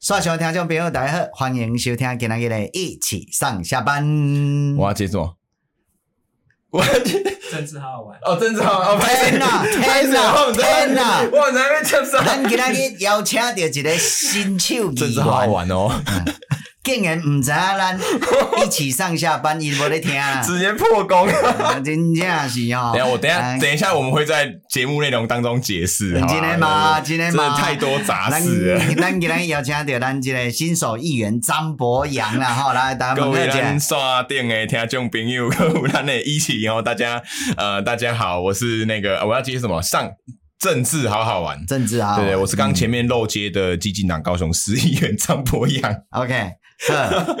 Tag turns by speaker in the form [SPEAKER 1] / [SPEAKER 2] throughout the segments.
[SPEAKER 1] 刷喜欢听众朋友大家好，欢迎收听今天的《一起上下班》。嗯
[SPEAKER 2] 我要接什么？我要接
[SPEAKER 3] 政治好好玩。
[SPEAKER 2] 哦，真的哦，哦拍
[SPEAKER 1] 天哪
[SPEAKER 2] 拍
[SPEAKER 1] 天哪
[SPEAKER 2] 我
[SPEAKER 1] 天哪
[SPEAKER 2] 我哪边接上？
[SPEAKER 1] 咱今天邀请到一个新手
[SPEAKER 2] 真
[SPEAKER 1] 艺
[SPEAKER 2] 是好好
[SPEAKER 1] 员，
[SPEAKER 2] 玩哦，
[SPEAKER 1] 竟然唔知影 咱一起上下班，伊无咧听，
[SPEAKER 2] 直接破功。
[SPEAKER 1] 啊真正是哦。
[SPEAKER 2] 等一下，我等一下，
[SPEAKER 1] 哎
[SPEAKER 2] 等一下，我们会在节目内容当中解释。好吧
[SPEAKER 1] 真的吗真的吗
[SPEAKER 2] 真的太多杂
[SPEAKER 1] 咱
[SPEAKER 2] 事了。
[SPEAKER 1] 咱今天邀请到咱这个新手艺员张博洋啦，吼，来大家
[SPEAKER 2] 各
[SPEAKER 1] 问
[SPEAKER 2] 位
[SPEAKER 1] 一下
[SPEAKER 2] 咱。刷电诶听众朋友，各位咱的一起哦，大家呃，大家好，我是那个呃我要接什么上政治好好玩。
[SPEAKER 1] 政治啊，
[SPEAKER 2] 对对，我是刚前面漏接的激进党高雄市议员张博洋。
[SPEAKER 1] OK，好。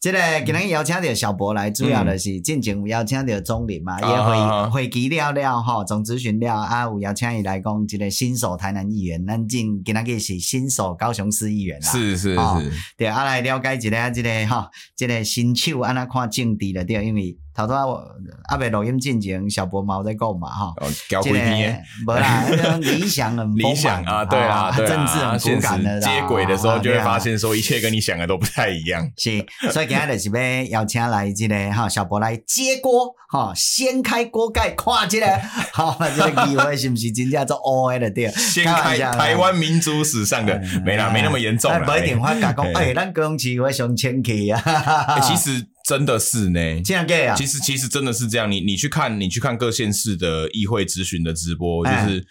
[SPEAKER 1] 即个今日邀请到小博来，主要就是进前有邀请到钟林嘛，
[SPEAKER 2] 嗯啊
[SPEAKER 1] 也
[SPEAKER 2] 啊啊
[SPEAKER 1] 会会期了了吼，总咨询了啊，有邀请伊来讲即个新手台南议员，咱进今仔日是新手高雄市议员啦，
[SPEAKER 2] 是是
[SPEAKER 1] 哦
[SPEAKER 2] 是，
[SPEAKER 1] 对啊，来了解一下即个吼，即个新手安那看政治了对，因为头拄仔我阿伯录音进前小博嘛有在讲嘛吼。
[SPEAKER 2] 哦，搞
[SPEAKER 1] 这
[SPEAKER 2] 鬼
[SPEAKER 1] 个
[SPEAKER 2] 片。
[SPEAKER 1] 无啦，那种理想很丰满 哦
[SPEAKER 2] 理想啊，对啊，对啊，
[SPEAKER 1] 政治很
[SPEAKER 2] 现
[SPEAKER 1] 骨
[SPEAKER 2] 实
[SPEAKER 1] 感的啦，
[SPEAKER 2] 接轨的时候，
[SPEAKER 1] 啊
[SPEAKER 2] 就会
[SPEAKER 1] 对啊
[SPEAKER 2] 发现说一切跟你想的都不太一 样。
[SPEAKER 1] 是，所以今日就是要邀请来这个哈小博来揭锅哈，掀开锅盖看这个， 哈这个机会是不是真正做 O A 的对了？
[SPEAKER 2] 掀
[SPEAKER 1] 开玩
[SPEAKER 2] 开
[SPEAKER 1] 笑啦
[SPEAKER 2] 台湾民族史上的
[SPEAKER 1] 嗯
[SPEAKER 2] 没啦，没那么严重
[SPEAKER 1] 哎
[SPEAKER 2] 啦。
[SPEAKER 1] 无一定
[SPEAKER 2] 哎
[SPEAKER 1] 发觉讲，
[SPEAKER 2] 哎
[SPEAKER 1] 哎，咱讲市会上千去啊，
[SPEAKER 2] 哎其实真的是呢。
[SPEAKER 1] 这样个啊，
[SPEAKER 2] 其实其实真的是这样，你你去看你去看各县市的议会咨询的直播，就
[SPEAKER 1] 哎
[SPEAKER 2] 是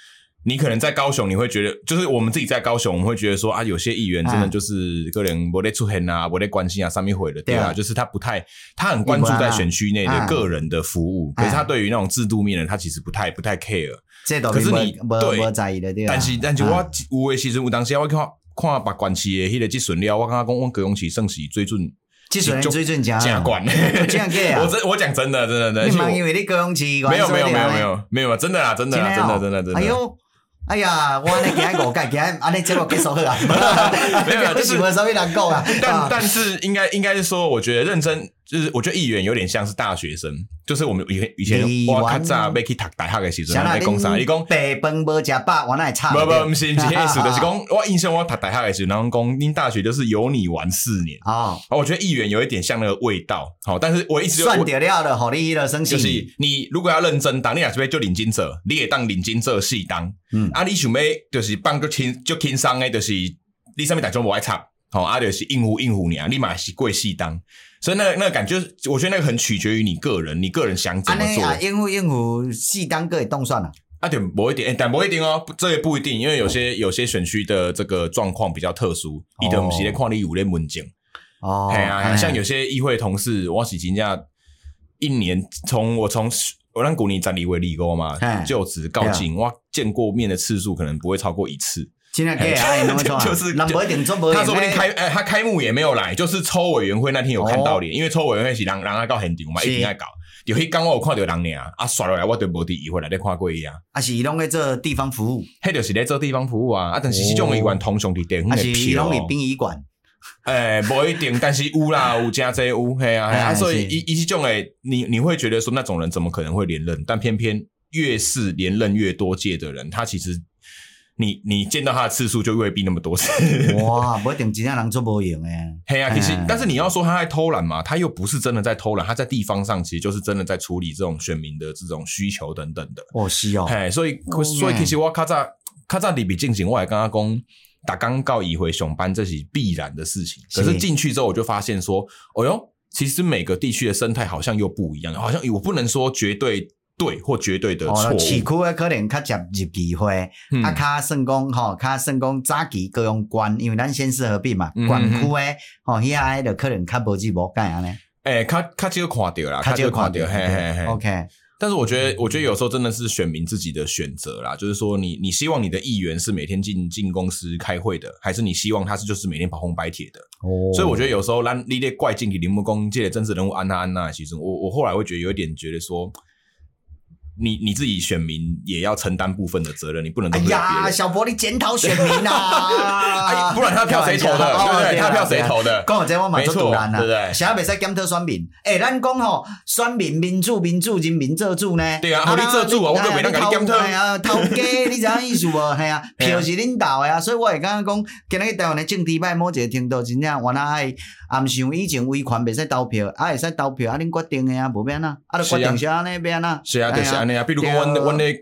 [SPEAKER 2] 你可能在高雄，你会觉得就是我们自己在高雄，我们会觉得说啊，有些议员真的
[SPEAKER 1] 嗯
[SPEAKER 2] 就是个人不得出现啊，不得关心啊，上面毁了，
[SPEAKER 1] 对
[SPEAKER 2] 对啊，
[SPEAKER 1] 啊
[SPEAKER 2] 就是他不太他很关注在选区内的
[SPEAKER 1] 嗯
[SPEAKER 2] 个人的服务，
[SPEAKER 1] 嗯
[SPEAKER 2] 可是他对于那种制度面的他其实不太不太 care。
[SPEAKER 1] 这都
[SPEAKER 2] 可是你
[SPEAKER 1] 无
[SPEAKER 2] 对
[SPEAKER 1] 无在意的对了。
[SPEAKER 2] 但是但是
[SPEAKER 1] 啊
[SPEAKER 2] 我有诶时阵有当时我看看把关系的迄个即顺了，我感觉讲我高雄市算是最准
[SPEAKER 1] 这阵
[SPEAKER 2] 就
[SPEAKER 1] 最准讲，
[SPEAKER 2] 正冠。
[SPEAKER 1] 这 样个
[SPEAKER 2] 我
[SPEAKER 1] 啊，
[SPEAKER 2] 真我讲真的真的真的，而
[SPEAKER 1] 你
[SPEAKER 2] 且
[SPEAKER 1] 茫
[SPEAKER 2] 我
[SPEAKER 1] 以为你讲市
[SPEAKER 2] 没有没有没有没有没有，真的啦，啊真的啦，真的真的真的。
[SPEAKER 1] 哎呦，哎呀，我安尼今日五届，今日安尼节目结束好啊。
[SPEAKER 2] 没有啦就是
[SPEAKER 1] 什么稍微难讲啊。
[SPEAKER 2] 但
[SPEAKER 1] 啊
[SPEAKER 2] 但是应该应该是说，我觉得认真就是，我觉得议员有点像是大学生，就是我们以前以
[SPEAKER 1] 议
[SPEAKER 2] 前
[SPEAKER 1] 员
[SPEAKER 2] 我较
[SPEAKER 1] 哦
[SPEAKER 2] 早被去读大学的时阵，
[SPEAKER 1] 谁啦
[SPEAKER 2] 在讲啥？你讲。
[SPEAKER 1] 白饭无食饱，我哪会差？
[SPEAKER 2] 不不，不是不是
[SPEAKER 1] 啊啊啊
[SPEAKER 2] 迄思，就是 讲我印象我读大学的时候，然后讲恁大学就是有你玩四年，
[SPEAKER 1] 哦，
[SPEAKER 2] 啊，我觉得议员有一点像那个味道，好，但是我一直
[SPEAKER 1] 算着了了，互你迄个生
[SPEAKER 2] 就
[SPEAKER 1] 气
[SPEAKER 2] 是。你如果要认真当，你若是要做领金者，你也当领金者系当。
[SPEAKER 1] 嗯
[SPEAKER 2] 啊，你想要就是放个轻就轻松诶，就是你上面打中无爱插，吼、啊，就是应付应付你啊，立马是贵系当。所以那个那个感觉，我觉得那个很取决于你个人，你个人想怎
[SPEAKER 1] 安
[SPEAKER 2] 么
[SPEAKER 1] 尼
[SPEAKER 2] 做。
[SPEAKER 1] 啊，应付应付，适当个会动算了。
[SPEAKER 2] 啊，对，不一定，欸但不一定哦，不这也不一定，因为有些有些选区的这个状况比较特殊，伊的不是咧看你有咧文件。
[SPEAKER 1] 哦，
[SPEAKER 2] 哎呀，
[SPEAKER 1] 哎
[SPEAKER 2] 像有些议会同事，我是真正一年从我从我让古尼站立为立功嘛
[SPEAKER 1] 嘿，
[SPEAKER 2] 就职告警，
[SPEAKER 1] 啊
[SPEAKER 2] 我见过面的次数可能不会超过一次。
[SPEAKER 1] 真的假的？哎， 那么错啊，
[SPEAKER 2] 就是
[SPEAKER 1] 咱不一定做不一定
[SPEAKER 2] 他说不定开，哎，他开幕也没有来，就是抽委员会那天有看到脸，因为抽委员会是人人爱搞很顶嘛，
[SPEAKER 1] 哦是
[SPEAKER 2] 一定爱搞。有迄刚我有看到人尔，啊刷落来我就无伫议会内底看过伊啊，
[SPEAKER 1] 啊是伊拢在做地方服务，
[SPEAKER 2] 迄就是咧做地方服务啊，啊但是
[SPEAKER 1] 哦
[SPEAKER 2] 这种议员通常伫地方
[SPEAKER 1] 啊
[SPEAKER 2] 的
[SPEAKER 1] 是伊
[SPEAKER 2] 票
[SPEAKER 1] 拢
[SPEAKER 2] 哦
[SPEAKER 1] 伫殡仪馆。
[SPEAKER 2] 诶，无哎一定，但是有啦，有加这有，嘿啊，嘿啊，
[SPEAKER 1] 哎
[SPEAKER 2] 所以
[SPEAKER 1] 是
[SPEAKER 2] 一一是这种诶，你你会觉得说那种人怎么可能会连任？但偏偏越是连任越多届的人，他其实你你见到他的次数就未必那么多次。
[SPEAKER 1] 哇，不一定真正人做无用诶。
[SPEAKER 2] 嘿啊，其实
[SPEAKER 1] 哦哎
[SPEAKER 2] 但是你要说他在偷懒嘛，他又不是真的在偷懒，他在地方上其实就是真的在处理这种选民的这种需求等等的。
[SPEAKER 1] 哦是哦，
[SPEAKER 2] 嘿，所以所以其实我较早较早离别进行，我也跟他讲，打刚告移回熊班这是必然的事情。
[SPEAKER 1] 是
[SPEAKER 2] 可是进去之后，我就发现说，哦哟，其实每个地区的生态好像又不一样，好像我不能说绝对对或绝对的错
[SPEAKER 1] 哦，市
[SPEAKER 2] 误。
[SPEAKER 1] 区诶可能较接入机会，
[SPEAKER 2] 嗯
[SPEAKER 1] 啊，较算讲吼，较算讲早期各用关，因为咱先是合并嘛，
[SPEAKER 2] 嗯
[SPEAKER 1] 管区诶，吼遐诶就可能较无志无干安尼，
[SPEAKER 2] 诶，哎较较少看到啦，
[SPEAKER 1] 较
[SPEAKER 2] 少
[SPEAKER 1] 少
[SPEAKER 2] 看
[SPEAKER 1] 看
[SPEAKER 2] 到，
[SPEAKER 1] 到。
[SPEAKER 2] 嘿嘿嘿。
[SPEAKER 1] OK，嗯
[SPEAKER 2] 但是我觉得，我觉得有时候真的是选民自己的选择啦，就是说你，你希望你的议员是每天进进公司开会的，还是你希望他是就是每天跑红白帖的？
[SPEAKER 1] 哦
[SPEAKER 2] 所以我觉得有时候咱你咧怪进去林木公这类政治人物安娜安娜，其实我我后来会觉得有一点觉得说，你你自己选民也要承担部分的责任，你不能都
[SPEAKER 1] 哎
[SPEAKER 2] 是别人。
[SPEAKER 1] 呀，小博，你检讨选民啊！
[SPEAKER 2] 哎，不然他票谁投的？
[SPEAKER 1] 开玩笑哦
[SPEAKER 2] 对不对？
[SPEAKER 1] 啊
[SPEAKER 2] 他票谁
[SPEAKER 1] 对啊
[SPEAKER 2] 投的？
[SPEAKER 1] 讲到这，我嘛
[SPEAKER 2] 没
[SPEAKER 1] 做
[SPEAKER 2] 错
[SPEAKER 1] 突然啦，
[SPEAKER 2] 对不对
[SPEAKER 1] 啥啊袂使检讨选民？诶、咱讲吼，选民民主民主人民做主呢？
[SPEAKER 2] 对啊互你做主啊我就袂当甲你检讨
[SPEAKER 1] 哎呀，头家，你知影意思无？ 系 啊，
[SPEAKER 2] 嘿啊
[SPEAKER 1] 票是恁投的啊，所以我会感觉讲，今日台湾的政治歹某一个程度，真正原来爱暗想以前维权袂使投票，啊会使投票，啊恁决定的啊，无变啊，啊就决定是安尼变啊，
[SPEAKER 2] 是啊，就是安尼啊。比如讲，阮
[SPEAKER 1] 对啊
[SPEAKER 2] 阮咧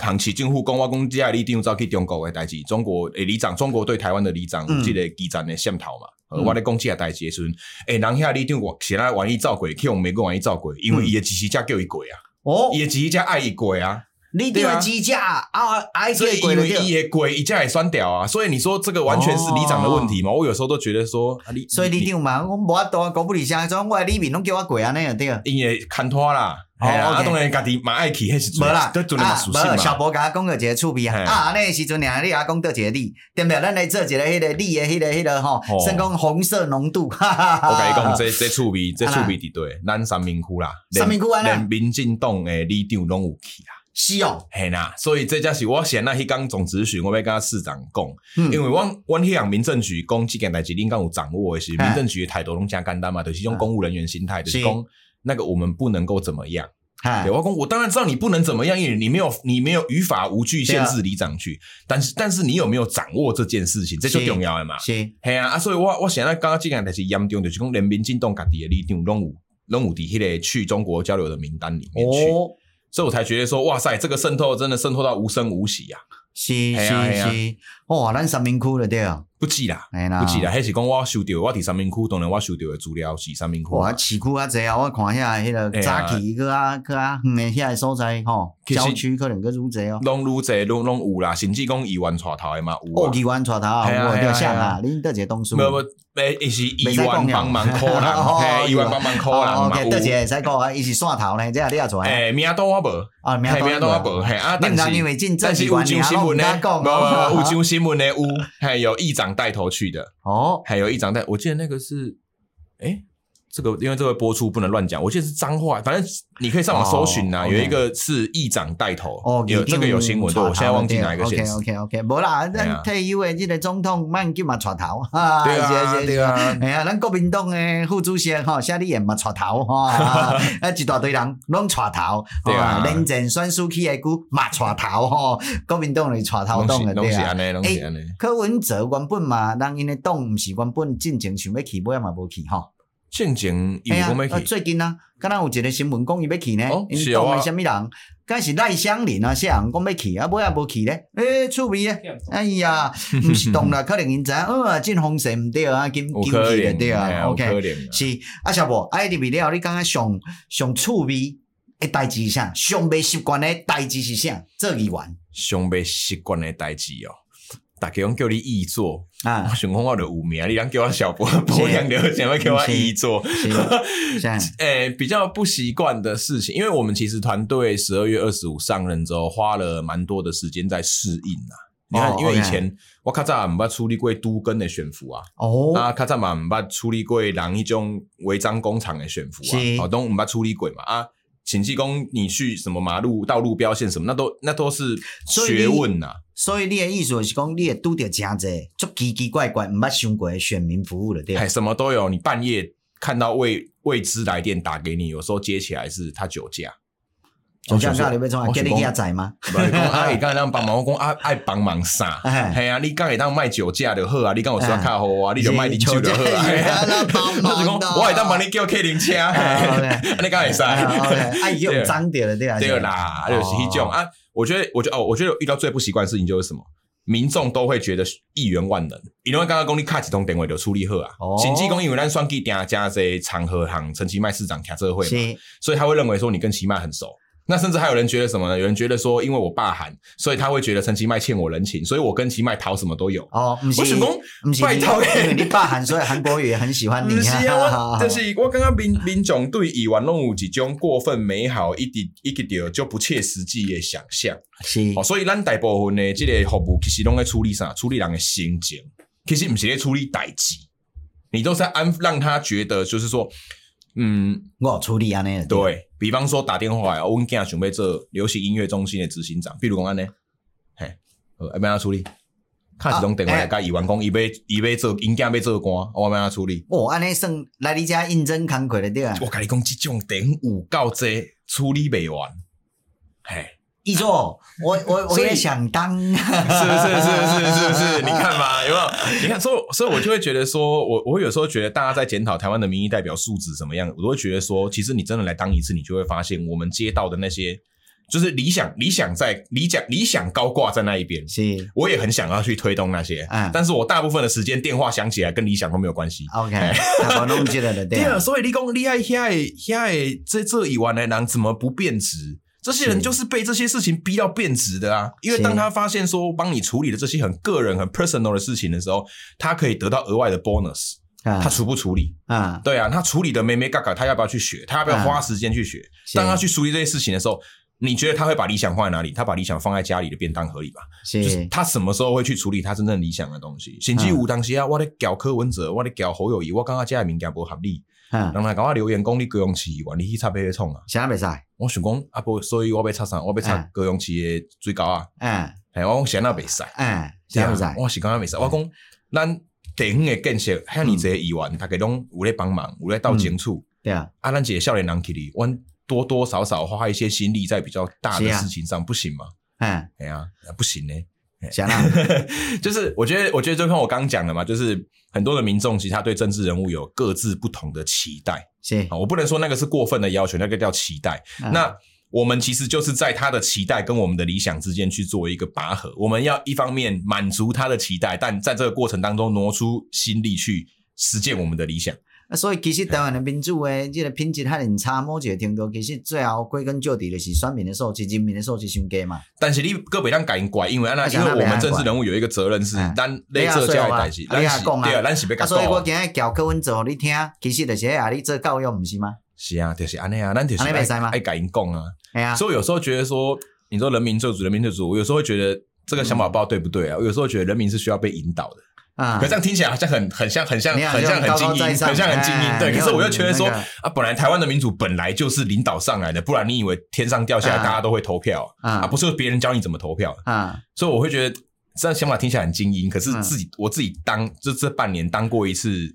[SPEAKER 2] 行市政府讲，我讲遮你一定有走去中国诶代志，中国诶里长，中国对台湾的里长
[SPEAKER 1] 嗯
[SPEAKER 2] 有即个基层诶渗透嘛。呃
[SPEAKER 1] 嗯
[SPEAKER 2] 我咧讲即个代志诶时阵，诶，人遐里长是咱愿意照过，去用美国愿意照过，因
[SPEAKER 1] 嗯
[SPEAKER 2] 为伊诶支持者叫伊过啊，
[SPEAKER 1] 哦
[SPEAKER 2] 伊，诶支持者爱伊过啊，
[SPEAKER 1] 你对
[SPEAKER 2] 对
[SPEAKER 1] 的
[SPEAKER 2] 啊
[SPEAKER 1] 支架啊，爱
[SPEAKER 2] 所
[SPEAKER 1] 这
[SPEAKER 2] 以
[SPEAKER 1] 个鬼
[SPEAKER 2] 因
[SPEAKER 1] 就
[SPEAKER 2] 为
[SPEAKER 1] 对
[SPEAKER 2] 伊诶过，伊才会选掉啊。所以你说这个完全是里长的问题嘛？我有时候都觉得说，啊你
[SPEAKER 1] 所以哦你长嘛，我无法度啊，国不里乡，种我的里面拢叫我过安啊尼就对了。
[SPEAKER 2] 因会牵拖啦，
[SPEAKER 1] 哦
[SPEAKER 2] 嘿啊，啊
[SPEAKER 1] OK
[SPEAKER 2] 当然家己嘛爱去迄时
[SPEAKER 1] 无
[SPEAKER 2] 阵，
[SPEAKER 1] 啦，
[SPEAKER 2] 都准嘛属性
[SPEAKER 1] 啊无小
[SPEAKER 2] 嘛。
[SPEAKER 1] 博甲我讲过一个趣味啊，
[SPEAKER 2] 嘿
[SPEAKER 1] 啊，安尼的时阵，尔你阿讲倒一个你，对不对？咱来做一个迄个你的迄个迄个吼
[SPEAKER 2] 哦，
[SPEAKER 1] 算讲红色浓度。哈哈哈
[SPEAKER 2] 我甲你讲，这这趣味，这
[SPEAKER 1] 啊
[SPEAKER 2] 趣
[SPEAKER 1] 啦
[SPEAKER 2] 味伫对，咱三明区啦，
[SPEAKER 1] 三明区啊啦
[SPEAKER 2] 连连民进党诶里长拢有去啦，
[SPEAKER 1] 是哦，
[SPEAKER 2] 嘿啦，所以这才是我先那迄工总咨询，我要甲市长讲，
[SPEAKER 1] 嗯
[SPEAKER 2] 因为阮阮迄项民政局讲即件代志，恁敢有掌握诶是
[SPEAKER 1] 嘿啊
[SPEAKER 2] 民政局诶态度拢诚简单嘛，就是用公务人员心态，就是
[SPEAKER 1] 是
[SPEAKER 2] 讲那个我们不能够怎么样。
[SPEAKER 1] 哈
[SPEAKER 2] 对，我讲，我当然知道你不能怎么样，因为你没有你没有于法无据限制里长去，但是但是你有没有掌握这件事情，这就是重要的嘛。
[SPEAKER 1] 哎是，
[SPEAKER 2] 系啊，啊，所以我我现在刚刚这件代志严重，就是讲人民进党家己的里长拢有拢有伫迄个去中国交流的名单里面去，
[SPEAKER 1] 哦，
[SPEAKER 2] 所以我才觉得说，哇塞，这个渗透真的渗透到无声无息啊，
[SPEAKER 1] 是
[SPEAKER 2] 嘿啊
[SPEAKER 1] 是
[SPEAKER 2] 嘿啊
[SPEAKER 1] 是，哇，咱三明区就对了，
[SPEAKER 2] 不止啦，
[SPEAKER 1] 哎啦
[SPEAKER 2] 不止啦，迄是讲我收到我伫三明区，当然我收到的资料是三明区，
[SPEAKER 1] 哇，市区啊济啊，我看遐迄个
[SPEAKER 2] 嘿啊
[SPEAKER 1] 早起个啊个啊远的遐所在吼，
[SPEAKER 2] 其实
[SPEAKER 1] 郊区可能个愈济哦。
[SPEAKER 2] 拢愈侪拢拢有啦，甚至讲议员带头的嘛有
[SPEAKER 1] 哦，
[SPEAKER 2] 啊。
[SPEAKER 1] 机关带头啊，
[SPEAKER 2] 嘿啊
[SPEAKER 1] 有
[SPEAKER 2] 嘿
[SPEAKER 1] 对
[SPEAKER 2] 啊
[SPEAKER 1] 象
[SPEAKER 2] 嘿
[SPEAKER 1] 啊
[SPEAKER 2] 啊，
[SPEAKER 1] 恁倒一个同事。
[SPEAKER 2] 没有，没有诶，伊是
[SPEAKER 1] 不
[SPEAKER 2] 议
[SPEAKER 1] 可以讲了
[SPEAKER 2] 员帮忙 扣人
[SPEAKER 1] 哦，
[SPEAKER 2] 嘿，议员帮忙扣人
[SPEAKER 1] 哦
[SPEAKER 2] 嘛
[SPEAKER 1] ，OK，倒一个
[SPEAKER 2] 有。
[SPEAKER 1] 会使讲啊，伊是汕头呢，这下你也出来。
[SPEAKER 2] 诶，名都我无，
[SPEAKER 1] 啊，明
[SPEAKER 2] 嘿，
[SPEAKER 1] 仔
[SPEAKER 2] 名都我无，嘿啊，
[SPEAKER 1] 你
[SPEAKER 2] 但
[SPEAKER 1] 唔通
[SPEAKER 2] 是
[SPEAKER 1] 因为进政
[SPEAKER 2] 但是
[SPEAKER 1] 治
[SPEAKER 2] 有
[SPEAKER 1] 管理
[SPEAKER 2] 上
[SPEAKER 1] 啊，
[SPEAKER 2] 新
[SPEAKER 1] 我唔
[SPEAKER 2] 闻呢
[SPEAKER 1] 敢，讲
[SPEAKER 2] 无无有
[SPEAKER 1] 哦。
[SPEAKER 2] 上新闻呢有，嘿，有议长带头去的，
[SPEAKER 1] 哦，
[SPEAKER 2] 还有议长带，我记得那个是，诶，这个因为这个播出不能乱讲，我记得是脏话，反正你可以上网搜寻
[SPEAKER 1] 哦
[SPEAKER 2] 呐，
[SPEAKER 1] ，OK
[SPEAKER 2] 有一个是议长带头
[SPEAKER 1] 哦，，
[SPEAKER 2] 有这个有新闻，对，我现在忘记哪一个县市
[SPEAKER 1] OK。OK OK，无啦，
[SPEAKER 2] 哎
[SPEAKER 1] 咱
[SPEAKER 2] 呀
[SPEAKER 1] 退休的这个总统慢叫嘛带头，哈
[SPEAKER 2] 对
[SPEAKER 1] 是
[SPEAKER 2] 啊，
[SPEAKER 1] 是
[SPEAKER 2] 对啊，
[SPEAKER 1] 哎呀，咱国民党诶副主席吼，写你也嘛带头 吼，啊啊一大堆人拢带头，
[SPEAKER 2] 对啊
[SPEAKER 1] 哦林郑选输去诶股嘛带头吼，国民党就是带头
[SPEAKER 2] 拢
[SPEAKER 1] 党
[SPEAKER 2] 是
[SPEAKER 1] 诶
[SPEAKER 2] 拢
[SPEAKER 1] 对
[SPEAKER 2] 是
[SPEAKER 1] 啊。
[SPEAKER 2] 安尼，拢是安尼。
[SPEAKER 1] 柯文哲原本嘛，人因诶党毋是原本进前想要去，尾仔嘛无去吼。
[SPEAKER 2] 正经有
[SPEAKER 1] 哎呀
[SPEAKER 2] 讲，要
[SPEAKER 1] 呃
[SPEAKER 2] 去。
[SPEAKER 1] 最近啊，敢若有一个新闻讲伊要去呢
[SPEAKER 2] 哦，
[SPEAKER 1] 因
[SPEAKER 2] 是
[SPEAKER 1] 讲
[SPEAKER 2] 哦
[SPEAKER 1] 诶什么人？敢是赖香林啊，啥人讲要去啊，尾也无去咧，诶，趣味诶。哎 呀，毋是动啦，可能因知影，呃，进风势毋对啊，金
[SPEAKER 2] 有
[SPEAKER 1] 金
[SPEAKER 2] 可
[SPEAKER 1] 去就
[SPEAKER 2] 能
[SPEAKER 1] 对
[SPEAKER 2] 嘿
[SPEAKER 1] 啊
[SPEAKER 2] 有可
[SPEAKER 1] ，OK，
[SPEAKER 2] 能啊
[SPEAKER 1] 是啊，小博，啊，你未了，你感觉上上趣味诶代志是啥？上未习惯诶代志是啥？做议员
[SPEAKER 2] 上未习惯的代志哦。大家拢叫你易做，我
[SPEAKER 1] 啊，
[SPEAKER 2] 想讲我就有名，你人叫我小波，波样的想要叫我易 做。
[SPEAKER 1] 是啊啥？
[SPEAKER 2] 诶、比较不习惯的事情，因为我们其实团队十二月二十五上任之后，花了蛮多的时间在适应啊。你看
[SPEAKER 1] 哦
[SPEAKER 2] 因为以
[SPEAKER 1] OK
[SPEAKER 2] 前我较早也毋捌处理过都跟的选服啊，
[SPEAKER 1] 哦，
[SPEAKER 2] 啊，较早嘛毋捌处理过人迄种违章工厂的选服啊
[SPEAKER 1] 是，
[SPEAKER 2] 哦，都毋捌处理过嘛啊。请济公，你去什么马路、道路标线什么，那都那都是
[SPEAKER 1] 所以你
[SPEAKER 2] 学问呐、
[SPEAKER 1] 所以你诶意思是讲，你会拄着诚济足奇奇怪怪、毋捌想过诶选民服务了，对了
[SPEAKER 2] 哎，？什么都有。你半夜看到未未知来电打给你，有时候接起来是他酒 驾，
[SPEAKER 1] 就像教你要创，
[SPEAKER 2] 我
[SPEAKER 1] 叫
[SPEAKER 2] 想
[SPEAKER 1] 你
[SPEAKER 2] 说
[SPEAKER 1] 去遐载吗？
[SPEAKER 2] 不是讲啊，你刚才当帮忙，我讲啊爱帮忙 啥？
[SPEAKER 1] 哎
[SPEAKER 2] 哎呀，你刚才当卖酒驾就好啊，你刚有需要较好啊，你就卖啉酒就好啊。
[SPEAKER 1] 是
[SPEAKER 2] 嘿啊
[SPEAKER 1] 酒驾是要帮 忙
[SPEAKER 2] 我是
[SPEAKER 1] 的
[SPEAKER 2] 讲，我会当帮你叫客人车， 嘿
[SPEAKER 1] 啊，OK
[SPEAKER 2] 你刚会使。
[SPEAKER 1] 哎，
[SPEAKER 2] 对
[SPEAKER 1] 用脏点了，对啊，
[SPEAKER 2] 对啦，就是迄种啊。我觉得，我觉得哦，我觉得有遇到最不习惯的事情就是什么？民众都会觉得一员万能，因为刚刚讲你卡几通电话就处理好啊
[SPEAKER 1] 哦。
[SPEAKER 2] 甚至讲因为咱选举定加这场合行陈其迈市长开这会嘛，
[SPEAKER 1] 是
[SPEAKER 2] 所以他会认为说你跟其迈很熟。那甚至还有人觉得什么呢？有人觉得说，因为我爸喊，所以他会觉得陈其迈欠我人情，所以我跟其迈讨什么都有。
[SPEAKER 1] 哦，不是
[SPEAKER 2] 我想讲，
[SPEAKER 1] 不是
[SPEAKER 2] 拜
[SPEAKER 1] 你，
[SPEAKER 2] 托
[SPEAKER 1] 因为 你爸韩，所以韩国语也很喜欢你
[SPEAKER 2] 不是啊，
[SPEAKER 1] 啊
[SPEAKER 2] 我就是我感觉民民众对以往拢有一种过分美好，一直一直着就不切实际的想象。
[SPEAKER 1] 是
[SPEAKER 2] 哦，所以咱大部分的这个服务其实拢在处理啥？处理人的心情，其实不是在处理代志，你都是在安让他觉得就是说，嗯，
[SPEAKER 1] 我有处理安尼的，啊
[SPEAKER 2] 对，比方说打电话啊来，我阮囝想要做流行音乐中心的执行长，比如讲安尼，嘿，呃，要安怎处理？敲一通电话来甲伊员讲，伊要伊要做，因囝要做官，我要安怎处理？
[SPEAKER 1] 哦，安尼算来你遮应征工课了对啊。
[SPEAKER 2] 我甲你讲，即种电有够济，处理袂完，嘿。
[SPEAKER 1] 一座，我我我
[SPEAKER 2] 所以
[SPEAKER 1] 也想 当，是
[SPEAKER 2] 是是是是是是，你看嘛，有没有？你看，所以所以我就会觉得说，我我有时候觉得大家在检讨台湾的民意代表素质怎么样，我都会觉得说，其实你真的来当一次，你就会发现我们接到的那些，就是理想理想在理想理想高挂在那一边，
[SPEAKER 1] 是
[SPEAKER 2] 我也很想要去推动那些，
[SPEAKER 1] 嗯
[SPEAKER 2] 但是我大部分的时间电话响起来跟理想都没有关系。
[SPEAKER 1] OK，他我弄起来了对
[SPEAKER 2] 对
[SPEAKER 1] 啊
[SPEAKER 2] 啊，。所以你讲厉害遐的遐的这这以外的人怎么不变质？这些人
[SPEAKER 1] 是
[SPEAKER 2] 就是被这些事情逼到变质的啊！因为
[SPEAKER 1] 是
[SPEAKER 2] 当他发现说帮你处理的这些很个人、很 personal 的事情的时候，他可以得到额外的 bonus。
[SPEAKER 1] 啊
[SPEAKER 2] 他处不处理？
[SPEAKER 1] 啊，
[SPEAKER 2] 对啊，他处理的咩咩嘎嘎，他要不要去学？他要不要花时间去学？
[SPEAKER 1] 是
[SPEAKER 2] 当他去处理这些事情的时候，你觉得他会把理想放在哪里？他把理想放在家里的便当盒里吧？就是
[SPEAKER 1] 是
[SPEAKER 2] 他什么时候会去处理他真正理想的东西？甚至有当时啊，我咧搞柯文哲，我咧搞侯友谊，我感觉这物件不合理。
[SPEAKER 1] 啊，
[SPEAKER 2] 人来甲我留言讲你高雄市议员，你去插咩创啊？
[SPEAKER 1] 啥袂使？
[SPEAKER 2] 我想讲啊，无所以我要插啥？我要插
[SPEAKER 1] 嗯
[SPEAKER 2] 高雄市的水沟啊！
[SPEAKER 1] 嗯
[SPEAKER 2] 哎，我讲谁那袂使？
[SPEAKER 1] 嗯，啥袂
[SPEAKER 2] 对啊
[SPEAKER 1] 使？
[SPEAKER 2] 我是感觉袂使。我讲咱地方的建设，遐尼侪议员，大家拢有咧帮忙，有咧到警处。
[SPEAKER 1] 对啊，
[SPEAKER 2] 啊，咱一个少年人去哩，阮多多少少花一些心力在比较大的
[SPEAKER 1] 是啊
[SPEAKER 2] 事情上，不行吗？
[SPEAKER 1] 嗯，
[SPEAKER 2] 哎呀，啊不行呢。
[SPEAKER 1] 啥 啦？
[SPEAKER 2] 就是我觉得，我觉得就跟我刚讲的嘛，就是很多的民众其实他对政治人物有各自不同的期待。
[SPEAKER 1] 是
[SPEAKER 2] 啊，我不能说那个是过分的要求，那个叫期待。
[SPEAKER 1] 嗯
[SPEAKER 2] 那我们其实就是在他的期待跟我们的理想之间去做一个拔河。我们要一方面满足他的期待，但在这个过程当中挪出心力去实践我们的理想。
[SPEAKER 1] 啊，所以其实台湾的民主的这个品质遐尔差，某一个程度，其实最后归根究底就是选民的素质、人民的素质伤低嘛。
[SPEAKER 2] 但是你个别让改怪，因为安那
[SPEAKER 1] 啊
[SPEAKER 2] 因为我们政治人物有一个责任是
[SPEAKER 1] 嗯，
[SPEAKER 2] 咱类这教育代志，
[SPEAKER 1] 你
[SPEAKER 2] 咱
[SPEAKER 1] 也
[SPEAKER 2] 是
[SPEAKER 1] 说啊
[SPEAKER 2] 对啊，咱是被
[SPEAKER 1] 啊，
[SPEAKER 2] 改
[SPEAKER 1] 所以我
[SPEAKER 2] 教。
[SPEAKER 1] 今日教课文做给你听，其实就是啊，你做教育毋是吗？
[SPEAKER 2] 是啊，就是安尼啊，咱就是
[SPEAKER 1] 安尼
[SPEAKER 2] 爱
[SPEAKER 1] 不可以吗
[SPEAKER 2] 爱改因讲啊。
[SPEAKER 1] 哎呀，
[SPEAKER 2] 所以我有时候觉得说，你说人民做主，人民做主，我有时候会觉得这个
[SPEAKER 1] 嗯
[SPEAKER 2] 想法不知道对不对啊。我有时候觉得人民是需要被引导的。
[SPEAKER 1] 啊
[SPEAKER 2] 可这样听起来好像很很像很像
[SPEAKER 1] 你好
[SPEAKER 2] 很像
[SPEAKER 1] 像
[SPEAKER 2] 很精
[SPEAKER 1] 高高在
[SPEAKER 2] 英，
[SPEAKER 1] 上
[SPEAKER 2] 很像很精英。
[SPEAKER 1] 哎
[SPEAKER 2] 对，
[SPEAKER 1] 你
[SPEAKER 2] 可是我又觉得说
[SPEAKER 1] 那个
[SPEAKER 2] 啊，本来台湾的民主本来就是领导上来的，不然你以为天上掉下来
[SPEAKER 1] 啊
[SPEAKER 2] 大家都会投票啊？
[SPEAKER 1] 啊
[SPEAKER 2] 不是别人教你怎么投票，
[SPEAKER 1] 啊，
[SPEAKER 2] 所以我会觉得这样想法听起来很精英。可是
[SPEAKER 1] 嗯
[SPEAKER 2] 自己我自己当这这半年当过一次，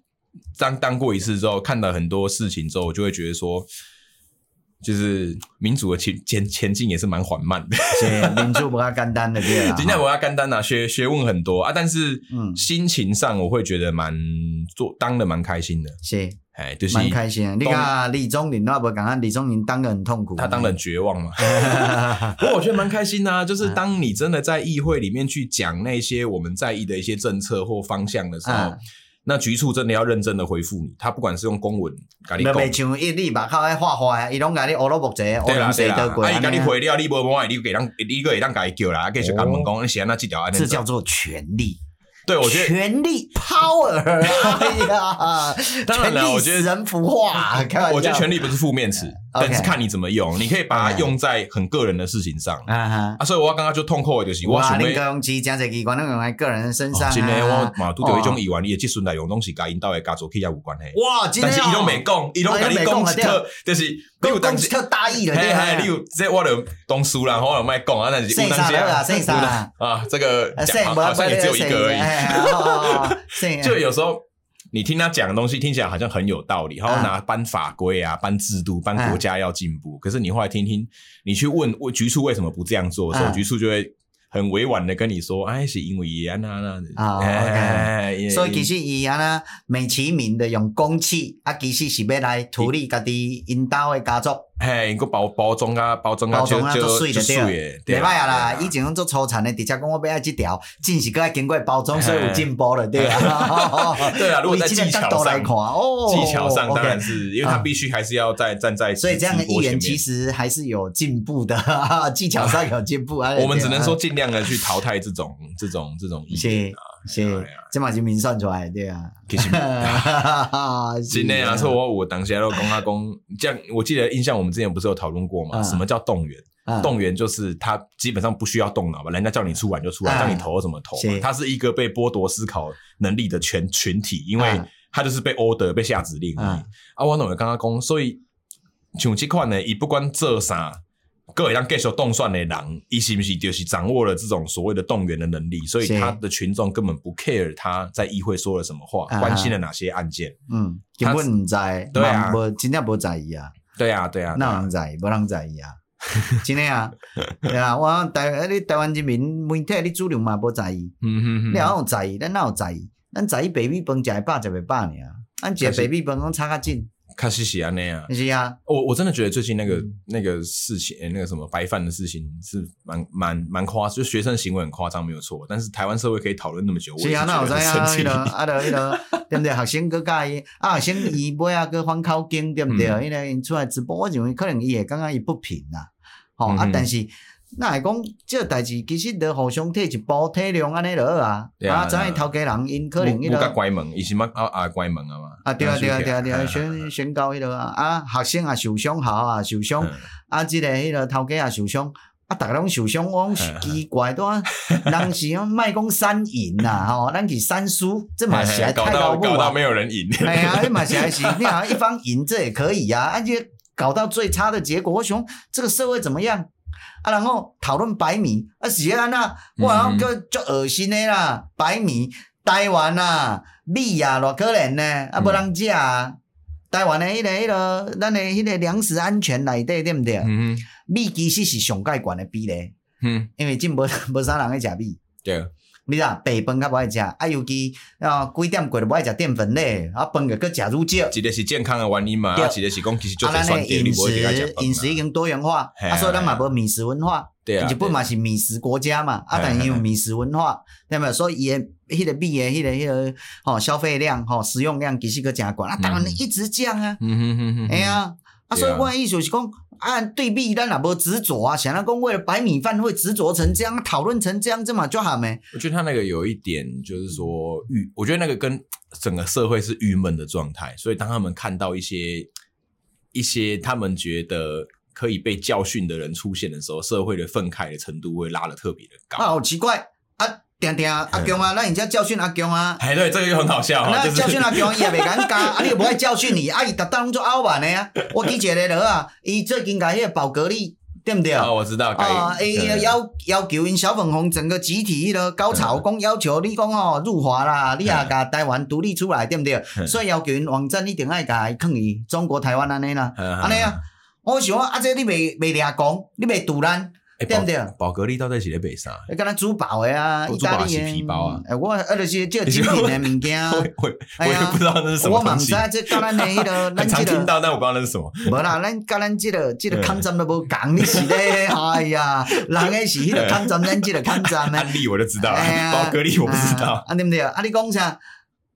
[SPEAKER 2] 当当过一次之后，看到很多事情之后，我就会觉得说。就是民主的前前前进也是蛮缓慢的，
[SPEAKER 1] 是民主不较简单的对啦。
[SPEAKER 2] 今天我要干单啊，学学问很多啊，但是
[SPEAKER 1] 嗯
[SPEAKER 2] 心情上我会觉得蛮做当的蛮开心的，
[SPEAKER 1] 是
[SPEAKER 2] 哎，就是啊
[SPEAKER 1] 蛮开心的。你看李宗霖，那无讲啊，李宗霖当得很痛苦，
[SPEAKER 2] 他当得很 绝望嘛。
[SPEAKER 1] 啊，
[SPEAKER 2] 不过我觉得蛮开心的、啊，就是当你真的在议会里面去讲那些我们在意的一些政策或方向的时候，
[SPEAKER 1] 嗯
[SPEAKER 2] 那局处真的要认真的回复你。他不管是用公文咖喱
[SPEAKER 1] 就
[SPEAKER 2] 公，
[SPEAKER 1] 袂像一你目口爱画画的，伊拢甲你乌萝卜者，乌
[SPEAKER 2] 对啦
[SPEAKER 1] 龙蛇
[SPEAKER 2] 对啦
[SPEAKER 1] 倒，过
[SPEAKER 2] 啊伊咖
[SPEAKER 1] 安尼
[SPEAKER 2] 喱
[SPEAKER 1] 啊
[SPEAKER 2] 回了，你无满意，你给当你个也当咖喱叫啦，继续跟问讲你写那几条安尼
[SPEAKER 1] 这。叫做权力，
[SPEAKER 2] 对，我觉 得
[SPEAKER 1] 权力 power，哎呀，
[SPEAKER 2] 当
[SPEAKER 1] 权
[SPEAKER 2] 然了我
[SPEAKER 1] 力
[SPEAKER 2] 觉得
[SPEAKER 1] 使人腐化，开玩笑。
[SPEAKER 2] 我觉得权力不是负面词，
[SPEAKER 1] OK
[SPEAKER 2] 但是看你怎么用，你可以把它用在很个人的事情上。
[SPEAKER 1] 啊哈。
[SPEAKER 2] 啊，所以我刚刚就痛苦的就是，我
[SPEAKER 1] 哇，
[SPEAKER 2] 想
[SPEAKER 1] 恁
[SPEAKER 2] 要
[SPEAKER 1] 高雄市真侪机关拢用在个人的身上
[SPEAKER 2] 哦
[SPEAKER 1] 啊！
[SPEAKER 2] 真诶，我嘛拄着迄种
[SPEAKER 1] 哦
[SPEAKER 2] 意外，你诶即阵内容拢是甲因兜诶家族企业有关系。
[SPEAKER 1] 哇，真的
[SPEAKER 2] 但是伊拢
[SPEAKER 1] 哦
[SPEAKER 2] 未，讲，伊拢甲你讲一
[SPEAKER 1] 啊他
[SPEAKER 2] 套，就是你
[SPEAKER 1] 你
[SPEAKER 2] 有
[SPEAKER 1] 有
[SPEAKER 2] 当
[SPEAKER 1] 当
[SPEAKER 2] 时
[SPEAKER 1] 时，特大意了，
[SPEAKER 2] 嘿
[SPEAKER 1] 对
[SPEAKER 2] 嘿，你
[SPEAKER 1] 啊，
[SPEAKER 2] 有这我就当事啦，我就莫讲啊，但是有
[SPEAKER 1] 姓
[SPEAKER 2] 当
[SPEAKER 1] 啥
[SPEAKER 2] 时
[SPEAKER 1] 了啦，
[SPEAKER 2] 啊
[SPEAKER 1] 姓啥啦？
[SPEAKER 2] 啊，这个
[SPEAKER 1] 呃
[SPEAKER 2] 讲好好像也只有一个而已。
[SPEAKER 1] 已，姓
[SPEAKER 2] 就有时候你听他讲的东西听起来好像很有道理，然后
[SPEAKER 1] 嗯
[SPEAKER 2] 拿搬法规啊、搬制度、搬国家要进步，可是你后来听听，你去问问局处为什么不这样做的时候，
[SPEAKER 1] 嗯
[SPEAKER 2] 局处就会很委婉的跟你说，哎，是因为啊那那
[SPEAKER 1] 哦，OK
[SPEAKER 2] 哎
[SPEAKER 1] 所以其实伊安那美其名的用公器，啊，其实是要来处理家己因兜的家族，
[SPEAKER 2] 嘿，个包包装啊，包装啊，
[SPEAKER 1] 包
[SPEAKER 2] 就
[SPEAKER 1] 装啊，
[SPEAKER 2] 就
[SPEAKER 1] 做
[SPEAKER 2] 就
[SPEAKER 1] 水就对了
[SPEAKER 2] 水的，对
[SPEAKER 1] 袂
[SPEAKER 2] 啊
[SPEAKER 1] 歹啊啦，
[SPEAKER 2] 对。
[SPEAKER 1] 以前拢做粗残的，直接讲我要爱即条，真是搁爱经过包装，所以有进步了，对啊
[SPEAKER 2] 对啊，如果在
[SPEAKER 1] 以
[SPEAKER 2] 技
[SPEAKER 1] 这个角
[SPEAKER 2] 巧
[SPEAKER 1] 度来
[SPEAKER 2] 上
[SPEAKER 1] 看，，哦，
[SPEAKER 2] 技巧上
[SPEAKER 1] OK
[SPEAKER 2] 当然是因为他
[SPEAKER 1] 啊
[SPEAKER 2] 必须还是要在站在
[SPEAKER 1] 所以这样的
[SPEAKER 2] 直
[SPEAKER 1] 议
[SPEAKER 2] 播前
[SPEAKER 1] 员
[SPEAKER 2] 面
[SPEAKER 1] 其实还是有进步的，技巧上有进步啊。
[SPEAKER 2] 我们只能说尽量的去淘汰这种这种这种意
[SPEAKER 1] 是
[SPEAKER 2] 见啊，
[SPEAKER 1] 是
[SPEAKER 2] 哎呀，
[SPEAKER 1] 这嘛是民算出来的对 啊。
[SPEAKER 2] 其实
[SPEAKER 1] 是
[SPEAKER 2] 真的啊，所以我我当时都跟他讲，这样我记得印象我们之前不是有讨论过嘛，
[SPEAKER 1] 嗯
[SPEAKER 2] 什么叫动员？
[SPEAKER 1] 啊
[SPEAKER 2] 动员就是他基本上不需要动脑吧，人家叫你出完就出来，
[SPEAKER 1] 嗯
[SPEAKER 2] 叫你投就怎么投嘛
[SPEAKER 1] 是
[SPEAKER 2] 他是一个被剥夺思考能力的全群体，因为
[SPEAKER 1] 嗯
[SPEAKER 2] 他就是被 order 被下指令而已
[SPEAKER 1] 嗯
[SPEAKER 2] 啊。我懂了，刚刚讲，所以像这款呢，伊不管做啥，各会当继续动算的人，伊是不是就是掌握了这种所谓的动员的能力，所以
[SPEAKER 1] 是
[SPEAKER 2] 他的群众根本不 care 他在议会说了什么话，
[SPEAKER 1] 啊哈
[SPEAKER 2] 关心了哪些案件。
[SPEAKER 1] 嗯，根本毋知，
[SPEAKER 2] 对啊
[SPEAKER 1] 嘛无真正无在意啊，
[SPEAKER 2] 对啊，对啊，对
[SPEAKER 1] 哪有
[SPEAKER 2] 啊
[SPEAKER 1] 人在意，无人在意啊， 真诶啊，对啊，我台你台湾人民媒体你主流嘛无在意，
[SPEAKER 2] 嗯哼
[SPEAKER 1] 你哪有在意，咱哪有在意，咱在意白米饭食会饱食袂饱尔，啊咱一个白米饭拢差较紧，
[SPEAKER 2] 卡西西安那样。
[SPEAKER 1] 是啊，
[SPEAKER 2] 我我真的觉得最近那个、
[SPEAKER 1] 嗯
[SPEAKER 2] 那个事情，呃那个什么白饭的事情是蛮蛮蛮夸，就学生行为很夸张，没有错。但是台湾社会可以讨论那么久，我
[SPEAKER 1] 是
[SPEAKER 2] 也
[SPEAKER 1] 啊，
[SPEAKER 2] 觉
[SPEAKER 1] 哪
[SPEAKER 2] 得
[SPEAKER 1] 有知
[SPEAKER 2] 很
[SPEAKER 1] 影
[SPEAKER 2] 生
[SPEAKER 1] 迄
[SPEAKER 2] 气。
[SPEAKER 1] 落啊，着迄落对毋对？学生佫介意，啊，学生伊尾啊佫反口径对毋对？
[SPEAKER 2] 嗯
[SPEAKER 1] 迄个因出来直播，我认为可能伊会感觉伊不平啦，吼
[SPEAKER 2] 嗯
[SPEAKER 1] 啊
[SPEAKER 2] 哼，
[SPEAKER 1] 但是。那会讲，即代志其实着互相体一步体谅安尼落啊，
[SPEAKER 2] 对啊
[SPEAKER 1] 啊，知影头家人因可能迄
[SPEAKER 2] 不
[SPEAKER 1] 落
[SPEAKER 2] 不关门，以前嘛啊啊关门啊嘛。
[SPEAKER 1] 啊，对啊，对啊，对啊，对啊，
[SPEAKER 2] 嗯
[SPEAKER 1] 选选到迄落啊，啊，学生也受伤，校啊受
[SPEAKER 2] 嗯
[SPEAKER 1] 伤，啊，即个迄落头家也受伤，啊，逐个拢受伤，我讲是奇怪，对 啊，人是讲莫讲三赢啦，吼，咱是三输，这嘛实在
[SPEAKER 2] 搞
[SPEAKER 1] 太
[SPEAKER 2] 到
[SPEAKER 1] 老母
[SPEAKER 2] 搞到
[SPEAKER 1] 啊
[SPEAKER 2] 没，有 人赢。
[SPEAKER 1] 哎呀，这嘛实在是， 你好像一方赢这也可以啊，啊，且搞到最差的结果，我想这个社会怎么样？啊，然后讨论白米，啊，是安那，
[SPEAKER 2] 嗯
[SPEAKER 1] 我好像个足恶心的啦，白米，台湾啊，米啊，偌可怜呢，啊，无人食啊。台湾的迄、个、迄、个，咱的迄个粮食安全内底对毋对？
[SPEAKER 2] 嗯哼
[SPEAKER 1] 米其实是上盖悬的比例，
[SPEAKER 2] 嗯，
[SPEAKER 1] 因为真 无无啥人爱食米。
[SPEAKER 2] 对，
[SPEAKER 1] 你知影白饭较无爱食，啊尤其啊几点过就无爱食淀粉类，啊饭个搁食愈少。
[SPEAKER 2] 一个是健康的原因嘛，
[SPEAKER 1] 对
[SPEAKER 2] 啊，一个是讲其实就
[SPEAKER 1] 啊，
[SPEAKER 2] 是
[SPEAKER 1] 咱
[SPEAKER 2] 算
[SPEAKER 1] 的
[SPEAKER 2] 定，你
[SPEAKER 1] 饮
[SPEAKER 2] 不会给他讲
[SPEAKER 1] 食
[SPEAKER 2] 饭啊
[SPEAKER 1] 饮食已经多元化，
[SPEAKER 2] 嘿
[SPEAKER 1] 啊，所以
[SPEAKER 2] 啊
[SPEAKER 1] 咱嘛无米食文化，
[SPEAKER 2] 对啊，
[SPEAKER 1] 日本嘛是米食国家嘛，啊，
[SPEAKER 2] 嘿
[SPEAKER 1] 但伊有
[SPEAKER 2] 嘿
[SPEAKER 1] 米食文化，对没有？所以伊的迄个米的迄个迄个吼消费量吼使用量其实个诚悬，啊，台湾
[SPEAKER 2] 嗯
[SPEAKER 1] 一直降啊，
[SPEAKER 2] 对，嗯哼哼哼，
[SPEAKER 1] 哎呀，啊，
[SPEAKER 2] 对啊
[SPEAKER 1] 所以我的意思是讲，啊，对米咱也无执着啊，想要讲为了白米饭会执着成这样，讨论成这样，这嘛就好没？
[SPEAKER 2] 我觉得他那个有一点就是说郁，我觉得那个跟整个社会是郁闷的状态，所以当他们看到一些一些他们觉得可以被教训的人出现的时候，社会的愤慨的程度会拉的特别的
[SPEAKER 1] 啊，
[SPEAKER 2] 高。
[SPEAKER 1] 好奇怪啊，定定阿强啊，咱人家教训阿强啊。
[SPEAKER 2] 哎，对，这个又很好笑啊，
[SPEAKER 1] 那
[SPEAKER 2] 就是
[SPEAKER 1] 教训阿强伊也袂敢教， 啊，你又无爱教训伊，啊，伊逐当拢做傲慢的啊。我记一个落啊，伊最近甲迄个宝格丽，对毋对？
[SPEAKER 2] 哦，我知道，该
[SPEAKER 1] 啊，伊
[SPEAKER 2] 对
[SPEAKER 1] 要要求因小粉红整个集体迄落高潮，讲要求你讲哦入华啦，你也甲台湾独立出来，对毋对？
[SPEAKER 2] 嗯
[SPEAKER 1] 所以要求因网站一定爱甲伊囥伊中国台湾安尼啦，
[SPEAKER 2] 嗯
[SPEAKER 1] 安尼啊。我想啊，这你袂袂掠讲，你袂堵咱，
[SPEAKER 2] 哎
[SPEAKER 1] 对不
[SPEAKER 2] 宝
[SPEAKER 1] 对
[SPEAKER 2] 宝格丽到底是在北啥？
[SPEAKER 1] 你敢若珠宝的啊，
[SPEAKER 2] 我
[SPEAKER 1] 意
[SPEAKER 2] 珠宝
[SPEAKER 1] 大利
[SPEAKER 2] 是
[SPEAKER 1] 的
[SPEAKER 2] 皮包啊。
[SPEAKER 1] 哎，我啊，就是 这
[SPEAKER 2] 你
[SPEAKER 1] 精
[SPEAKER 2] 是
[SPEAKER 1] 品的物件啊
[SPEAKER 2] 我。我我
[SPEAKER 1] 哎
[SPEAKER 2] 也
[SPEAKER 1] 呀
[SPEAKER 2] 不知道那是什
[SPEAKER 1] 我
[SPEAKER 2] 么
[SPEAKER 1] 嘛
[SPEAKER 2] 东
[SPEAKER 1] 毋知啊
[SPEAKER 2] 西，
[SPEAKER 1] 这甲咱的迄 落，咱
[SPEAKER 2] 很
[SPEAKER 1] 即
[SPEAKER 2] 常听
[SPEAKER 1] 个。
[SPEAKER 2] 到，但我不知道那是什么。
[SPEAKER 1] 无啦，咱甲咱即个即个抗战都无共，你是咧，哎呀，人诶是迄个抗战，咱即个抗战诶。
[SPEAKER 2] 案例我就知道了
[SPEAKER 1] 哎，呀
[SPEAKER 2] 宝格 丽我不知
[SPEAKER 1] 啊
[SPEAKER 2] 道。，
[SPEAKER 1] 啊对不对？啊，你讲啥？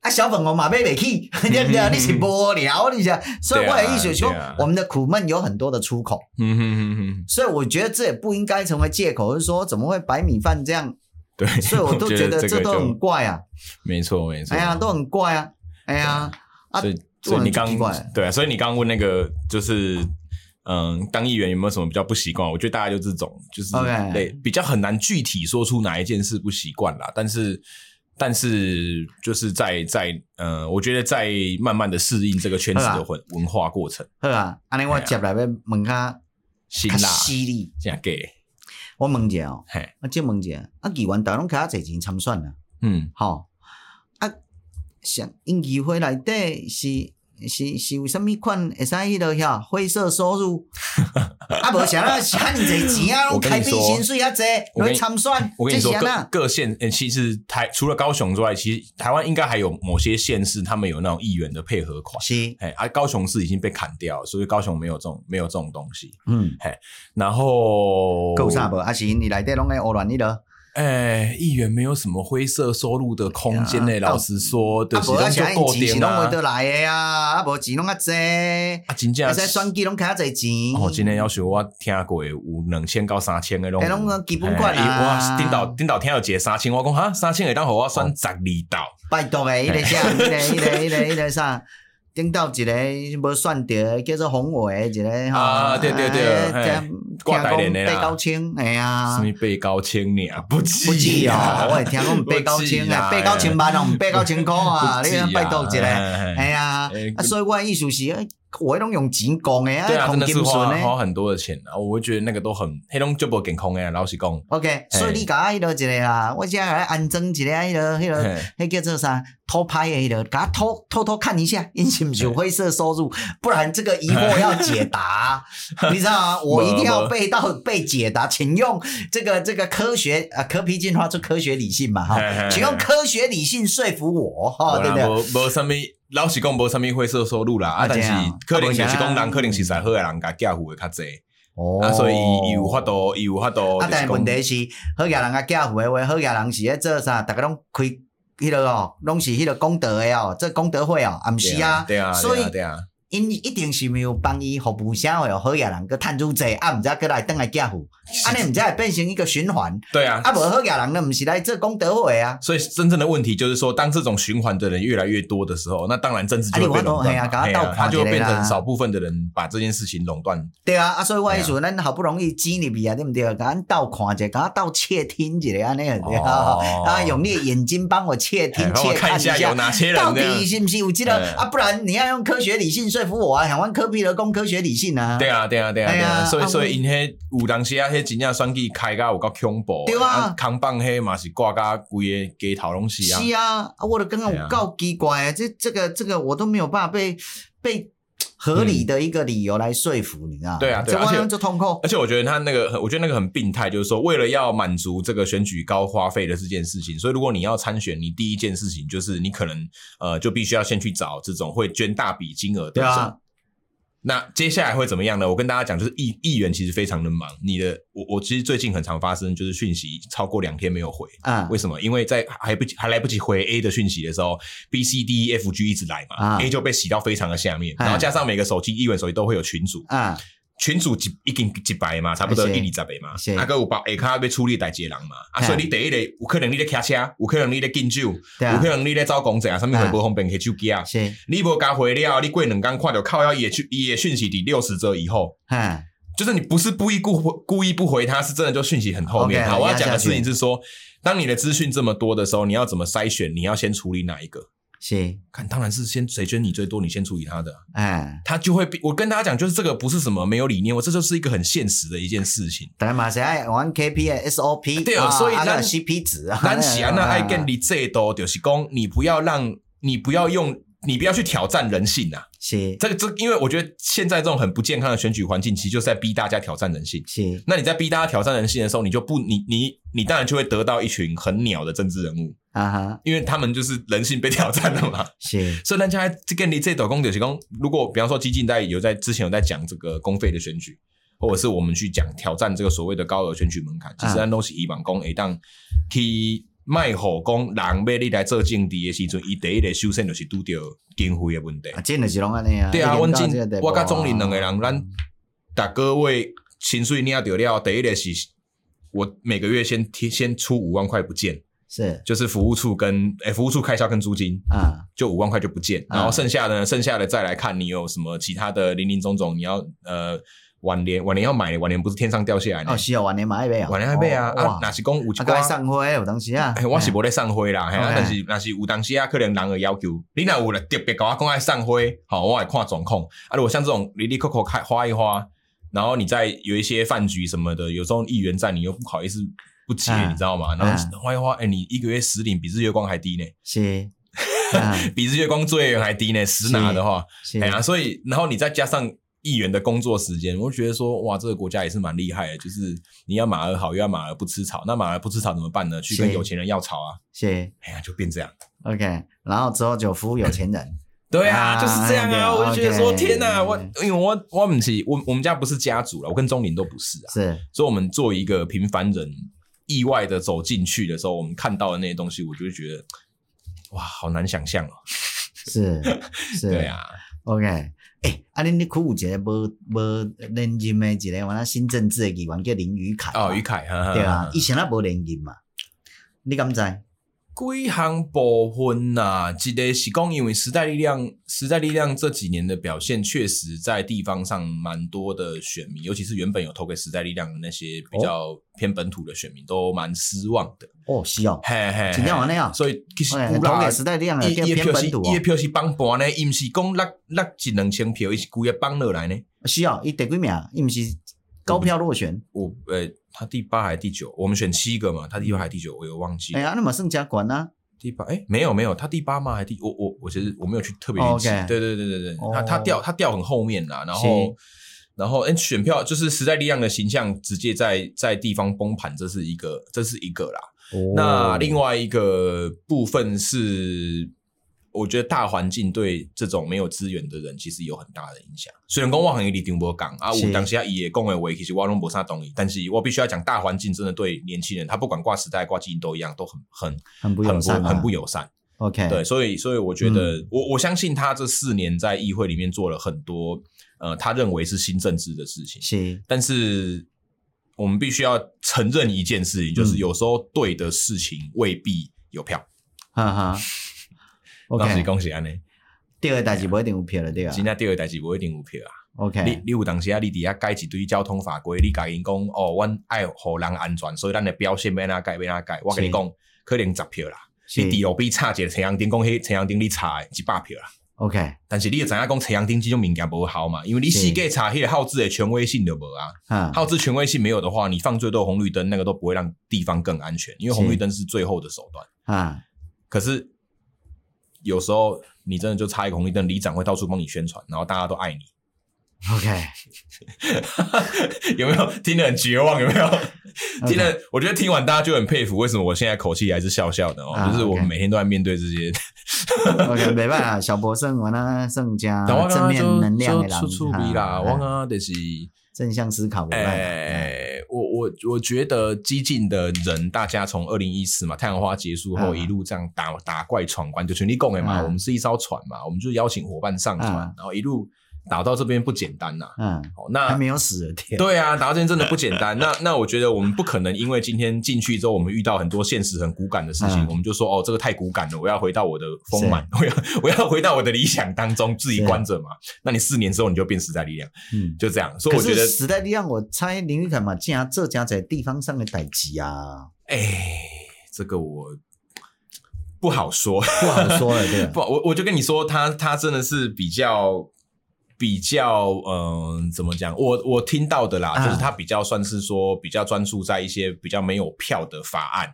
[SPEAKER 1] 啊，小粉红嘛买袂起， 对不对？你是无聊，你
[SPEAKER 2] 啊
[SPEAKER 1] 讲。所以我的意思是说
[SPEAKER 2] 对啊，
[SPEAKER 1] 我们的苦闷有很多的出口，
[SPEAKER 2] 嗯哼哼哼，
[SPEAKER 1] 所以我觉得这也不应该成为借口，就是说怎么会白米饭这 样？
[SPEAKER 2] 对，
[SPEAKER 1] 所以我都觉得
[SPEAKER 2] 这
[SPEAKER 1] 这
[SPEAKER 2] 个
[SPEAKER 1] 都
[SPEAKER 2] 就
[SPEAKER 1] 很怪啊，
[SPEAKER 2] 没错，没错。
[SPEAKER 1] 哎呀，都很怪啊，哎呀，啊
[SPEAKER 2] 所以，
[SPEAKER 1] 这种
[SPEAKER 2] 所以
[SPEAKER 1] 人
[SPEAKER 2] 你
[SPEAKER 1] 就
[SPEAKER 2] 刚
[SPEAKER 1] 奇怪
[SPEAKER 2] 对啊，所以你刚刚问那个就是，嗯，当议员有没有什么比较不习惯？我觉得大概就这种，就是
[SPEAKER 1] OK
[SPEAKER 2] 对比较很难具体说出哪一件事不习惯啦。但是，但是就是在在呃，我觉得在慢慢的适应这个圈子
[SPEAKER 1] 好
[SPEAKER 2] 的
[SPEAKER 1] 啦
[SPEAKER 2] 文文化过程，
[SPEAKER 1] 好啊，安尼
[SPEAKER 2] 哎
[SPEAKER 1] 我接来要问较
[SPEAKER 2] 辛
[SPEAKER 1] 较
[SPEAKER 2] 辣
[SPEAKER 1] 犀利，
[SPEAKER 2] 这样给，
[SPEAKER 1] 我问一下哦，
[SPEAKER 2] 嘿，
[SPEAKER 1] 我即问一下，啊，议员大拢开啊侪钱参选啊。
[SPEAKER 2] 嗯，
[SPEAKER 1] 吼、啊，像因议会内底是是是有啥物款会使迄落遐灰色收入？ 啊，无啥啦，啥尼侪钱啊，拢
[SPEAKER 2] 我跟
[SPEAKER 1] 开
[SPEAKER 2] 你
[SPEAKER 1] 比
[SPEAKER 2] 说
[SPEAKER 1] 薪水啊济，
[SPEAKER 2] 我跟
[SPEAKER 1] 来
[SPEAKER 2] 你
[SPEAKER 1] 参选，
[SPEAKER 2] 我跟
[SPEAKER 1] 这
[SPEAKER 2] 你说，
[SPEAKER 1] 是安
[SPEAKER 2] 各
[SPEAKER 1] 那？
[SPEAKER 2] 各县，呃其实台除了高雄之外，其实台湾应该还有某些县市，他们有那种议员的配合款。
[SPEAKER 1] 是，
[SPEAKER 2] 哎，而、高雄市已经被砍掉了，所以高雄没有这种没有这种东西。
[SPEAKER 1] 嗯，
[SPEAKER 2] 然后
[SPEAKER 1] 够啥无？？啊，是因为内底拢爱胡乱迄落，啊，
[SPEAKER 2] 哎，议员没有什么灰色收入的空间呢、
[SPEAKER 1] 哎呀
[SPEAKER 2] 老实说，对，
[SPEAKER 1] 无啊，
[SPEAKER 2] 就
[SPEAKER 1] 啥因
[SPEAKER 2] 够
[SPEAKER 1] 钱是
[SPEAKER 2] 点
[SPEAKER 1] 拢为
[SPEAKER 2] 啊
[SPEAKER 1] 倒。来诶啊，啊，无钱拢较济，会
[SPEAKER 2] 啊，真正
[SPEAKER 1] 使选举拢开啊侪钱。
[SPEAKER 2] 哦，今天要求我听过有两千到三千的拢
[SPEAKER 1] 哎，
[SPEAKER 2] 有。
[SPEAKER 1] 拢个基本款
[SPEAKER 2] 哎
[SPEAKER 1] 啊。
[SPEAKER 2] 我顶导顶导听有一个三千，我讲哈三千会当互我选十二道，
[SPEAKER 1] 拜托诶，迄个啥，迄个迄个迄个迄个啥，顶到一个无选着叫做宏伟一个哎
[SPEAKER 2] 啊对对对嘿挂台联的啦
[SPEAKER 1] 被高清，哎呀
[SPEAKER 2] 什，么被高清你啊，不
[SPEAKER 1] 不止
[SPEAKER 2] 记
[SPEAKER 1] 哦
[SPEAKER 2] 啊，，
[SPEAKER 1] 我会听讲被高清
[SPEAKER 2] 不止
[SPEAKER 1] 啊，
[SPEAKER 2] 啊
[SPEAKER 1] 被高清万哦，被高清箍啊，
[SPEAKER 2] 不
[SPEAKER 1] 你
[SPEAKER 2] 止啊
[SPEAKER 1] 拜托一个，
[SPEAKER 2] 哎哎
[SPEAKER 1] 哎呀
[SPEAKER 2] 哎，
[SPEAKER 1] 啊，所以我的意思是，我拢用钱讲的，
[SPEAKER 2] 对啊，
[SPEAKER 1] 讲
[SPEAKER 2] 真的是
[SPEAKER 1] 金
[SPEAKER 2] 花
[SPEAKER 1] 顺
[SPEAKER 2] 花
[SPEAKER 1] 的。
[SPEAKER 2] 很多的钱啊，我会觉得那个都很黑龙就不健康哎，老实讲，
[SPEAKER 1] OK，
[SPEAKER 2] 嘿
[SPEAKER 1] 所以你甲我迄落一个啦，我现在来安装一个迄落迄落，
[SPEAKER 2] 嘿
[SPEAKER 1] 迄叫做啥偷拍的迄落，甲偷偷偷看一下，因是不是有灰色收 入？不然这个疑惑要解答，你知道吗？我一定要被到被解答，请用这个这个科学啊，科皮进化出科学理性嘛哈
[SPEAKER 2] 嘿嘿嘿，
[SPEAKER 1] 请用科学理性说服我哈，
[SPEAKER 2] 没
[SPEAKER 1] 对
[SPEAKER 2] 啦
[SPEAKER 1] 不对？
[SPEAKER 2] 没没什么，老实讲没什么灰色收入啦，啊，
[SPEAKER 1] 啊
[SPEAKER 2] 但是
[SPEAKER 1] 这样
[SPEAKER 2] 可能就是
[SPEAKER 1] 啊
[SPEAKER 2] 讲
[SPEAKER 1] 不然
[SPEAKER 2] 人可能是在好的人家寄付的较济，
[SPEAKER 1] 哦
[SPEAKER 2] 啊，所以伊伊有法。度，伊有法度，
[SPEAKER 1] 啊，
[SPEAKER 2] 就是
[SPEAKER 1] 但是问
[SPEAKER 2] 讲
[SPEAKER 1] 题是，好嘢人啊，寄付的话，好嘢人是咧做啥？大家拢开迄落哦，拢是迄落功德的哦，这功德会哦，啊，毋是啊，
[SPEAKER 2] 对啊，对啊
[SPEAKER 1] 所以
[SPEAKER 2] 对啊对啊，
[SPEAKER 1] 因一定是没有帮伊服务社会哦，好嘢人佮趁愈济，啊，毋则过来等来寄付，安尼毋则会变成一个循环，
[SPEAKER 2] 对啊，
[SPEAKER 1] 啊，无好嘢人呢，毋是来做功德会啊。
[SPEAKER 2] 所以真正的问题就是说，当这种循环的人越来越多的时候，那当然政治就会被垄断
[SPEAKER 1] 啊
[SPEAKER 2] 嘛，
[SPEAKER 1] 你有法度嘿啊给他
[SPEAKER 2] 嘿啊
[SPEAKER 1] 倒垮
[SPEAKER 2] 它就会
[SPEAKER 1] 一
[SPEAKER 2] 变
[SPEAKER 1] 下啦
[SPEAKER 2] 成少部分的人把这件事情垄断。
[SPEAKER 1] 对 啊，啊，所以我
[SPEAKER 2] 哎
[SPEAKER 1] 意
[SPEAKER 2] 呀
[SPEAKER 1] 思，咱好不容易进入去啊，对不对？甲咱倒看一下，甲咱倒窃听一下，安尼就对啊
[SPEAKER 2] 哦。
[SPEAKER 1] 啊，用你的眼睛帮我窃
[SPEAKER 2] 嘿
[SPEAKER 1] 听、
[SPEAKER 2] 帮我
[SPEAKER 1] 窃
[SPEAKER 2] 看一
[SPEAKER 1] 一
[SPEAKER 2] 下有嗯哪些人
[SPEAKER 1] 到
[SPEAKER 2] 这样
[SPEAKER 1] 底是不是有这
[SPEAKER 2] 对
[SPEAKER 1] 个啊？不然你要用科学理性说服我啊，想玩科比的攻科学理性啊。
[SPEAKER 2] 对啊，对啊，对啊，
[SPEAKER 1] 哎
[SPEAKER 2] 对啊，
[SPEAKER 1] 呀
[SPEAKER 2] 所以
[SPEAKER 1] 啊
[SPEAKER 2] 所以因迄有当时啊，迄真正选举开甲有够恐怖的，
[SPEAKER 1] 对啊
[SPEAKER 2] 扛棒迄嘛是挂甲规个街头拢是啊，
[SPEAKER 1] 是啊，啊我的刚刚
[SPEAKER 2] 哎呀
[SPEAKER 1] 有够奇怪啊，这这个这个我都没有办法被被合理的一个理由来说服，你知道吗？
[SPEAKER 2] 嗯对啊对啊
[SPEAKER 1] 这
[SPEAKER 2] 而且
[SPEAKER 1] 我就痛苦。
[SPEAKER 2] 而且我觉得他那个，我觉得那个很病态，就是说，为了要满足这个选举高花费的这件事情，所以如果你要参选，你第一件事情就是你可能呃，就必须要先去找这种会捐大笔金额的
[SPEAKER 1] 对啊
[SPEAKER 2] 人。那接下来会怎么样呢？我跟大家讲，就是议议员其实非常的忙。你的我我其实最近很常发生，就是讯息超过两天没有回，
[SPEAKER 1] 啊
[SPEAKER 2] 为什么？因为在还不及还来不及回 A 的讯息的时候，B、C、D、E、F、G 一直来嘛、
[SPEAKER 1] 啊
[SPEAKER 2] a 就被洗到非常的下面，
[SPEAKER 1] 哎
[SPEAKER 2] 然后加上每个手机议员手机都会有群组，
[SPEAKER 1] 啊，
[SPEAKER 2] 群主一已经一百嘛，差不多
[SPEAKER 1] 哎是
[SPEAKER 2] 一二十个嘛
[SPEAKER 1] 是，哎
[SPEAKER 2] 啊个有包下骹要处理代志的人嘛，啊
[SPEAKER 1] 嘿
[SPEAKER 2] 所以你第一个有可能你咧骑车，有可能你咧敬酒，
[SPEAKER 1] 对
[SPEAKER 2] 有
[SPEAKER 1] 啊
[SPEAKER 2] 可，能你咧走公仔啊，上面会
[SPEAKER 1] 啊
[SPEAKER 2] 不方便摕手机啊，
[SPEAKER 1] 是，
[SPEAKER 2] 你无加回了，你过两天看到靠要也去也讯息第六十则以后。
[SPEAKER 1] 嗯，
[SPEAKER 2] 就是你不是故意故故意不回他，是真的就讯息很后面。
[SPEAKER 1] OK，
[SPEAKER 2] 好，我要
[SPEAKER 1] 压下
[SPEAKER 2] 讲的
[SPEAKER 1] 去
[SPEAKER 2] 事情是说，当你的资讯这么多的时候，你要怎么筛选？你要先处理哪一个？
[SPEAKER 1] 是，
[SPEAKER 2] 看，当然是先谁捐你最多，你先处理他的啊、
[SPEAKER 1] 哎，
[SPEAKER 2] 他就会比我跟大家讲，就是这个不是什么没有理念，我这就是一个很现实的一件 事情。
[SPEAKER 1] 大家嘛是爱玩 KP 的 SOP，
[SPEAKER 2] 对
[SPEAKER 1] 啊，
[SPEAKER 2] 所以
[SPEAKER 1] 啊
[SPEAKER 2] 咱
[SPEAKER 1] 那 CP 值啊，
[SPEAKER 2] 但是啊，那爱
[SPEAKER 1] 啊
[SPEAKER 2] 跟你这多就是讲，你不要让你不要用。你不要去挑战人性啊！
[SPEAKER 1] 是
[SPEAKER 2] 这个这，因为我觉得现在这种很不健康的选举环境，其实就是在逼大家挑战人性。
[SPEAKER 1] 是
[SPEAKER 2] 那你在逼大家挑战人性的时候，你就不你你你当然就会得到一群很鸟的政治人物，
[SPEAKER 1] 啊哈
[SPEAKER 2] 因为他们就是人性被挑战了嘛。
[SPEAKER 1] 是
[SPEAKER 2] 所以大家跟你这斗公就是讲，如果比方说激进在有在之前有在讲这个公费的选举，或者是我们去讲挑战这个所谓的高额选举门槛，其实咱都是以往讲会当去卖火讲人要你来做政治的时阵，伊第一个首先就是拄着经费的问题
[SPEAKER 1] 啊，。真的是拢安尼啊。
[SPEAKER 2] 对啊，
[SPEAKER 1] 已
[SPEAKER 2] 阮
[SPEAKER 1] 经到
[SPEAKER 2] 进
[SPEAKER 1] 这个地步
[SPEAKER 2] 我甲
[SPEAKER 1] 啊
[SPEAKER 2] 钟林两个人，咱逐个月薪水领着了，第一个是我每个月先贴先出五万块不见，
[SPEAKER 1] 是
[SPEAKER 2] 就是服务处跟诶、服务处开销跟租金，
[SPEAKER 1] 啊
[SPEAKER 2] 就五万块就不见，
[SPEAKER 1] 啊
[SPEAKER 2] 然后剩下的呢，剩下的再来看你有什么其他的零零总总，你要呃晚年晚年要买，晚年不是天上掉下来呢
[SPEAKER 1] 哦，是哦，晚年嘛爱买啊，
[SPEAKER 2] 晚年要买啊
[SPEAKER 1] 哦
[SPEAKER 2] 啊
[SPEAKER 1] 哇，
[SPEAKER 2] 哪是讲有一
[SPEAKER 1] 啊，该
[SPEAKER 2] 寡。
[SPEAKER 1] 上火有当时啊
[SPEAKER 2] 哎，，我是无咧送花啦，嘿啊
[SPEAKER 1] 哎
[SPEAKER 2] 但是但是有当时啊，可能人的要求，你若有特别甲我讲爱送花，好，我会看状况。啊，如果像这种离离扣扣开花一花，然后你再有一些饭局什么的，有时候议员在，你又不好意思不接，
[SPEAKER 1] 嗯
[SPEAKER 2] 你知道吗？然后花一花，哎，你一个月十领比日月光还低呢，
[SPEAKER 1] 是啊
[SPEAKER 2] 比日月光最远还低呢，实拿的话，
[SPEAKER 1] 是
[SPEAKER 2] 哎呀，所以然后你再加上议员的工作时间，我就觉得说，哇，这个国家也是蛮厉害的，就是你要马儿好，又要马儿不吃草，那马儿不吃草怎么办呢？去跟
[SPEAKER 1] 是
[SPEAKER 2] 有钱人要草啊，
[SPEAKER 1] 是
[SPEAKER 2] 哎呀，就变这样。
[SPEAKER 1] OK，然后之后就服务有钱人，
[SPEAKER 2] 对啊，
[SPEAKER 1] 啊
[SPEAKER 2] 就是这样啊！
[SPEAKER 1] 了解
[SPEAKER 2] 我就觉得说，
[SPEAKER 1] OK
[SPEAKER 2] 天哪，我因为我我们是，我我们家不是家族了，我跟钟林都不是啊，
[SPEAKER 1] 是
[SPEAKER 2] 所以我们作为一个平凡人，意外的走进去的时候，我们看到的那些东西，我就会觉得，哇，好难想象哦。
[SPEAKER 1] 是是，
[SPEAKER 2] 对啊，
[SPEAKER 1] ，OK，哎，啊，恁你苦有一个无无连任的一个，完了新政治的议员叫林宇凯嘛，
[SPEAKER 2] 哦哦，于凯，哈哈
[SPEAKER 1] 对啊
[SPEAKER 2] 哈，
[SPEAKER 1] 以前啊无连任嘛，你敢知？
[SPEAKER 2] 几项部分呐、一个是讲，因为时代力量，时代力量这几年的表现，确实在地方上蛮多的选民，尤其是原本有投给时代力量的那些比较偏本土的选民，都蛮失望的。
[SPEAKER 1] 哦，是哦，
[SPEAKER 2] 嘿嘿嘿，
[SPEAKER 1] 真正有安尼哦
[SPEAKER 2] 所以其实
[SPEAKER 1] 哎
[SPEAKER 2] 有
[SPEAKER 1] 投
[SPEAKER 2] 啦
[SPEAKER 1] 给时代力量了，
[SPEAKER 2] 伊
[SPEAKER 1] 变
[SPEAKER 2] 伊哎
[SPEAKER 1] 偏
[SPEAKER 2] 的票是
[SPEAKER 1] 本土
[SPEAKER 2] 伊的
[SPEAKER 1] 哦，
[SPEAKER 2] 票是帮盘呢，伊毋是讲落落一两千票，伊是规个帮落来呢。
[SPEAKER 1] 是哦，伊第几名？伊毋是高票落选，
[SPEAKER 2] 我呃、他第八还是第九？我们选七个嘛，他第八还是第九？我有忘记。
[SPEAKER 1] 哎呀，那么算加悬啊，
[SPEAKER 2] 第八哎、没有没有，他第八吗？还第我我我其实我没有去特别去记。
[SPEAKER 1] 哦 OK
[SPEAKER 2] 对对对对对，
[SPEAKER 1] 哦
[SPEAKER 2] 他他掉他掉很后面啦，然
[SPEAKER 1] 是
[SPEAKER 2] 后然后哎、选票就是时代力量的形象直接在在地方崩盘，这是一个这是一个啦。
[SPEAKER 1] 哦
[SPEAKER 2] 那另外一个部分是，我觉得大环境对这种没有资源的人其实有很大的影响。虽然讲我很一离张波讲啊，
[SPEAKER 1] 是
[SPEAKER 2] 我当时伊也讲的话，其实我拢无啥同意，但是我必须要讲，大环境真的对年轻人，他不管挂时代挂基因都一样，都很很
[SPEAKER 1] 很不友
[SPEAKER 2] 很
[SPEAKER 1] 善啊，哎
[SPEAKER 2] 不
[SPEAKER 1] 嗯
[SPEAKER 2] 很不友善。
[SPEAKER 1] OK，
[SPEAKER 2] 对，所以所以我觉得，我我相信他这四年在议会里面做了很多呃，他认为是新政治的事情。
[SPEAKER 1] 是
[SPEAKER 2] 但是我们必须要承认一件
[SPEAKER 1] 嗯
[SPEAKER 2] 事情，就是有时候对的事情未必有票。
[SPEAKER 1] 哈 哈。
[SPEAKER 2] 那是
[SPEAKER 1] OK，
[SPEAKER 2] 恭喜安尼，
[SPEAKER 1] 第二代志无一定有票了，对啊
[SPEAKER 2] 今。天第二代志无一定有票啊。你
[SPEAKER 1] OK，
[SPEAKER 2] 你有当时啊，你底下改一堆交通法规，你甲因讲哦，阮爱互人安全，所以咱的标线要哪改要哪改。我跟你讲，可能十票啦。
[SPEAKER 1] 是
[SPEAKER 2] 你哦 DOB 差一个陈阳丁讲，迄陈阳丁你差的一百票啦。
[SPEAKER 1] OK，
[SPEAKER 2] 但是你也知影讲陈阳丁这种物件无效嘛，因为你四界查迄个号志的权威性就无啊。
[SPEAKER 1] 哈，
[SPEAKER 2] 耗资权威性没有的话，你放最多红绿灯，那个都不会让地方更安全，因为红绿灯是最后的手段。
[SPEAKER 1] 啊，
[SPEAKER 2] 可是有时候你真的就插一个红绿灯，里长会到处帮你宣传，然后大家都爱你，
[SPEAKER 1] OK，
[SPEAKER 2] 有没有？听得很绝望，有没有？听
[SPEAKER 1] 了
[SPEAKER 2] 得，我觉得听完大家就很佩服，为什么我现在口气还是笑笑的哦？
[SPEAKER 1] 啊
[SPEAKER 2] 就是我们
[SPEAKER 1] OK
[SPEAKER 2] 每天都在面对这些，
[SPEAKER 1] OK，没办法，小博胜我那胜 家
[SPEAKER 2] 但我刚
[SPEAKER 1] 正
[SPEAKER 2] 刚
[SPEAKER 1] 面能量
[SPEAKER 2] 就
[SPEAKER 1] 的人，
[SPEAKER 2] 就出出力啦，
[SPEAKER 1] 哈
[SPEAKER 2] 我刚刚就是。
[SPEAKER 1] 正向思考，
[SPEAKER 2] 哎、
[SPEAKER 1] 哎，
[SPEAKER 2] 我我我觉得激进的人，大家从二零一四嘛太阳花结束后，
[SPEAKER 1] 嗯
[SPEAKER 2] 一路这样打、打怪闯关，就全力共诶嘛、
[SPEAKER 1] 嗯
[SPEAKER 2] 我们是一艘船嘛，我们就邀请伙伴上船，
[SPEAKER 1] 嗯
[SPEAKER 2] 然后一路打到这边不简单呐、
[SPEAKER 1] 嗯，
[SPEAKER 2] 好，
[SPEAKER 1] 还
[SPEAKER 2] 那
[SPEAKER 1] 没有死，天，
[SPEAKER 2] 对啊，打到这边真的不简单。那那我觉得我们不可能因为今天进去之后，我们遇到很多现实很骨感的事情，
[SPEAKER 1] 嗯
[SPEAKER 2] 我们就说哦，这个太骨感了，我要回到我的丰满，我要我要回到我的理想当中，自己
[SPEAKER 1] 是
[SPEAKER 2] 关着嘛。那你四年之后你就变时代力量，
[SPEAKER 1] 嗯。
[SPEAKER 2] 就这样。所以
[SPEAKER 1] 可
[SPEAKER 2] 我觉
[SPEAKER 1] 是
[SPEAKER 2] 得
[SPEAKER 1] 时代力量，我猜林玉凯嘛，竟然这家在地方上的代志 啊，
[SPEAKER 2] 哎，这个我不好说，
[SPEAKER 1] 不好说了，对吧
[SPEAKER 2] 不，？我我就跟你说，他他真的是比较比较，嗯、怎么讲？我我听到的啦，
[SPEAKER 1] 啊
[SPEAKER 2] 就是他比较算是说比较专注在一些比较没有票的法案。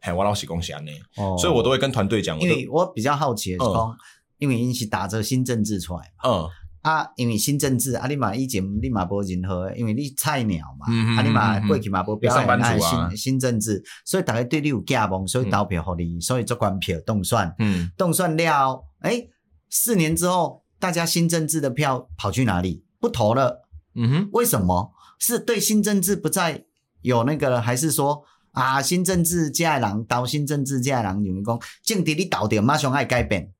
[SPEAKER 2] 嘿，我老喜恭喜安呢，
[SPEAKER 1] 哦
[SPEAKER 2] 所以我都会跟团队讲，我
[SPEAKER 1] 因
[SPEAKER 2] 都
[SPEAKER 1] 为我比较好奇的是
[SPEAKER 2] 嗯
[SPEAKER 1] 讲，因为因是打着新政治出来
[SPEAKER 2] 嗯
[SPEAKER 1] 啊，因为新政治啊，你嘛以前你嘛无任何的，因为你菜鸟嘛，
[SPEAKER 2] 嗯嗯
[SPEAKER 1] 啊你嘛
[SPEAKER 2] 嗯嗯
[SPEAKER 1] 过去嘛无表演
[SPEAKER 2] 上班族啊
[SPEAKER 1] 新新政治，所以大家对你有寄望，所以投票互你，所以做官票动算，
[SPEAKER 2] 嗯，
[SPEAKER 1] 动算了，哎，四年之后，大家新政治的票跑去哪里？不投了，
[SPEAKER 2] 嗯哼，
[SPEAKER 1] 为什么？是对新政治不再有那个了，还是说啊新政治家的人倒新政治家的人，有人讲政敌你倒掉，马上爱改变，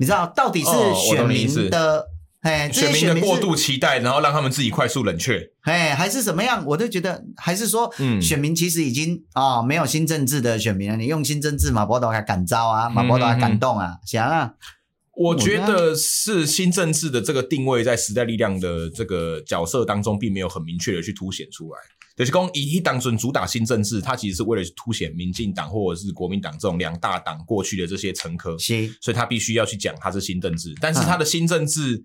[SPEAKER 1] 你知道到底
[SPEAKER 2] 哦
[SPEAKER 1] 是选
[SPEAKER 2] 我懂你意思
[SPEAKER 1] 民的？哎，这些
[SPEAKER 2] 选民的
[SPEAKER 1] 是
[SPEAKER 2] 过度期待，然后让他们自己快速冷却，
[SPEAKER 1] 哎，还是怎么样？我都觉得，还是说，
[SPEAKER 2] 嗯
[SPEAKER 1] 选民其实已经啊、没有新政治的选民了。你用新政治，马博导还感召啊，马博导
[SPEAKER 2] 嗯
[SPEAKER 1] 还感动啊，想啊，
[SPEAKER 2] 我觉得是新政治的这个定位在时代力量的这个角色当中，并没有很明确的去凸显出来。就是讲以一党准主打新政治，它其实是为了凸显民进党或者是国民党这种两大党过去的这些沉疴，
[SPEAKER 1] 是
[SPEAKER 2] 所以他必须要去讲它是新政治。但是他的新政治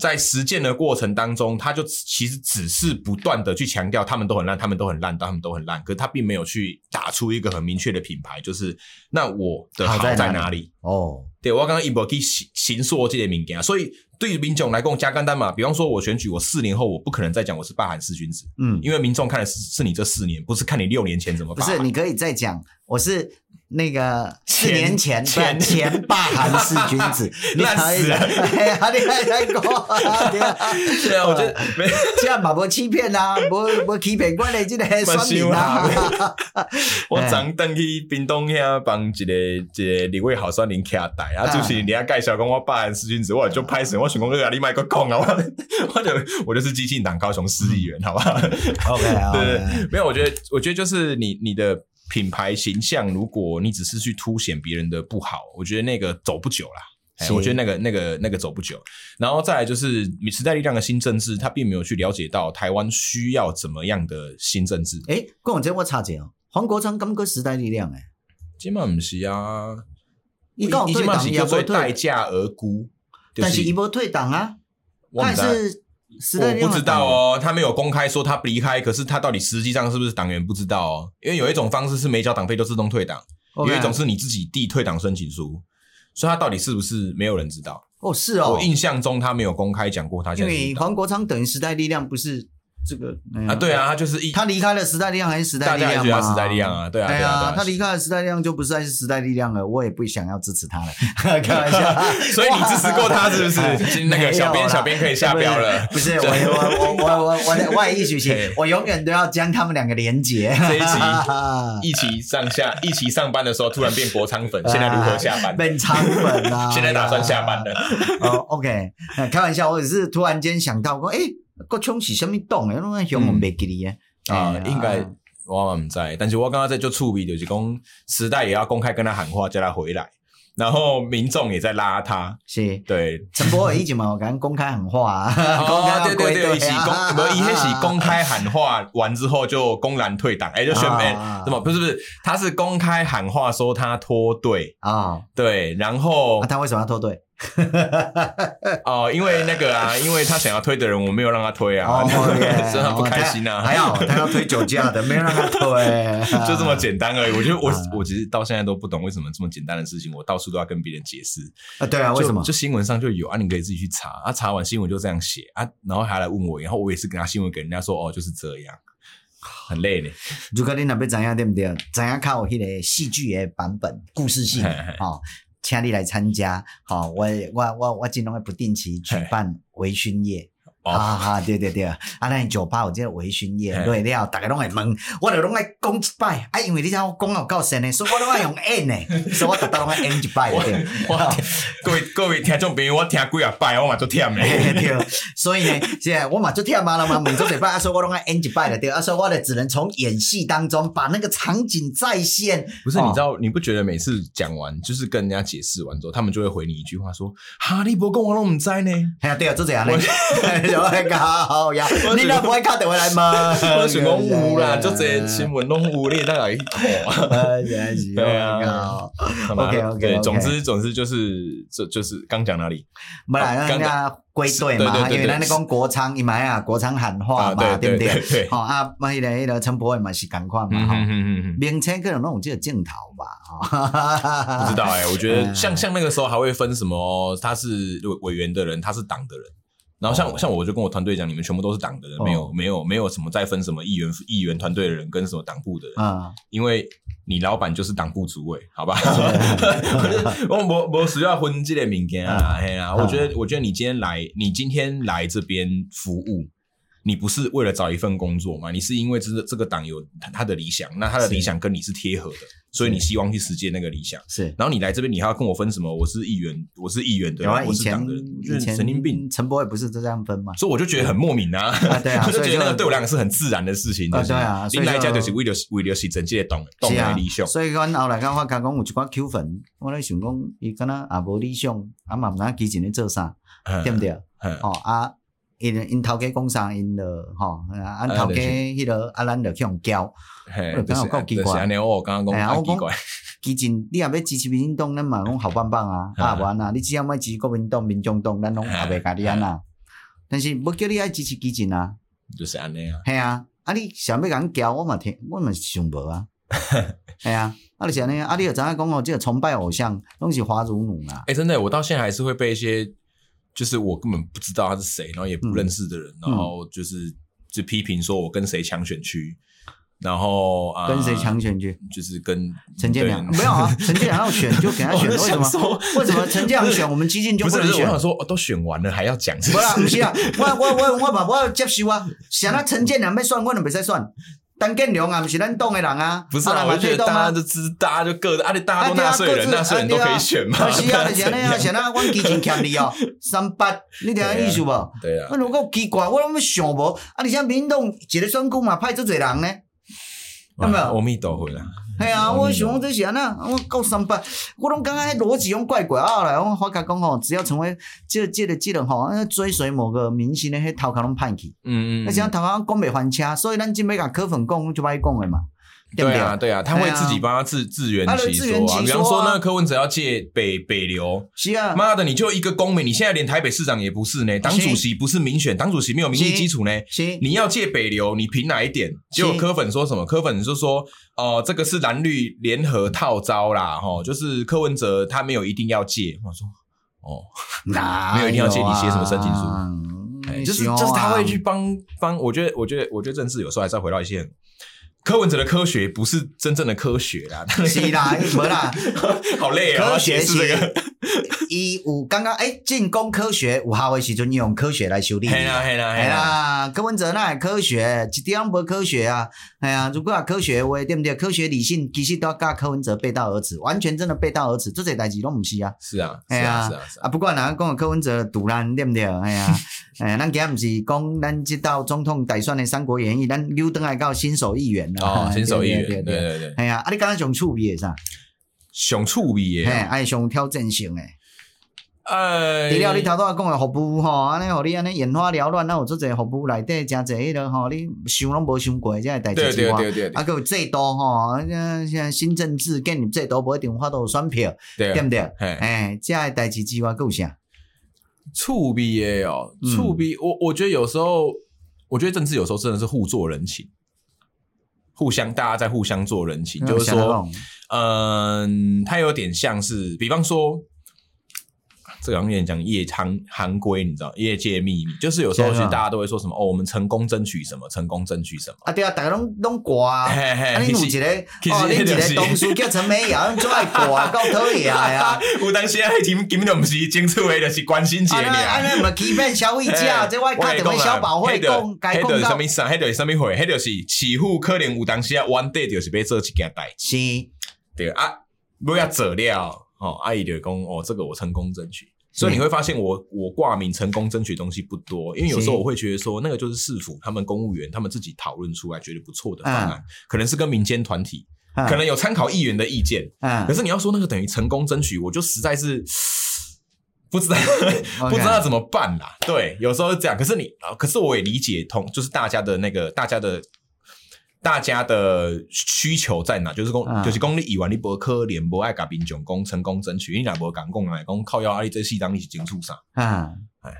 [SPEAKER 2] 在实践的过程当中，他就其实只是不断的去强调他们都很烂，他们都很烂，他们都很烂，可是他并没有去打出一个很明确的品牌，就是那我的好
[SPEAKER 1] 好在哪
[SPEAKER 2] 在
[SPEAKER 1] 里
[SPEAKER 2] 哪里？
[SPEAKER 1] 哦，
[SPEAKER 2] 对我刚刚伊无去行行说这些物件，啊所以对于民众来讲加简单嘛。比方说，我选举，我四年后我不可能再讲我是霸韩四君子，
[SPEAKER 1] 嗯，
[SPEAKER 2] 因为民众看的是是你这四年，不是看你六年前怎么
[SPEAKER 1] 不
[SPEAKER 2] 霸
[SPEAKER 1] 是，
[SPEAKER 2] 韩。
[SPEAKER 1] 你可以再讲，我是那个四
[SPEAKER 2] 前
[SPEAKER 1] 年前
[SPEAKER 2] 前，
[SPEAKER 1] 前前霸韩氏君子 你
[SPEAKER 2] 烂
[SPEAKER 1] 好意
[SPEAKER 2] 死
[SPEAKER 1] 思？
[SPEAKER 2] 了
[SPEAKER 1] 哎呀，你还在讲啊？对啊，
[SPEAKER 2] 对啊，我觉得没
[SPEAKER 1] 这样嘛无欺骗啊，无无欺骗我的这个选民
[SPEAKER 2] 嘛是
[SPEAKER 1] 啊。
[SPEAKER 2] 我昨登去屏东遐帮一个一个立委候选人徛台，啊，
[SPEAKER 1] 啊
[SPEAKER 2] 主持人遐介绍讲我霸韩四君子，我就拍死，我想讲啊，你卖个讲啊，我我就我就是激进党高雄市议员，好不好？
[SPEAKER 1] OK 啊
[SPEAKER 2] 对，没有，我觉得，我觉得就是你你的品牌形象，如果你只是去凸显别人的不好，我觉得那个走不久啦。哎，
[SPEAKER 1] 是
[SPEAKER 2] 我觉得那个、那个、那个走不久。然后再来就是时代力量的新政治，他并没有去了解到台湾需要怎么样的新政治。
[SPEAKER 1] 诶，郭永杰，哎我插一下哦，黄国昌感觉时代力量诶，
[SPEAKER 2] 今嘛不是啊，
[SPEAKER 1] 伊讲
[SPEAKER 2] 伊
[SPEAKER 1] 对
[SPEAKER 2] 今嘛
[SPEAKER 1] 党
[SPEAKER 2] 是
[SPEAKER 1] 伊
[SPEAKER 2] 叫
[SPEAKER 1] 也
[SPEAKER 2] 做
[SPEAKER 1] 无
[SPEAKER 2] 代
[SPEAKER 1] 退，
[SPEAKER 2] 价而沽，就
[SPEAKER 1] 但是伊无退党啊，
[SPEAKER 2] 我
[SPEAKER 1] 他
[SPEAKER 2] 不知道
[SPEAKER 1] 是时代力
[SPEAKER 2] 我
[SPEAKER 1] 量
[SPEAKER 2] 不
[SPEAKER 1] 的
[SPEAKER 2] 知道
[SPEAKER 1] 党员。
[SPEAKER 2] 哦，他没有公开说他离开，可是他到底实际上是不是党员不知道哦，因为有一种方式是没交党费就自动退党，有
[SPEAKER 1] OK
[SPEAKER 2] 一种是你自己递退党申请书，所以他到底是不是没有人知道？
[SPEAKER 1] 哦，是哦
[SPEAKER 2] 我，印象中他没有公开讲过他
[SPEAKER 1] 因
[SPEAKER 2] 现在是
[SPEAKER 1] 为黄国昌等于时代力量不是这个
[SPEAKER 2] 啊，对，啊，他就是
[SPEAKER 1] 嗯
[SPEAKER 2] 一
[SPEAKER 1] 他离开了时代力量还是时代
[SPEAKER 2] 大
[SPEAKER 1] 力
[SPEAKER 2] 家也
[SPEAKER 1] 量
[SPEAKER 2] 觉得
[SPEAKER 1] 嘛？
[SPEAKER 2] 他时代力量啊，对啊，
[SPEAKER 1] 哎
[SPEAKER 2] 对
[SPEAKER 1] 呀
[SPEAKER 2] 啊，，
[SPEAKER 1] 他
[SPEAKER 2] 对啊。
[SPEAKER 1] 离开了时代力量就不再是时代力量了，我也不想要支持他了， 开玩笑。
[SPEAKER 2] 所以你支持过他是不是？那
[SPEAKER 1] 没有啦
[SPEAKER 2] 个小编，小编可以下标了。
[SPEAKER 1] 不是不是我我我我我我的我的意思是
[SPEAKER 2] 嘿，
[SPEAKER 1] 我永远都要将他们两个连结。
[SPEAKER 2] 这一集一起上下，一起上班的时候突然变国昌
[SPEAKER 1] 啊
[SPEAKER 2] 粉，现在如何下 班？
[SPEAKER 1] 本长本啊，
[SPEAKER 2] 现在打算下班了。啊
[SPEAKER 1] 哦，OK，呃开玩笑，我只是突然间想到，我诶，国冲是什么党诶？那熊我袂记哩诶。
[SPEAKER 2] 啊
[SPEAKER 1] 哎，
[SPEAKER 2] 应该我嘛唔知，但是我刚刚在就触笔，就是讲时代也要公开跟他喊话，叫他回来，然后民众也在拉他，
[SPEAKER 1] 是
[SPEAKER 2] 对，
[SPEAKER 1] 陈柏伟以前嘛，有敢公开喊话啊， 公开
[SPEAKER 2] 哦，
[SPEAKER 1] 喊
[SPEAKER 2] 对对对，
[SPEAKER 1] 归啊
[SPEAKER 2] 一起 公，不，一开始公开喊话完之后就公然退党，哎，就宣布
[SPEAKER 1] 啊
[SPEAKER 2] 什么？不是不是，他是公开喊话说他脱队，
[SPEAKER 1] 啊，
[SPEAKER 2] 对，然后
[SPEAKER 1] 那他为什么要脱队？
[SPEAKER 2] 哦，因为那 个啊，因为他想要推的人，我没有让他推啊，
[SPEAKER 1] 哦，耶
[SPEAKER 2] 所以他不开心啊，
[SPEAKER 1] 哦他还好他要推酒驾的，没有让他推，
[SPEAKER 2] 就这么简单而
[SPEAKER 1] 啊
[SPEAKER 2] 已。我觉得我、我其实到现在都不懂为什么这么简单的事情，我到处都要跟别人解释。
[SPEAKER 1] 啊？对啊，为什么
[SPEAKER 2] 就？就新闻上就有啊，你可以自己去查啊，查完新闻就这样写啊，然后还来问我，然后我也是拿新闻给人家说哦，就是这样，很累呢。
[SPEAKER 1] 如果你若要知影对不对？知影较有迄个戏剧的版本、故事性
[SPEAKER 2] 嘿嘿
[SPEAKER 1] 哦，请你来参加。好、我我我我尽量会不定期举办微醺夜。
[SPEAKER 2] 哦
[SPEAKER 1] 啊哈，对对对，啊，咱酒吧有这个微醺夜
[SPEAKER 2] 嘿
[SPEAKER 1] 落了，大家拢会问，我就拢爱讲一摆，啊，因为你知道我讲有够深的，所以我拢爱用演的， 所以我逐逐拢爱演一摆，对。
[SPEAKER 2] 哇， 各位各位听众朋友，我听几啊拜，我嘛就忝嘞。
[SPEAKER 1] 嘿对，所以呢，现在我嘛就跳嘛了嘛，猛做嘴巴，啊，所以我拢爱演一摆了，对，啊，所以我就只能从演戏当中把那个场景再现。
[SPEAKER 2] 不是，
[SPEAKER 1] 哦
[SPEAKER 2] 你知道，你不觉得每次讲完，就是跟人家解释完之后，他们就会回你一句话说：“哈利波跟我都唔知呢。
[SPEAKER 1] 哎呀，对啊，就这样嘞
[SPEAKER 2] 我，
[SPEAKER 1] 就会搞呀
[SPEAKER 2] 我，
[SPEAKER 1] 你那不会打电话来啊吗？”
[SPEAKER 2] 我想讲有啦，就这新闻拢有你那来看。
[SPEAKER 1] 哎呀，是
[SPEAKER 2] 对啊
[SPEAKER 1] 搞。
[SPEAKER 2] 好吗
[SPEAKER 1] OK，OK，
[SPEAKER 2] 对
[SPEAKER 1] OK
[SPEAKER 2] 总之总之就是这就是刚讲哪里？
[SPEAKER 1] 不然
[SPEAKER 2] 好
[SPEAKER 1] 人
[SPEAKER 2] 刚
[SPEAKER 1] 家归队
[SPEAKER 2] 对对
[SPEAKER 1] 嘛，
[SPEAKER 2] 对
[SPEAKER 1] 因为
[SPEAKER 2] 对
[SPEAKER 1] 咱咧讲国昌，伊嘛呀，国昌喊话
[SPEAKER 2] 啊
[SPEAKER 1] 嘛，
[SPEAKER 2] 对
[SPEAKER 1] 不
[SPEAKER 2] 对对
[SPEAKER 1] 对
[SPEAKER 2] 对？
[SPEAKER 1] 好啊，嘛迄个迄个陈柏伟嘛是同款嘛，
[SPEAKER 2] 嗯
[SPEAKER 1] 吼
[SPEAKER 2] 哼哼哼哼
[SPEAKER 1] 明星可能拢有这个镜头吧，
[SPEAKER 2] 不
[SPEAKER 1] 吼
[SPEAKER 2] 知道哎、我觉得
[SPEAKER 1] 嗯
[SPEAKER 2] 像像那个时候还会分什么，哦他是委委员的人，他是党的人。然后像、
[SPEAKER 1] 哦
[SPEAKER 2] 像我就跟我团队讲，你们全部都是党的人，
[SPEAKER 1] 哦
[SPEAKER 2] 没有没有没有什么再分什么议员议员团队的人跟什么党部的 人，
[SPEAKER 1] 嗯，
[SPEAKER 2] 因为你老板就是党部主委，好吧？
[SPEAKER 1] 啊
[SPEAKER 2] 我我我需要分这类民间啊，嘿啊！我觉得我觉得你今天来，你今天来这边服务。你不是为了找一份工作嘛？你是因为这这个党有他的理想，那他的
[SPEAKER 1] 是
[SPEAKER 2] 理想跟你是贴合的，所以你希望去实践那个理想。
[SPEAKER 1] 是。
[SPEAKER 2] 然后你来这边，你还要跟我分什么？我是议员，我是议员的
[SPEAKER 1] 有啊，，
[SPEAKER 2] 我
[SPEAKER 1] 以
[SPEAKER 2] 是
[SPEAKER 1] 前
[SPEAKER 2] 党的人，我觉
[SPEAKER 1] 以
[SPEAKER 2] 得
[SPEAKER 1] 前
[SPEAKER 2] 神经病。
[SPEAKER 1] 陈柏伟不是都这样分 吗？
[SPEAKER 2] 所以我就觉得很莫名啊，
[SPEAKER 1] 啊对 啊
[SPEAKER 2] 我就
[SPEAKER 1] 所
[SPEAKER 2] 觉
[SPEAKER 1] 以
[SPEAKER 2] 得
[SPEAKER 1] 就
[SPEAKER 2] 那个对我来讲是很自然的事情。
[SPEAKER 1] 啊
[SPEAKER 2] 就是
[SPEAKER 1] 对啊所
[SPEAKER 2] 你
[SPEAKER 1] 以就
[SPEAKER 2] 来家就是为了为了是整届懂懂
[SPEAKER 1] 是
[SPEAKER 2] 的
[SPEAKER 1] 啊
[SPEAKER 2] 理想，
[SPEAKER 1] 所以阮后来甲我讲，讲有一寡 Q 粉，我咧想讲，伊敢若也无理想，啊嘛毋知影基情咧做啥，
[SPEAKER 2] 嗯
[SPEAKER 1] 对毋？对？
[SPEAKER 2] 嗯
[SPEAKER 1] 吼啊，因因头家讲啥，因着吼，啊，按头
[SPEAKER 2] 啊就
[SPEAKER 1] 家
[SPEAKER 2] 是
[SPEAKER 1] 迄落啊，咱着去互交。
[SPEAKER 2] 嘿
[SPEAKER 1] 我，
[SPEAKER 2] 就
[SPEAKER 1] 刚好
[SPEAKER 2] 是
[SPEAKER 1] 够奇怪
[SPEAKER 2] 就是安尼，我刚刚
[SPEAKER 1] 哎
[SPEAKER 2] 讲
[SPEAKER 1] 呀
[SPEAKER 2] 啊
[SPEAKER 1] 我讲
[SPEAKER 2] 奇怪，
[SPEAKER 1] 基情你若要支持民进党，咱嘛讲好棒棒啊，
[SPEAKER 2] 嗯
[SPEAKER 1] 啊无安那，你只要要支持国民党、民众党，咱拢也袂甲你安
[SPEAKER 2] 嗯
[SPEAKER 1] 那。但是要叫你爱支持基情啊，
[SPEAKER 2] 就是安尼啊。
[SPEAKER 1] 系啊，啊你想要甲人交，我嘛听，我嘛想无 啊，系啊，啊就是安尼啊，啊你就知影讲哦，即个崇拜偶像拢是华族奴啦，
[SPEAKER 2] 哎，真的，我到现在还是会被一些就是我根本不知道他是谁，然后也不认识的人，
[SPEAKER 1] 嗯
[SPEAKER 2] 然后就是就批评说我跟谁抢选区，然后啊
[SPEAKER 1] 跟谁抢选去？
[SPEAKER 2] 就是跟
[SPEAKER 1] 陈建良
[SPEAKER 2] 对
[SPEAKER 1] 没有 啊，陈建良要选就给他选，为什么？
[SPEAKER 2] 么
[SPEAKER 1] 为什么陈建良选我们激进就
[SPEAKER 2] 不是，
[SPEAKER 1] 能
[SPEAKER 2] 不是我
[SPEAKER 1] 选？
[SPEAKER 2] 想说，哦都选完了还要讲，
[SPEAKER 1] 不啦，不是啊，我我我我嘛，我要接受啊。想啊，陈建良要选，我就袂使选。陈建良啊，不是咱党的人啊，
[SPEAKER 2] 不是
[SPEAKER 1] 啊
[SPEAKER 2] 啊，我
[SPEAKER 1] 咱
[SPEAKER 2] 就觉得
[SPEAKER 1] 嘛对党
[SPEAKER 2] 大家
[SPEAKER 1] 啊
[SPEAKER 2] 就知，大家就各，而且大家
[SPEAKER 1] 啊
[SPEAKER 2] 都
[SPEAKER 1] 对啊
[SPEAKER 2] 纳税人，
[SPEAKER 1] 各自
[SPEAKER 2] 纳税人都可以选 嘛。
[SPEAKER 1] 啊是啊，就是安尼啊，
[SPEAKER 2] 大家 怎样
[SPEAKER 1] 想啊，阮基情欠你哦，三八，你听意思无？我
[SPEAKER 2] 对啊，
[SPEAKER 1] 如果奇怪，我拢要想无，啊，而且民众一个选举嘛派足侪人呢，有没有
[SPEAKER 2] 阿弥陀回来，
[SPEAKER 1] 系啊，
[SPEAKER 2] 嗯
[SPEAKER 1] 我想这些那我够三百，我拢感觉那逻辑用怪怪啊啦。我发觉讲吼，只要成为这这个这个吼，那追随某个明星的迄头壳拢叛去，
[SPEAKER 2] 嗯嗯，嗯
[SPEAKER 1] 那像头壳讲袂翻车，所以咱今尾甲柯粉讲就歹讲的嘛，对不
[SPEAKER 2] 对
[SPEAKER 1] 对？
[SPEAKER 2] 啊，对啊，他会
[SPEAKER 1] 对啊
[SPEAKER 2] 自己帮他自自圆
[SPEAKER 1] 他的
[SPEAKER 2] 其
[SPEAKER 1] 自圆
[SPEAKER 2] 说啊。
[SPEAKER 1] 其
[SPEAKER 2] 比方
[SPEAKER 1] 说
[SPEAKER 2] 说，
[SPEAKER 1] 啊
[SPEAKER 2] 那个柯文哲要借北北流，
[SPEAKER 1] 是啊，
[SPEAKER 2] 妈的，你就一个公民，你现在连台北市长也不是呢，党主席不是民选，党主席没有民意
[SPEAKER 1] 是
[SPEAKER 2] 基础呢。
[SPEAKER 1] 是
[SPEAKER 2] 你要借北流，你凭哪一点？
[SPEAKER 1] 是
[SPEAKER 2] 结果柯粉说什么？柯粉就说：“哦、这个是蓝绿联合套招啦，哈，就是柯文哲他没有一定要借。”我说：“哦，
[SPEAKER 1] 哪
[SPEAKER 2] 没有一定要
[SPEAKER 1] 啊
[SPEAKER 2] 借你写什么申请书哎
[SPEAKER 1] 书
[SPEAKER 2] 就是就是他会去帮帮。我觉得，我觉得，我觉得政治有时候还是要回到一些很柯文哲的科学，不是真正的科学啦，
[SPEAKER 1] 是啦，无啦，
[SPEAKER 2] 好累啊、哦，
[SPEAKER 1] 科
[SPEAKER 2] 要
[SPEAKER 1] 学
[SPEAKER 2] 解释这个。
[SPEAKER 1] 伊有刚刚哎进攻科学有效的时阵，你用科学来修理。
[SPEAKER 2] 嘿啦啊嘿啦
[SPEAKER 1] 哎
[SPEAKER 2] 嘿啦，
[SPEAKER 1] 啦，柯文哲那科学一点无科学啊！哎呀，如果啊科学的话，对不对？科学理性其实都要跟柯文哲背道而驰，完全真的背道而驰，这些代志拢唔是啊！
[SPEAKER 2] 是啊，是
[SPEAKER 1] 哎
[SPEAKER 2] 啊，
[SPEAKER 1] 呀
[SPEAKER 2] 是啊，是啊
[SPEAKER 1] 啊，。不管哪样讲柯文哲独烂，对不对？哎 呀，哎，咱今天不是讲咱这道总统大选的《三国演义》，咱溜登来到新手议员啦，
[SPEAKER 2] 哦，新手艺人，
[SPEAKER 1] 啊对
[SPEAKER 2] 对
[SPEAKER 1] 不对。
[SPEAKER 2] 对对，
[SPEAKER 1] 哎呀，啊，你刚刚上趣味的啥？
[SPEAKER 2] 熊醋味
[SPEAKER 1] 嘿，
[SPEAKER 2] 耶，
[SPEAKER 1] 爱上挑战性诶。
[SPEAKER 2] 呃，
[SPEAKER 1] 除了你头拄仔讲诶服务吼，安尼互你安尼眼花缭乱，那有做者服务内底诚侪迄落吼，你想拢无想过，遮个代
[SPEAKER 2] 对
[SPEAKER 1] 志
[SPEAKER 2] 对
[SPEAKER 1] 之外，
[SPEAKER 2] 对对
[SPEAKER 1] 啊，
[SPEAKER 2] 对
[SPEAKER 1] 还有制度吼，呃像新政治建立制度，无一定有法度有选票，
[SPEAKER 2] 对
[SPEAKER 1] 对毋
[SPEAKER 2] 啊，
[SPEAKER 1] 对？
[SPEAKER 2] 嘿，
[SPEAKER 1] 哎，遮个代志之外，还有啥？
[SPEAKER 2] 醋味耶哦，
[SPEAKER 1] 嗯
[SPEAKER 2] 醋味，我我觉得有时候，我觉得政治有时候真的是互做人情，互相大家在互相做人情，就
[SPEAKER 1] 嗯
[SPEAKER 2] 是
[SPEAKER 1] 想得
[SPEAKER 2] 说，
[SPEAKER 1] 拢，
[SPEAKER 2] 嗯，它有点像是，比方说。这个好像有点讲业行行规，你知道，业界秘密就是有时候
[SPEAKER 1] 对
[SPEAKER 2] 其实
[SPEAKER 1] 啊
[SPEAKER 2] 大家都会说什么哦，我们成功争取什么，成功争取什么。
[SPEAKER 1] 啊对啊，大家拢拢挂啊。
[SPEAKER 2] 嘿嘿
[SPEAKER 1] 啊，你有一
[SPEAKER 2] 其实
[SPEAKER 1] 个
[SPEAKER 2] 其实
[SPEAKER 1] 哦，你一
[SPEAKER 2] 就是
[SPEAKER 1] 个同事叫陈美 瑶，做爱挂，够讨厌的啊！
[SPEAKER 2] 有当时啊，迄根根本就毋是争取的，就是关心节
[SPEAKER 1] 啊，那
[SPEAKER 2] 尔。
[SPEAKER 1] 啊那么欺骗消费者，这我看
[SPEAKER 2] 哎跟
[SPEAKER 1] 着
[SPEAKER 2] 你啊
[SPEAKER 1] 小宝会讲，该
[SPEAKER 2] 迄就
[SPEAKER 1] 讲
[SPEAKER 2] 是
[SPEAKER 1] 到
[SPEAKER 2] 什么啥，迄就是什么会，迄就是起户可能有当时啊，one day 就是要做一件代志，
[SPEAKER 1] 是
[SPEAKER 2] 对啊，要要做了哦，阿姨就讲哦，这个我成功争取。所以你会发现我，我挂名成功争取东西不多，因为有时候
[SPEAKER 1] 是
[SPEAKER 2] 我会觉得说，那个就是市府他们公务员他们自己讨论出来觉得不错的方案，
[SPEAKER 1] 啊
[SPEAKER 2] 可能是跟民间团体，
[SPEAKER 1] 嗯
[SPEAKER 2] 可能有参考议员的意见，
[SPEAKER 1] 嗯
[SPEAKER 2] 可。是你要说那个等于成功争取，我就实在是 不知道不知道怎么办啦。对，有时候是这样。可是你，啊可是我也理解同，就是大家的那个大家的。大家的需求在哪？就是公，
[SPEAKER 1] 嗯
[SPEAKER 2] 就是公，你以为你博科联博爱甲民众讲成功争取，你哪博敢讲来讲靠腰啊？你这戏当你是金畜上，
[SPEAKER 1] 啊，
[SPEAKER 2] 哎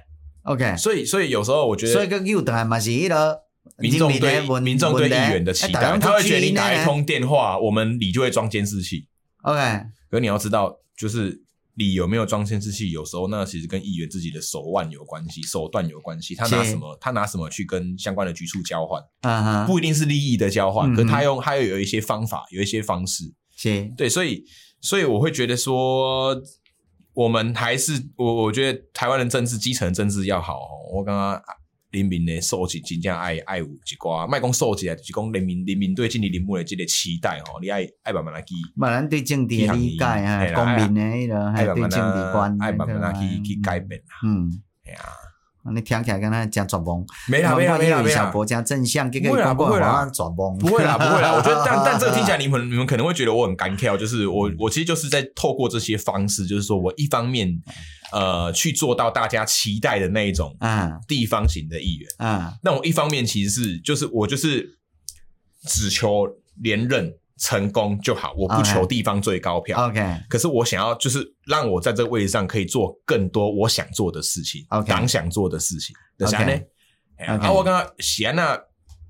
[SPEAKER 1] ，OK，
[SPEAKER 2] 所以，所以有时候我觉
[SPEAKER 1] 所以
[SPEAKER 2] 得
[SPEAKER 1] 个诱导嘛是迄落
[SPEAKER 2] 民众
[SPEAKER 1] 人
[SPEAKER 2] 对
[SPEAKER 1] 民的哎问
[SPEAKER 2] 民众对议员的期待，他会觉得你打一。
[SPEAKER 1] 问题
[SPEAKER 2] 通电话，我们你就会装监视器。
[SPEAKER 1] 哎大家拢做
[SPEAKER 2] 可你要知道，就是你有没有装监视器，有时候那其实跟议员自己的手腕有关系，手段有关系。他拿
[SPEAKER 1] 是
[SPEAKER 2] 什么，他拿什么去跟相关的局处交换，
[SPEAKER 1] 基呢，OK，啊哈，
[SPEAKER 2] 不一定是利益的交换，
[SPEAKER 1] 嗯
[SPEAKER 2] 可他用他又有一些方法，有一些方式。
[SPEAKER 1] 是
[SPEAKER 2] 对，所以所以我会觉得说，我们还是我我觉得台湾的政治基层的政治要好哦。我刚刚。人民的受起真正爱爱有一寡，卖讲受起来，就是讲人民人民对今年林木的这个期待吼，你爱爱慢慢来记。
[SPEAKER 1] 嘛咱对政治的理解
[SPEAKER 2] 嘿
[SPEAKER 1] 啊，
[SPEAKER 2] 哎啦哎
[SPEAKER 1] 公民的迄落，还
[SPEAKER 2] 爱
[SPEAKER 1] 有对嗯
[SPEAKER 2] 慢慢
[SPEAKER 1] 政治观，
[SPEAKER 2] 爱慢慢啊去去改
[SPEAKER 1] 变。
[SPEAKER 2] 变啦。
[SPEAKER 1] 嗯，啊
[SPEAKER 2] 哎呀，
[SPEAKER 1] 你听起来敢若真绝望，
[SPEAKER 2] 没哎啦没啦没啦没
[SPEAKER 1] 小
[SPEAKER 2] 啦，
[SPEAKER 1] 博加正向，这个
[SPEAKER 2] 不会啦
[SPEAKER 1] 光光
[SPEAKER 2] 不会啦
[SPEAKER 1] 好像绝望，
[SPEAKER 2] 不 会啦不会啦。我觉得，但但这个听起来，你们你们可能会觉得我很干跳，就是我
[SPEAKER 1] 嗯
[SPEAKER 2] 我其实就是在透过这些方式，就是说我一方面
[SPEAKER 1] 嗯
[SPEAKER 2] 呃去做到大家期待的那一种
[SPEAKER 1] 啊
[SPEAKER 2] 地方型的议员，
[SPEAKER 1] 啊，
[SPEAKER 2] 那我一方面其实是就是我就是只求连任成功就好，我不
[SPEAKER 1] OK
[SPEAKER 2] 求地方最高票。
[SPEAKER 1] OK，
[SPEAKER 2] 可是我想要，就是让我在这个位置上可以做更多我想做的事情，
[SPEAKER 1] OK
[SPEAKER 2] 党想做的事情。就
[SPEAKER 1] OK
[SPEAKER 2] 啥呢？哎呀
[SPEAKER 1] OK
[SPEAKER 2] 啊，我刚刚喜安娜、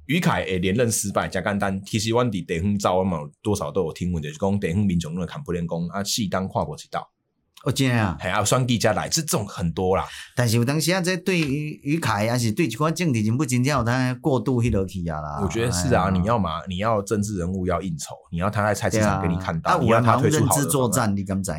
[SPEAKER 2] 于凯诶连任失败，加简单。其实我伫地方走，我嘛有多少都有听闻，就是讲地方民众的 c o m 讲啊，戏当跨国一道，哎
[SPEAKER 1] 我真的啊。
[SPEAKER 2] 还有选举加来，这种很多啦。
[SPEAKER 1] 但是有当时啊，这对于于凯，啊还是对一款政治人物，真正有他过度迄落去啊啦。
[SPEAKER 2] 我觉得是啊，
[SPEAKER 1] 哎呀
[SPEAKER 2] 你要嘛，你要政治人物要应酬，你要他在菜市
[SPEAKER 1] 对
[SPEAKER 2] 场
[SPEAKER 1] 啊，
[SPEAKER 2] 给你看
[SPEAKER 1] 啊
[SPEAKER 2] 到，你
[SPEAKER 1] 有
[SPEAKER 2] 要
[SPEAKER 1] 人
[SPEAKER 2] 他
[SPEAKER 1] 好
[SPEAKER 2] 推
[SPEAKER 1] 像
[SPEAKER 2] 出
[SPEAKER 1] 认
[SPEAKER 2] 好
[SPEAKER 1] 知
[SPEAKER 2] 的
[SPEAKER 1] 作
[SPEAKER 2] 方案，
[SPEAKER 1] 战，你敢知影？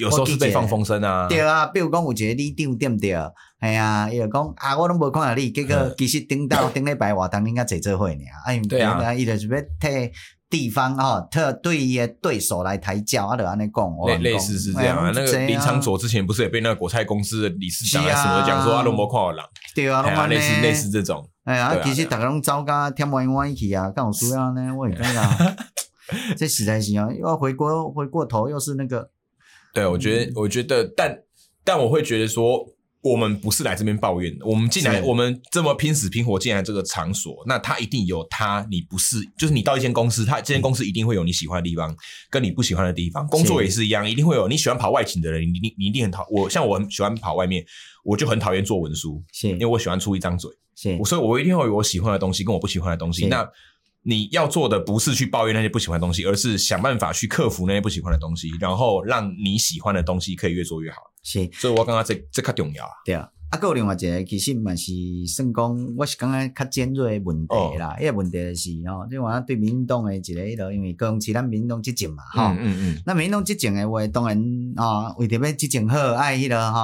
[SPEAKER 2] 有时候是被放风声啊。
[SPEAKER 1] 对啊，比如讲有一个李长对不对？哎呀，伊就讲啊，我拢无看到你，结果其实顶到顶礼拜活动应该坐做伙尔，啊，
[SPEAKER 2] 嗯对啊
[SPEAKER 1] 伊就是要替地方吼，特对伊的对手来抬轿，啊，就安尼讲，我
[SPEAKER 2] 类
[SPEAKER 1] 跟你
[SPEAKER 2] 类
[SPEAKER 1] 讲哎
[SPEAKER 2] 似是这样啊。那个林长，佐之前不是也被那个国泰公司的理事长
[SPEAKER 1] 是啊
[SPEAKER 2] 什么讲说阿龙摩跨狼，
[SPEAKER 1] 对啊，
[SPEAKER 2] 哎
[SPEAKER 1] 拢
[SPEAKER 2] 呀
[SPEAKER 1] 安尼
[SPEAKER 2] 类似类似这种，
[SPEAKER 1] 哎呀，
[SPEAKER 2] 对
[SPEAKER 1] 啊
[SPEAKER 2] 啊
[SPEAKER 1] 其实
[SPEAKER 2] 对啊
[SPEAKER 1] 大家拢走甲天歪歪去啊，敢有需要呢？我也感 觉，这实在是啊，要回过回过头又是那个，
[SPEAKER 2] 对我觉得我觉得，但但我会觉得说。我们不是来这边抱怨的，我们进来，
[SPEAKER 1] 是
[SPEAKER 2] 我们这么拼死拼活进来这个场所，那他一定有他你不是，就是你到一间公司，他这间公司一定会有你喜欢的地方，跟你不喜欢的地方。工作也是一样，一定会有你喜欢跑外勤的人，你你你一定很讨我，像我很喜欢跑外面，我就很讨厌做文书，
[SPEAKER 1] 是
[SPEAKER 2] 因为我喜欢出一张嘴。
[SPEAKER 1] 是
[SPEAKER 2] 我所以我一定会有我喜欢的东西跟我不喜欢的东西。
[SPEAKER 1] 是
[SPEAKER 2] 那你要做的不是去抱怨那些不喜欢的东西，而是想办法去克服那些不喜欢的东西，然后让你喜欢的东西可以越做越好。
[SPEAKER 1] 是，
[SPEAKER 2] 所以我刚刚这这较重要啊。
[SPEAKER 1] 对啊。啊，还有另外一个其实嘛是算讲，我是感觉较尖锐的问题啦。迄、个问题是吼，即话对民进党的一个迄落，因为高雄市咱民进党执政嘛，吼、
[SPEAKER 2] 嗯嗯
[SPEAKER 1] 那民进党执政的话，当然哦，为着要执政好，爱迄落吼，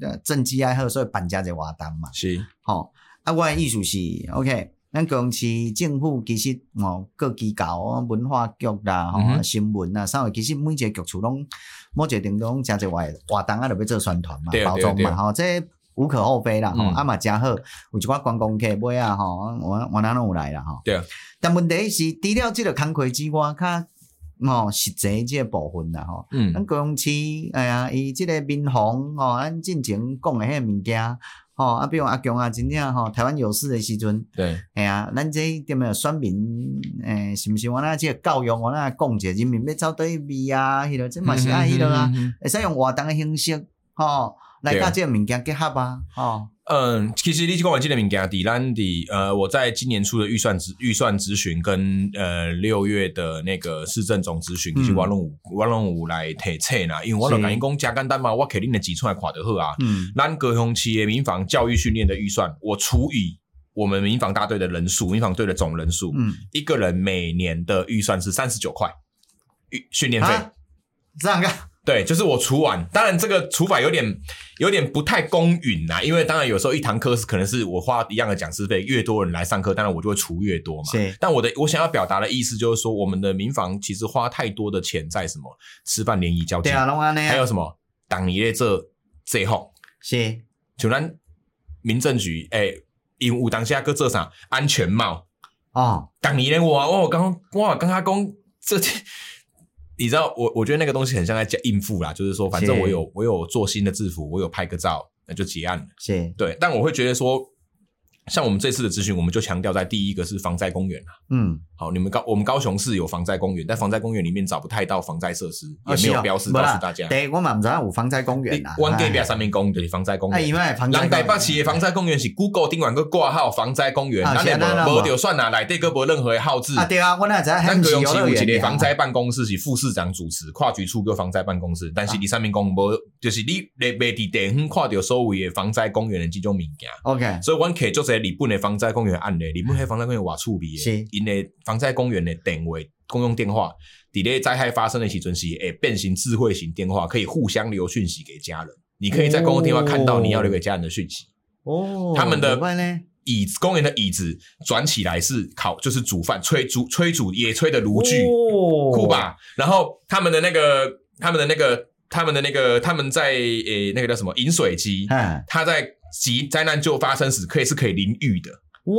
[SPEAKER 1] 呃政绩爱好，所以办遮个活动嘛。
[SPEAKER 2] 是，
[SPEAKER 1] 吼、啊，我的意思是，OK，咱高雄市政府其实哦，各机构、文化局啦、吼、
[SPEAKER 2] 嗯哼
[SPEAKER 1] 新闻啊，啥货，其实每一个局处拢某一个程度拢诚侪活活动啊，就要做宣传嘛
[SPEAKER 2] 对、啊
[SPEAKER 1] 包装
[SPEAKER 2] 对啊对
[SPEAKER 1] 嘛，
[SPEAKER 2] 啊
[SPEAKER 1] 吼、这。无可厚非啦，吼、
[SPEAKER 2] 嗯
[SPEAKER 1] 啊嘛真好，有一寡观光客买啊，吼，我我哪拢有来啦，吼。
[SPEAKER 2] 对啊。
[SPEAKER 1] 但问题是，除了即个工课之外，较吼实际即个部分啦，吼，咱
[SPEAKER 2] 嗯，
[SPEAKER 1] 高雄市，哎呀，伊即个民防吼，咱进前讲诶迄个物件，吼，啊，比如阿强啊，真正吼，台湾有事诶时阵，
[SPEAKER 2] 对，
[SPEAKER 1] 哎呀，咱这点么选民，诶、是毋是我那即个教育，我那讲者人民要走对味啊，迄落，这嘛是爱迄落啊，
[SPEAKER 2] 嗯。嗯嗯嗯
[SPEAKER 1] 会使用活动诶形式，吼、来甲即个物件结合啊，吼、
[SPEAKER 2] 嗯，其实你讲我记得名家迪兰迪，呃，我在今年初的预算咨预算咨询跟呃六月的那个市政总咨询，
[SPEAKER 1] 嗯
[SPEAKER 2] 其实我拢有我拢有来提册啦，因为我就
[SPEAKER 1] 是
[SPEAKER 2] 甲因讲，加简单嘛，我肯定的挤出来看得好啊。
[SPEAKER 1] 嗯，
[SPEAKER 2] 咱高雄企业民防教育训练的预算，我除以我们民防大队的人数，民防队的总人数，
[SPEAKER 1] 嗯，
[SPEAKER 2] 一个人每年的预算是三十九块，预训练费。
[SPEAKER 1] 啊，这样个，啊
[SPEAKER 2] 对，就是我除完，当然这个除法有点有点不太公允啊啦，因为当然有时候一堂课是可能是我花一样的讲师费，越多人来上课，当然我就会除越多嘛。
[SPEAKER 1] 是
[SPEAKER 2] 但我的我想要表达的意思就是说，我们的民防其实花太多的钱在什么吃饭、联谊、交际，
[SPEAKER 1] 对啊，拢安尼
[SPEAKER 2] 还有
[SPEAKER 1] 啊，
[SPEAKER 2] 什么党你列这这后，
[SPEAKER 1] 是，
[SPEAKER 2] 像咱民政局，诶、因有当下搁做啥安全帽？
[SPEAKER 1] 哦，
[SPEAKER 2] 当年咧，我我刚我刚刚讲这，你知道我我觉得那个东西很像在讲应付啦，就是说反正
[SPEAKER 1] 是
[SPEAKER 2] 我有我有做新的制服，我有拍个照，那就结案了。
[SPEAKER 1] 是，
[SPEAKER 2] 对，但我会觉得说，像我们这次的咨询，我们就强调在第一个是防灾公园啦。啊
[SPEAKER 1] 嗯，
[SPEAKER 2] 好，你们高我们高雄市有防灾公园，但防灾公园里面找不太到防灾设施，
[SPEAKER 1] 哦
[SPEAKER 2] 也没
[SPEAKER 1] 是
[SPEAKER 2] 有
[SPEAKER 1] 哦
[SPEAKER 2] 标示
[SPEAKER 1] 没
[SPEAKER 2] 告
[SPEAKER 1] 啦
[SPEAKER 2] 诉大家。
[SPEAKER 1] 对，我嘛毋知影有防灾公园啦，
[SPEAKER 2] 湾隔壁
[SPEAKER 1] 哎
[SPEAKER 2] 三面公园就是防灾公
[SPEAKER 1] 啊，
[SPEAKER 2] 园
[SPEAKER 1] 因。为防
[SPEAKER 2] 人
[SPEAKER 1] 灾
[SPEAKER 2] 台
[SPEAKER 1] 公
[SPEAKER 2] 北
[SPEAKER 1] 园
[SPEAKER 2] 市的防灾公园是 Google 顶管个挂号防灾公园，
[SPEAKER 1] 啊
[SPEAKER 2] 咱
[SPEAKER 1] 是
[SPEAKER 2] 也
[SPEAKER 1] 啊咱也
[SPEAKER 2] 无无
[SPEAKER 1] 无
[SPEAKER 2] 就算啦，内底个无任何的号字。
[SPEAKER 1] 啊，对啊，我那知影
[SPEAKER 2] 咱
[SPEAKER 1] 迄毋
[SPEAKER 2] 高
[SPEAKER 1] 是
[SPEAKER 2] 雄
[SPEAKER 1] 游
[SPEAKER 2] 市
[SPEAKER 1] 乐
[SPEAKER 2] 有一
[SPEAKER 1] 园啊
[SPEAKER 2] 个
[SPEAKER 1] 尔
[SPEAKER 2] 防灾办公室是副市长主持，跨局处个防灾办公室，但是第三面公无，就是你袂袂伫地方看到所谓的防灾公园的这种物件。
[SPEAKER 1] OK，
[SPEAKER 2] 所以，阮客做者日本的防灾公园的案例，日本迄防灾公园偌趣味
[SPEAKER 1] 是
[SPEAKER 2] 的，因的防灾公园的电话公用电话，伫咧灾害发生的时阵是会变形智慧型电话，可以互相留讯息给家人。你可以在公用电话看到你要留给家人的讯息。
[SPEAKER 1] 哦，
[SPEAKER 2] 他们的
[SPEAKER 1] 怎么办呢？
[SPEAKER 2] 椅子，公园的椅子转起来是烤，就是煮饭、吹煮、吹煮野炊的炉具，
[SPEAKER 1] 哦
[SPEAKER 2] 酷？吧？然后他们的那个、他们的那个、他们的那个、他们在诶、那个叫什么饮水机，
[SPEAKER 1] 嗯，
[SPEAKER 2] 它在急灾难救发生时可以是可以淋浴的，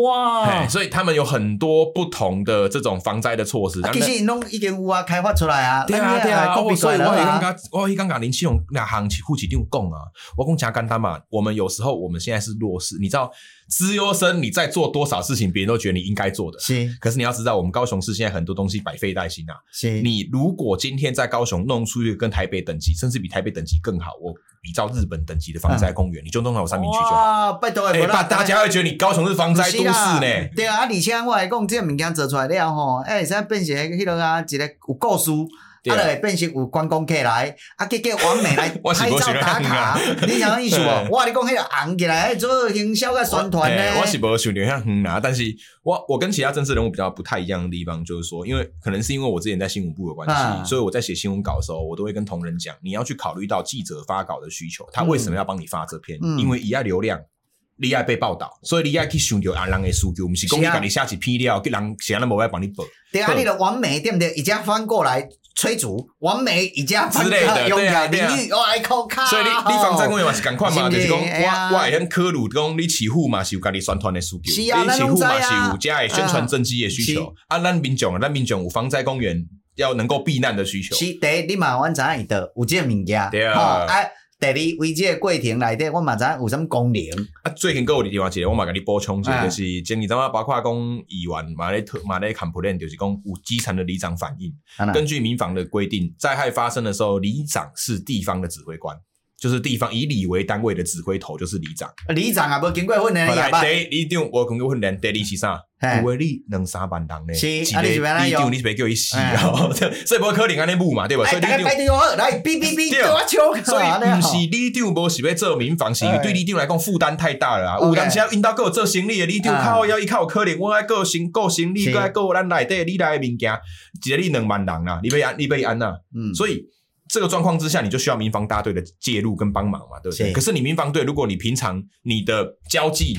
[SPEAKER 1] 哇啊
[SPEAKER 2] 嘿，所以他们有很多不同的这种防灾的措施。
[SPEAKER 1] 啊
[SPEAKER 2] 然后
[SPEAKER 1] 其
[SPEAKER 2] 呢
[SPEAKER 1] 实因拢已经有啊，开发出来啊，
[SPEAKER 2] 对啊，
[SPEAKER 1] 咱
[SPEAKER 2] 对
[SPEAKER 1] 也来
[SPEAKER 2] 啊，
[SPEAKER 1] copy
[SPEAKER 2] 我所以
[SPEAKER 1] 过来
[SPEAKER 2] 我
[SPEAKER 1] 了
[SPEAKER 2] 也
[SPEAKER 1] 啊
[SPEAKER 2] 刚刚，我也刚刚林信勇那行副局长讲啊，我讲加干单嘛，我们有时候我们现在是弱势，你知道资优生你在做多少事情，别人都觉得你应该做的。
[SPEAKER 1] 是
[SPEAKER 2] 可是你要知道，我们高雄市现在很多东西百废待兴啊。
[SPEAKER 1] 是，
[SPEAKER 2] 你如果今天在高雄弄出一个跟台北等级，甚至比台北等级更好，我比照日本等级的防灾公园，你就弄到我三明区就好。
[SPEAKER 1] 哇，拜托
[SPEAKER 2] 哎、
[SPEAKER 1] 诶，
[SPEAKER 2] 大大家会觉得你高雄是防灾都市呢。
[SPEAKER 1] 对啊，啊，而且我来讲，这个物件做出来了吼，哎，会使变成迄落啊，一个有故事，
[SPEAKER 2] 对
[SPEAKER 1] 啊，
[SPEAKER 2] 啊
[SPEAKER 1] 就会变成有观光客来，啊，结果完美来
[SPEAKER 2] 我是
[SPEAKER 1] 拍
[SPEAKER 2] 没
[SPEAKER 1] 照
[SPEAKER 2] 想到
[SPEAKER 1] 打
[SPEAKER 2] 这样
[SPEAKER 1] 卡
[SPEAKER 2] 啊，
[SPEAKER 1] 你想意思
[SPEAKER 2] 对
[SPEAKER 1] 无？我跟你讲，迄个红起来，那做营销甲宣传
[SPEAKER 2] 哎
[SPEAKER 1] 呢
[SPEAKER 2] 我，是没有想流向很啊，但是我我跟其他政治人物比较不太一样的地方，就是说，因为可能是因为我之前在新闻部的关系，
[SPEAKER 1] 啊
[SPEAKER 2] 所以我在写新闻稿的时候，我都会跟同仁讲，你要去考虑到记者发稿的需求，他为什么要帮你发这篇？
[SPEAKER 1] 嗯
[SPEAKER 2] 因为一爱流量。你爱被报道，所以你爱去想着啊人的需求，不是讲
[SPEAKER 1] 是
[SPEAKER 2] 你
[SPEAKER 1] 啊
[SPEAKER 2] 把你下起批料，给人谁那无爱帮你报
[SPEAKER 1] 对啊，
[SPEAKER 2] 对
[SPEAKER 1] 你的完美对不对？一家翻过来催足，完美一家翻
[SPEAKER 2] 之类 的
[SPEAKER 1] 用
[SPEAKER 2] 对啊对啊
[SPEAKER 1] 领域我来靠卡，
[SPEAKER 2] 所以你你防站工员嘛是赶快
[SPEAKER 1] 是
[SPEAKER 2] 嘛，
[SPEAKER 1] 不
[SPEAKER 2] 就是是讲
[SPEAKER 1] 哎呀
[SPEAKER 2] 我我会晓科鲁讲你起户嘛是有家己宣传的需求，
[SPEAKER 1] 是啊
[SPEAKER 2] 你起户
[SPEAKER 1] 咱拢
[SPEAKER 2] 嘛
[SPEAKER 1] 知啊
[SPEAKER 2] 是有家的宣传政绩的需求，啊，咱民众咱民众有防灾公园要能够避难的需求，
[SPEAKER 1] 是第一，你嘛阮知影伊的有即个物件，
[SPEAKER 2] 对啊
[SPEAKER 1] 吼啊，第二，为即个过程内底，我嘛知影有什么功能，
[SPEAKER 2] 啊，最近还有另外一个我嘛甲你补充一下，
[SPEAKER 1] 哎
[SPEAKER 2] 就是前几阵啊，包括讲议员嘛咧特嘛咧 complain，就是讲有基层的里长反映，
[SPEAKER 1] 啊呐
[SPEAKER 2] 根据民防的规定，灾害发生的时候，里长是地方的指挥官。就是地方以里为单位的指挥头就是里长，
[SPEAKER 1] 里长也无经过训练，
[SPEAKER 2] 本
[SPEAKER 1] 伊也捌，
[SPEAKER 2] 来第一，一定我讲过训练，第二是啥？
[SPEAKER 1] 嘿
[SPEAKER 2] 有诶，你两三万人呢，
[SPEAKER 1] 是
[SPEAKER 2] 一
[SPEAKER 1] 啊
[SPEAKER 2] 个
[SPEAKER 1] 你是要怎样
[SPEAKER 2] 里
[SPEAKER 1] 用
[SPEAKER 2] 长你是袂叫伊死 哦，所以无可能安尼舞嘛，对吧？
[SPEAKER 1] 哎，
[SPEAKER 2] 所以里
[SPEAKER 1] 大家
[SPEAKER 2] 长
[SPEAKER 1] 排，队好，来，哔哔哔，
[SPEAKER 2] 对啊
[SPEAKER 1] 叫我抢卡，
[SPEAKER 2] 所
[SPEAKER 1] 这
[SPEAKER 2] 以
[SPEAKER 1] 样
[SPEAKER 2] 毋
[SPEAKER 1] 吼
[SPEAKER 2] 是里长无是要做民房，是
[SPEAKER 1] 哎
[SPEAKER 2] 对里长来讲负担太大了啊。
[SPEAKER 1] OK
[SPEAKER 2] 有当时啊，因兜有做生理诶，里长
[SPEAKER 1] 啊
[SPEAKER 2] 靠要伊靠可能，我爱顾生顾生理，
[SPEAKER 1] 是
[SPEAKER 2] 搁爱顾咱内底里内诶物件，一个你两万人啊啦，你要安你要安呐，
[SPEAKER 1] 嗯，
[SPEAKER 2] 所以。这个状况之下，你就需要民防大队的介入跟帮忙嘛，对不对？
[SPEAKER 1] 是
[SPEAKER 2] 可是你民防队，如果你平常你的交际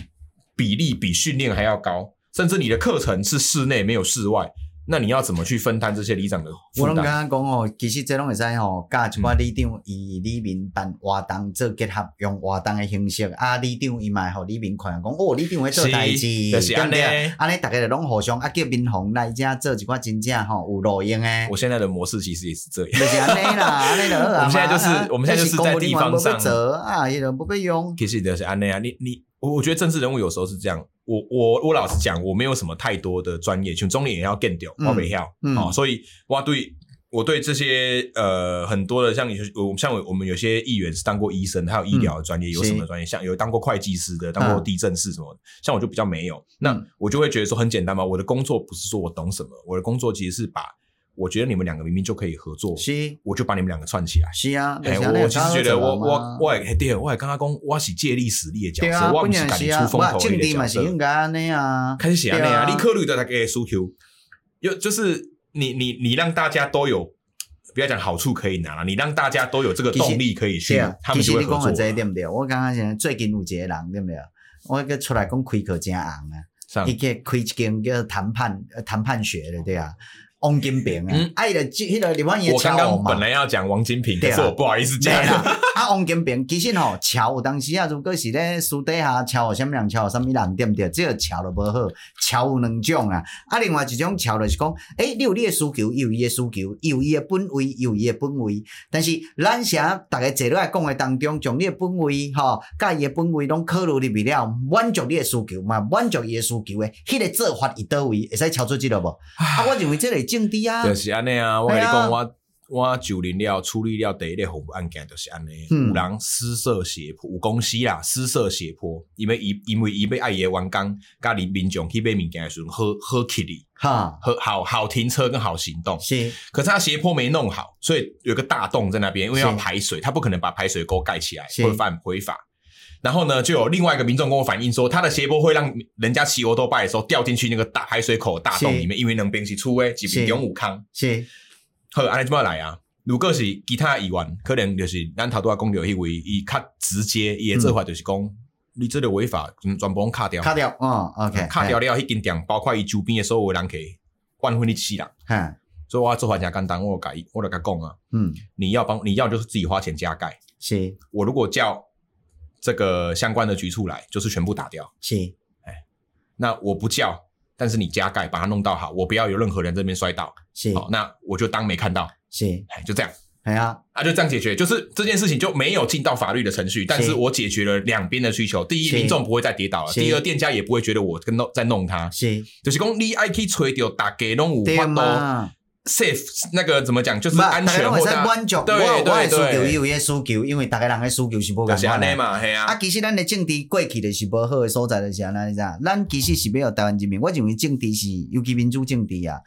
[SPEAKER 2] 比例比训练还要高，甚至你的课程是室内没有室外，那你要怎么去分摊这些里长的
[SPEAKER 1] 我
[SPEAKER 2] 负
[SPEAKER 1] 拢刚
[SPEAKER 2] 担？嗯
[SPEAKER 1] 刚讲吼，其实这拢会使吼，教一寡里长以里面办活动做结合，用活动的形式啊，里长伊嘛，互里面看讲，哦，里长会做代志，
[SPEAKER 2] 是就是
[SPEAKER 1] 对不对
[SPEAKER 2] 安尼？
[SPEAKER 1] 安尼大家就拢互相啊，叫民红来遮做一寡真正吼有路 用诶
[SPEAKER 2] 我。现在的模式其实也是这样。
[SPEAKER 1] 就是安尼啦，安尼就好啊。
[SPEAKER 2] 我们现在就是
[SPEAKER 1] 啊
[SPEAKER 2] 我们现在就是在地方上
[SPEAKER 1] 那是公务人员没被责啊，伊就不被用。
[SPEAKER 2] 其实就是安内啊，你你，我我觉得政治人物有时候是这样。我我我老实讲，我没有什么太多的专业，像中年也要更掉，
[SPEAKER 1] 嗯
[SPEAKER 2] 我没要、
[SPEAKER 1] 嗯
[SPEAKER 2] 哦，所以我对我对这些呃很多的像你我像我我们有些议员是当过医生，还有医疗的专业，有什么
[SPEAKER 1] 嗯
[SPEAKER 2] 专业？像有当过会计师的，当过地震师什么的，像我就比较没有。那
[SPEAKER 1] 嗯
[SPEAKER 2] 我就会觉得说很简单嘛，我的工作不是说我懂什么，我的工作其实是把我觉得你们两个明明就可以合作，
[SPEAKER 1] 是
[SPEAKER 2] 我就把你们两个串起来。
[SPEAKER 1] 是啊，就
[SPEAKER 2] 哎、
[SPEAKER 1] 是安尼
[SPEAKER 2] 我其实觉得我
[SPEAKER 1] 有当
[SPEAKER 2] 我
[SPEAKER 1] 好
[SPEAKER 2] 我也哎对，我也刚刚讲我是借力使力的角
[SPEAKER 1] 啊对
[SPEAKER 2] 色，
[SPEAKER 1] 啊，
[SPEAKER 2] 我
[SPEAKER 1] 本
[SPEAKER 2] 不是
[SPEAKER 1] 来
[SPEAKER 2] 敢
[SPEAKER 1] 是
[SPEAKER 2] 出
[SPEAKER 1] 啊，
[SPEAKER 2] 风
[SPEAKER 1] 我
[SPEAKER 2] 头的
[SPEAKER 1] 政
[SPEAKER 2] 一
[SPEAKER 1] 治
[SPEAKER 2] 个
[SPEAKER 1] 嘛
[SPEAKER 2] 角
[SPEAKER 1] 是
[SPEAKER 2] 色
[SPEAKER 1] 应。该安尼啊。
[SPEAKER 2] 开始写那
[SPEAKER 1] 对
[SPEAKER 2] 样，
[SPEAKER 1] 啊
[SPEAKER 2] 你考虑到大家的需求，有就是你你你让大家都有，不要讲好处可以拿了，你让大家都有这个动力可以去
[SPEAKER 1] 对啊，，
[SPEAKER 2] 他
[SPEAKER 1] 其
[SPEAKER 2] 们
[SPEAKER 1] 实
[SPEAKER 2] 就会
[SPEAKER 1] 你
[SPEAKER 2] 合
[SPEAKER 1] 讲
[SPEAKER 2] 作
[SPEAKER 1] 的。这对不对？我刚刚想最近有一个人对不对？我个出来讲开口真红啊，
[SPEAKER 2] 上
[SPEAKER 1] 伊个开一间叫谈判呃谈判学的对啊，王金平啊
[SPEAKER 2] 嗯，
[SPEAKER 1] 啊伊就迄个刘欢也
[SPEAKER 2] 我刚
[SPEAKER 1] 敲
[SPEAKER 2] 刚
[SPEAKER 1] 嘛
[SPEAKER 2] 本。来要讲王金平，
[SPEAKER 1] 对
[SPEAKER 2] 可
[SPEAKER 1] 啊
[SPEAKER 2] 是我不好意 思
[SPEAKER 1] 对
[SPEAKER 2] 讲。
[SPEAKER 1] 啦，啊，王金平其实吼，超有当时啊，如果是咧私底下超有啥物人，超有啥物人，对毋对？这个超就无好，超有两种啊。啊，另外一种超就是讲，诶、你有你的需求，伊有伊的需求，伊有伊的本位，伊有伊的本位。但是咱是啊，逐个坐落来讲的当中，将你的本位吼，甲伊的本位拢考虑入去了，满足你的需求嘛，满足伊的需求的，迄、个做法伊倒位，会使超出即个无？啊，我认为这个是政治啊。
[SPEAKER 2] 就是安尼啊，我跟你
[SPEAKER 1] 对啊
[SPEAKER 2] 讲，我我九零了处理了第一类红案件就是安尼，
[SPEAKER 1] 嗯
[SPEAKER 2] 有人施舍胁迫，有公司啦施舍胁迫，因为伊因为伊要爱伊的员工，甲民民众去买物件的时阵，好好起哩，
[SPEAKER 1] 哈，
[SPEAKER 2] 好好好停车跟好行动。
[SPEAKER 1] 是，
[SPEAKER 2] 可是他斜坡没弄好，所以有个大洞在那边，因为要
[SPEAKER 1] 是
[SPEAKER 2] 排水，他不可能把排水沟盖起来，
[SPEAKER 1] 是
[SPEAKER 2] 会犯违法。然后呢，就有另外一个民众跟我反映说，他的斜坡会让人家骑欧多拜的时候掉进去那个大排水口的大洞
[SPEAKER 1] 是
[SPEAKER 2] 里面，因为两边是粗诶，几
[SPEAKER 1] 是
[SPEAKER 2] 边永武康。
[SPEAKER 1] 是，
[SPEAKER 2] 好，安尼即摆来啊。如果是其他议员，可能就是咱头拄仔讲着迄位，伊较直接，伊诶做法就是讲，你即个违法，全全部拢嗯卡掉，嗯
[SPEAKER 1] 卡掉，哦，OK，
[SPEAKER 2] 卡掉了，迄间店包括伊周边诶所有的人客，万分之七人。
[SPEAKER 1] 嘿，嘿，
[SPEAKER 2] 所以我的做法诚简单，我甲伊，我就甲讲啊，
[SPEAKER 1] 嗯。
[SPEAKER 2] 你要帮你要就是自己花钱加盖，
[SPEAKER 1] 是
[SPEAKER 2] 我如果叫这个相关的局处来，就是全部打掉。
[SPEAKER 1] 是，
[SPEAKER 2] 那我不叫，但是你加盖把它弄到好，我不要有任何人这边摔倒，
[SPEAKER 1] 是
[SPEAKER 2] 好，那我就当没看到，
[SPEAKER 1] 是，
[SPEAKER 2] 哎，就这样。
[SPEAKER 1] 系啊，
[SPEAKER 2] 啊，就这样解决，就是这件事情就没有进到法律的程序，但是我解决了两边的需求。第一，
[SPEAKER 1] 是
[SPEAKER 2] 民众不会再跌倒了；
[SPEAKER 1] 是
[SPEAKER 2] 第二，店家也不会觉得我跟弄在弄他。
[SPEAKER 1] 是，
[SPEAKER 2] 就是讲，你爱去吹掉大家拢有
[SPEAKER 1] 对啊
[SPEAKER 2] 法度
[SPEAKER 1] 嘛，
[SPEAKER 2] safe 那个怎么讲，就是
[SPEAKER 1] 不
[SPEAKER 2] 安全
[SPEAKER 1] 大家
[SPEAKER 2] 或者
[SPEAKER 1] 拢会使满足，
[SPEAKER 2] 对
[SPEAKER 1] 我有我的需
[SPEAKER 2] 对
[SPEAKER 1] 求，伊
[SPEAKER 2] 对，
[SPEAKER 1] 有伊的需求，因为大家人的需求是无共
[SPEAKER 2] 就是
[SPEAKER 1] 款
[SPEAKER 2] 安
[SPEAKER 1] 的
[SPEAKER 2] 尼。嘛，嘿
[SPEAKER 1] 啊，
[SPEAKER 2] 啊，
[SPEAKER 1] 其实咱的政治过去就是无好的所在，就是安尼你知影咱其实是要台湾人民，我认为政治是尤其民主政治啊，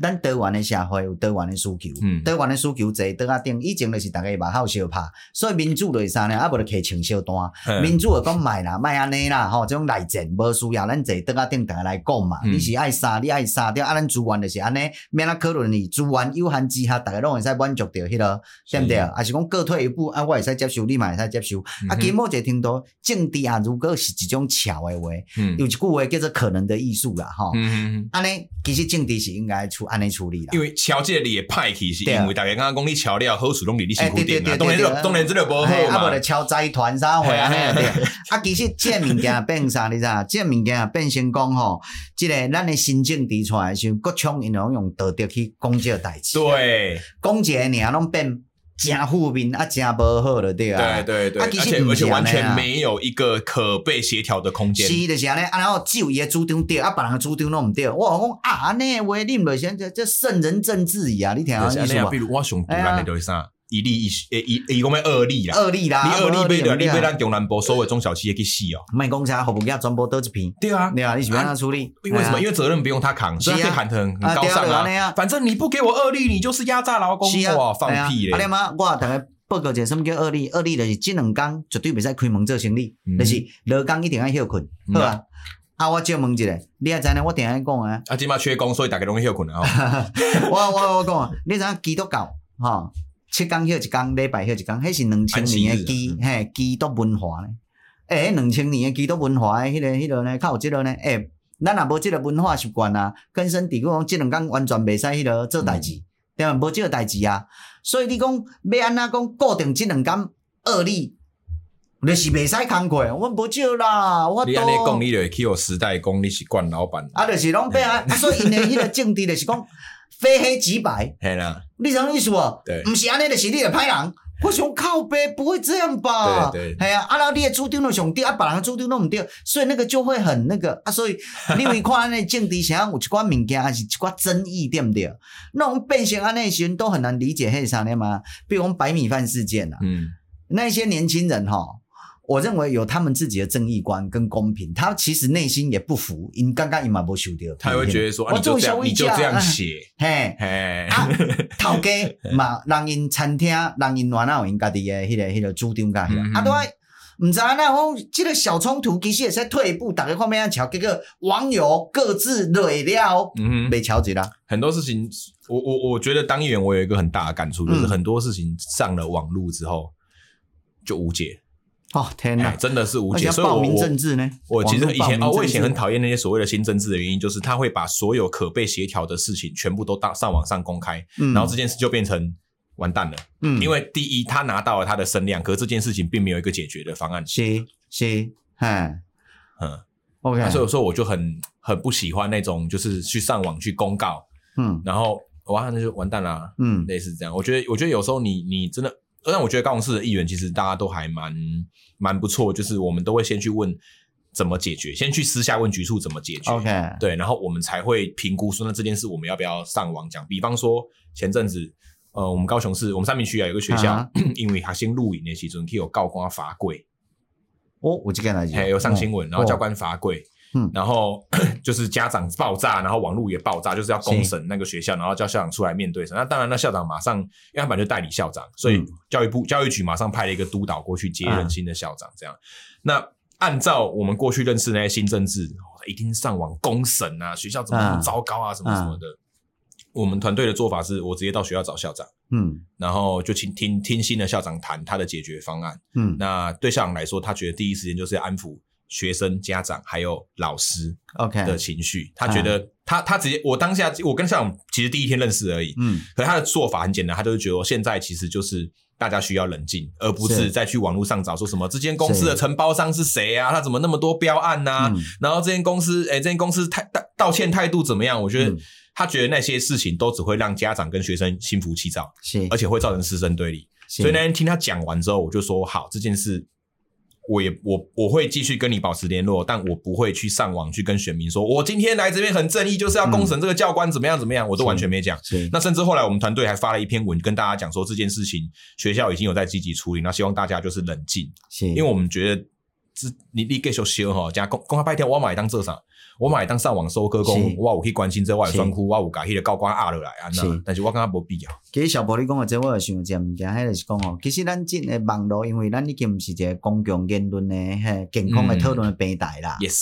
[SPEAKER 1] 咱台湾的社会有台湾的需求，
[SPEAKER 2] 嗯
[SPEAKER 1] 台湾的需求侪桌仔顶，以前就是逐个目口相拍，所以民主就是啥呢？啊，无就摕情小单，
[SPEAKER 2] 嗯
[SPEAKER 1] 民主就讲卖啦，卖安尼啦，吼，这种内政无需要，咱坐桌仔顶逐个来讲嘛。
[SPEAKER 2] 嗯
[SPEAKER 1] 你是爱啥，你爱啥，对啊，咱资源就是安尼，免啊讨论你资源有限之下，逐个拢会使满足着迄落，对毋对？
[SPEAKER 2] 是
[SPEAKER 1] 啊，是讲各退一步，啊，我会使接受，你嘛会使接受。啊，
[SPEAKER 2] 嗯哼
[SPEAKER 1] 其某一个程度，政治啊，如果是一种巧的话，
[SPEAKER 2] 嗯
[SPEAKER 1] 有一句话叫做可能的艺术啦，吼。
[SPEAKER 2] 嗯。
[SPEAKER 1] 安尼其实政治是应该处安尼处理啦
[SPEAKER 2] 因。为桥这里也派去，
[SPEAKER 1] 啊
[SPEAKER 2] 是
[SPEAKER 1] 对啊
[SPEAKER 2] 因为大家刚刚讲你桥了好处拢你你辛苦
[SPEAKER 1] 哎对
[SPEAKER 2] 点
[SPEAKER 1] 对
[SPEAKER 2] 啊，
[SPEAKER 1] 对
[SPEAKER 2] 当然
[SPEAKER 1] 对
[SPEAKER 2] 这个
[SPEAKER 1] 对
[SPEAKER 2] 当然这个不好
[SPEAKER 1] 嘿啊，无
[SPEAKER 2] 嘛
[SPEAKER 1] 就，超财团啥货啊？
[SPEAKER 2] 嘿啊
[SPEAKER 1] 嘿对啊，其实这物件变 啥，你知影？这物件变成讲吼，即个咱的新政治出来的时候，各种因拢用道德去讲即个代志，啊
[SPEAKER 2] 对
[SPEAKER 1] 讲一个尔拢变真负面啊，真无好了，对啊
[SPEAKER 2] 对。对对，
[SPEAKER 1] 啊
[SPEAKER 2] 而
[SPEAKER 1] 其实
[SPEAKER 2] 且
[SPEAKER 1] 不
[SPEAKER 2] 而
[SPEAKER 1] 是
[SPEAKER 2] 且完
[SPEAKER 1] 这样
[SPEAKER 2] 全
[SPEAKER 1] 啊
[SPEAKER 2] 没有一个可被协调的空间，
[SPEAKER 1] 是就是安尼，啊，然后只有伊的主张对，啊，别人的主张拢毋对。我讲啊，安尼的话，你毋就先这这圣人政治伊啊，你听我
[SPEAKER 2] 就是
[SPEAKER 1] 意
[SPEAKER 2] 安
[SPEAKER 1] 思
[SPEAKER 2] 尼啊
[SPEAKER 1] 无
[SPEAKER 2] 比？如我上突
[SPEAKER 1] 哎
[SPEAKER 2] 然
[SPEAKER 1] 呀
[SPEAKER 2] 的就是啥，一例一诶一一共咩二例啦，
[SPEAKER 1] 恶例啦，
[SPEAKER 2] 啊你二例被
[SPEAKER 1] 对
[SPEAKER 2] 的，你被咱中南部所有中小企业去死哦，
[SPEAKER 1] 卖讲啥，服务业全部倒一片，
[SPEAKER 2] 对啊。
[SPEAKER 1] 对啊，你是要安怎处理？
[SPEAKER 2] 因为什么？
[SPEAKER 1] 哎呀
[SPEAKER 2] 因为责任不用他扛，所以他可以喊得很
[SPEAKER 1] 啊
[SPEAKER 2] 很高尚
[SPEAKER 1] 对啊对啊
[SPEAKER 2] 啊。反正你不给我二例，你就是压榨劳工
[SPEAKER 1] 是啊，
[SPEAKER 2] 哇！放
[SPEAKER 1] 哎
[SPEAKER 2] 屁
[SPEAKER 1] 呀啊，你
[SPEAKER 2] 嘞！
[SPEAKER 1] 妈，我大概报告一下，什么叫恶例？恶例就是这两天绝对袂使开门做生意，
[SPEAKER 2] 嗯
[SPEAKER 1] 就是落工一定要休困，
[SPEAKER 2] 嗯
[SPEAKER 1] 好啊。啊，我借问一下，你也知呢？我定爱讲啊，
[SPEAKER 2] 啊，今嘛缺工，所以大家容易休困啊。
[SPEAKER 1] 我我我讲啊，你知影基督教吼、七天休一天，礼拜休一天，迄是两千年的基
[SPEAKER 2] 安息
[SPEAKER 1] 嘿基督文化呢。诶、欸，两千年的基督文化的迄、个迄、个呢，较有即个呢，诶、咱若无即个文化习惯啊，根深蒂固讲，即两天完全袂使迄个做代
[SPEAKER 2] 嗯
[SPEAKER 1] 志，对吧？无即个代志啊，所以你讲要安那讲固定即两天恶例，就是袂使工过，我无少啦，我
[SPEAKER 2] 你安尼
[SPEAKER 1] 都
[SPEAKER 2] 讲，。你就会去有时代讲你是惯老板。
[SPEAKER 1] 啊，就是拢变啊，啊所以因的迄个政治就是讲非黑即白，
[SPEAKER 2] 嘿啦，
[SPEAKER 1] 你什么意思哦？
[SPEAKER 2] 对
[SPEAKER 1] 唔是安尼，就是你会歹人。我想靠背不会这样吧？
[SPEAKER 2] 对对
[SPEAKER 1] 系啊，啊，然后你的主张都上对，啊，别人的主张都唔对，所以那个就会很那个啊，所以你会看安尼政治上有一寡物件，还是一寡争议，对不对？那种变成安尼的时候都很难理解，迄啥呢嘛？比如讲白米饭事件啊，
[SPEAKER 2] 嗯，
[SPEAKER 1] 那些年轻人哈，我认为有他们自己的正义观跟公平，他其实内心也不服，因刚刚伊嘛无受到，
[SPEAKER 2] 他会觉得说，啊，
[SPEAKER 1] 我
[SPEAKER 2] 你就
[SPEAKER 1] 做
[SPEAKER 2] 这
[SPEAKER 1] 消
[SPEAKER 2] 样，
[SPEAKER 1] 费
[SPEAKER 2] 你就
[SPEAKER 1] 者
[SPEAKER 2] 这样
[SPEAKER 1] 啊
[SPEAKER 2] 写，
[SPEAKER 1] 嘿。
[SPEAKER 2] 嘿，
[SPEAKER 1] 啊，头 家嘛，人因餐厅，人因原来有因家己诶迄个迄个主张甲迄
[SPEAKER 2] 嗯嗯
[SPEAKER 1] 个，啊，都爱毋知那讲即个小冲突其实会使退一步，逐个看咩啊瞧，结果网友各自累了，
[SPEAKER 2] 嗯哼，
[SPEAKER 1] 被瞧一啦，
[SPEAKER 2] 很多事情，我我我觉得当议员，我有一个很大的感触，就是
[SPEAKER 1] 嗯
[SPEAKER 2] 很多事情上了网络之后就无解，
[SPEAKER 1] 哦天
[SPEAKER 2] 哎
[SPEAKER 1] 哪，
[SPEAKER 2] 真的是无
[SPEAKER 1] 而且
[SPEAKER 2] 解。所以
[SPEAKER 1] 报
[SPEAKER 2] 我
[SPEAKER 1] 名
[SPEAKER 2] 我
[SPEAKER 1] 政治呢，
[SPEAKER 2] 我其实以前哦，
[SPEAKER 1] 网络报名政治
[SPEAKER 2] 我以前很讨厌那些所谓的新政治的原因，就是他会把所有可被协调的事情全部都到上网上公开，
[SPEAKER 1] 嗯
[SPEAKER 2] 然后这件事就变成完蛋了。
[SPEAKER 1] 嗯
[SPEAKER 2] 因为第一，他拿到了他的声量，可是这件事情并没有一个解决的方案。
[SPEAKER 1] 是是，嘿
[SPEAKER 2] 嗯，
[SPEAKER 1] ，OK，
[SPEAKER 2] 所以说我就很很不喜欢那种就是去上网去公告，
[SPEAKER 1] 嗯
[SPEAKER 2] 然后哇，那就完蛋啦、
[SPEAKER 1] 嗯
[SPEAKER 2] 类似这样。我觉得，我觉得有时候你你真的，但我觉得高雄市的议员其实大家都还蛮蛮不错，就是我们都会先去问怎么解决，先去私下问局处怎么解决。
[SPEAKER 1] ，OK，
[SPEAKER 2] 对，然后我们才会评估说，那这件事我们要不要上网讲？比方说前阵子，呃，我们高雄市我们三明区啊有一个学校，
[SPEAKER 1] 啊
[SPEAKER 2] 因为他先录影的时阵，去有告官罚跪，
[SPEAKER 1] 我哦有即个代志，
[SPEAKER 2] 还有上新闻，然后教官罚跪，
[SPEAKER 1] 嗯
[SPEAKER 2] 然后 就是家长爆炸，然后网络也爆炸，就是要公审那个学校，然后叫校长出来面对审。那当然，那校长马上，因为他本来就代理校长，所以
[SPEAKER 1] 嗯
[SPEAKER 2] 教育部教育局马上派了一个督导过去接任新的校长，这样。那按照我们过去认识那些新政治，哦一定上网公审啊，学校怎么那么
[SPEAKER 1] 嗯
[SPEAKER 2] 糟糕啊，什么什么的。我们团队的做法是我直接到学校找校长，
[SPEAKER 1] 嗯
[SPEAKER 2] 然后就听听听新的校长谈他的解决方案。
[SPEAKER 1] 嗯
[SPEAKER 2] 那对校长来说，他觉得第一时间就是要安抚学生、家长还有老师
[SPEAKER 1] ，OK，
[SPEAKER 2] 的情绪。他
[SPEAKER 1] 哎
[SPEAKER 2] 觉得他他直接，我当下我跟校长其实第一天认识而已，
[SPEAKER 1] 嗯
[SPEAKER 2] 可是他的做法很简单，他就是觉得现在其实就是。大家需要冷静，而不
[SPEAKER 1] 是
[SPEAKER 2] 是再去网络上找说什么这间公司的承包商是谁啊？他怎么那么多标案呐、
[SPEAKER 1] 嗯
[SPEAKER 2] 然后这间公司，哎、这间公司态道道歉态度怎么样？我觉得
[SPEAKER 1] 嗯
[SPEAKER 2] 他觉得那些事情都只会让家长跟学生心浮气躁，
[SPEAKER 1] 是
[SPEAKER 2] 而，且会造成师生对立。
[SPEAKER 1] 所
[SPEAKER 2] 所以那天听他讲完之后，我就说好，这件事我也我我会继续跟你保持联络，但我不会去上网去跟选民说，我今天来这边很正义，就是要公审这个教官怎么样怎么样，我都完全没讲。
[SPEAKER 1] 是
[SPEAKER 2] 那甚至后来我们团队还发了一篇文跟大家讲说这件事情，学校已经有在积极处理，那希望大家就是冷静，
[SPEAKER 1] 是，
[SPEAKER 2] 因为我们觉得这你你继续修吼，加公公开拜天，我买当做啥？我买当上网收割工
[SPEAKER 1] 是，
[SPEAKER 2] 我有去关心这我有专区，我有把迄个高官压落来啊，
[SPEAKER 1] 是
[SPEAKER 2] 那但是我感觉无必要。
[SPEAKER 1] 其实小波你讲的这，我有想一件物件，迄就是讲哦，其实咱真诶网络，因为咱已经毋是一个公共言论诶嘿健康诶
[SPEAKER 2] 嗯
[SPEAKER 1] 讨论诶平台啦，
[SPEAKER 2] Yes，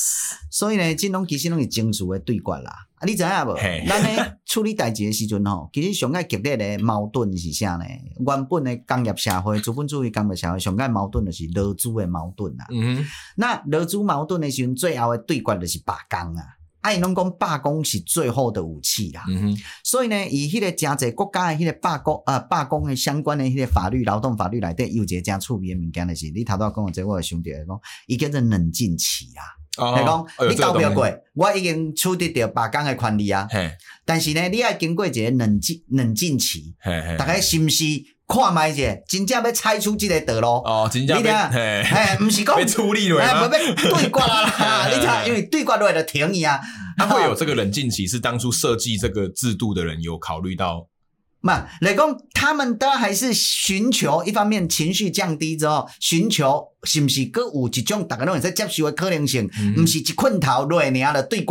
[SPEAKER 1] 所以呢，真拢其实拢是情绪诶对决啦。啊，你知影无
[SPEAKER 2] 嘿？
[SPEAKER 1] 咱咧处理代志诶时阵吼，其实上个激烈诶矛盾是啥呢？原本诶工业社会、资本主义工业社会上个矛盾就是劳资诶矛盾啦。
[SPEAKER 2] 嗯哼，
[SPEAKER 1] 那劳资矛盾诶时阵，最后诶对决就是罢工啊。啊，伊拢讲罢工是最后的武器啊啦。
[SPEAKER 2] 嗯哼，
[SPEAKER 1] 所以呢，以迄个真侪国家的迄个罢工啊、罢工的相关的迄个法律、劳动法律内底，有一个真趣味的物件就是，你头拄仔讲的这个，我有想到讲，伊叫做冷静期啊，
[SPEAKER 2] 哦
[SPEAKER 1] 就讲、
[SPEAKER 2] 哎呦
[SPEAKER 1] 你
[SPEAKER 2] 这个
[SPEAKER 1] 投票
[SPEAKER 2] 东
[SPEAKER 1] 过
[SPEAKER 2] 西，
[SPEAKER 1] 我已经取得着罢工的权利啊，
[SPEAKER 2] 嘿，
[SPEAKER 1] 但是呢，你要经过一个冷静冷静期，
[SPEAKER 2] 嘿嘿，
[SPEAKER 1] 大家是不是看卖者，真正要猜出这个道路？
[SPEAKER 2] 哦，真正
[SPEAKER 1] 你
[SPEAKER 2] 被
[SPEAKER 1] 等下
[SPEAKER 2] 嘿
[SPEAKER 1] 哎、不是讲
[SPEAKER 2] 被。处理了
[SPEAKER 1] 哎，
[SPEAKER 2] 吗
[SPEAKER 1] 不？要对决啊 啦！你知，因为对决落就停伊啊。
[SPEAKER 2] 他会有这个冷静期，是当初设计这个制度的人有考虑到，
[SPEAKER 1] 嘛，来讲，他们都还是寻求一方面情绪降低之后，寻求是不是搁有一种大家拢会使接受的可能性，
[SPEAKER 2] 嗯
[SPEAKER 1] 毋、是一困头落尔就对决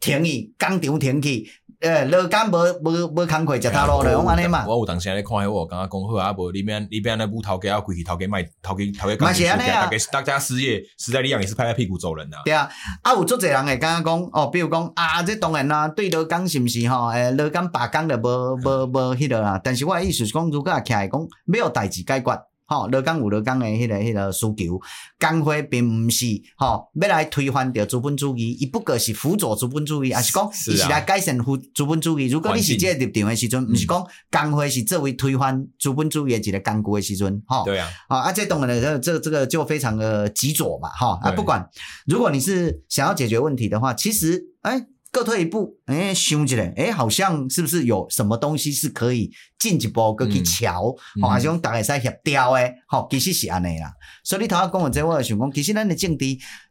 [SPEAKER 1] 停去，工厂停去，呃，劳工无无无工课，食头路就讲安尼嘛，
[SPEAKER 2] 哎哦我有当时安尼看，我刚刚讲好啊，无你边你边那舞头给要规去头给卖头给头给
[SPEAKER 1] 嘛是安尼啊
[SPEAKER 2] 大家大家失业，时代力量也是拍拍屁股走人呐、啊。
[SPEAKER 1] 对啊。啊，有足侪人会感觉讲，哦，比如讲啊，这当然啦、对劳工是毋是吼，诶、劳工罢工就无无无迄落啦。但是我的意思是讲，如果徛来讲，没有代志解决。吼，劳工有劳工的迄、个迄、个需求，工会并毋是吼、要来推翻着资本主义，伊不过是辅佐资本主义，还是讲
[SPEAKER 2] 是
[SPEAKER 1] 伊
[SPEAKER 2] 啊
[SPEAKER 1] 是来改善辅资本主义。如果你是
[SPEAKER 2] 环境
[SPEAKER 1] 这个立场的时阵，毋是讲工会是作为推翻资本主义的一个工具的时阵，吼、
[SPEAKER 2] 对啊，
[SPEAKER 1] 啊啊，这懂了，这这这个就非常的极左嘛，哈啊，
[SPEAKER 2] 对
[SPEAKER 1] 不管，如果你是想要解决问题的话，其实哎，各退一步，哎，想起来，哎，好像是不是有什么东西是可以进一步搁去瞧，
[SPEAKER 2] 嗯
[SPEAKER 1] 哦，
[SPEAKER 2] 嗯
[SPEAKER 1] 还是讲大家使协调的，吼，其实是安尼啦。所以你头先讲的这，我就想讲，其实咱的政治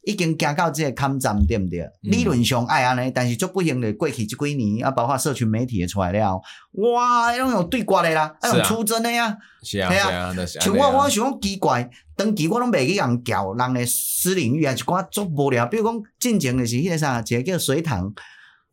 [SPEAKER 1] 已经行到这个坎站，对不对？
[SPEAKER 2] 嗯
[SPEAKER 1] 理论上爱安尼，但是就不行的过去这几年啊，包括社群媒体也出来了，哇，那种有对挂的啦，那
[SPEAKER 2] 是
[SPEAKER 1] 种
[SPEAKER 2] 啊
[SPEAKER 1] 出征的呀、
[SPEAKER 2] 是啊，
[SPEAKER 1] 对
[SPEAKER 2] 是
[SPEAKER 1] 啊
[SPEAKER 2] 啊，那是啊。
[SPEAKER 1] 像我，我想讲奇怪，长期我拢袂去人教人诶私领域啊，一寡足无聊。比如讲，进前就是迄个啥，一个叫水塘，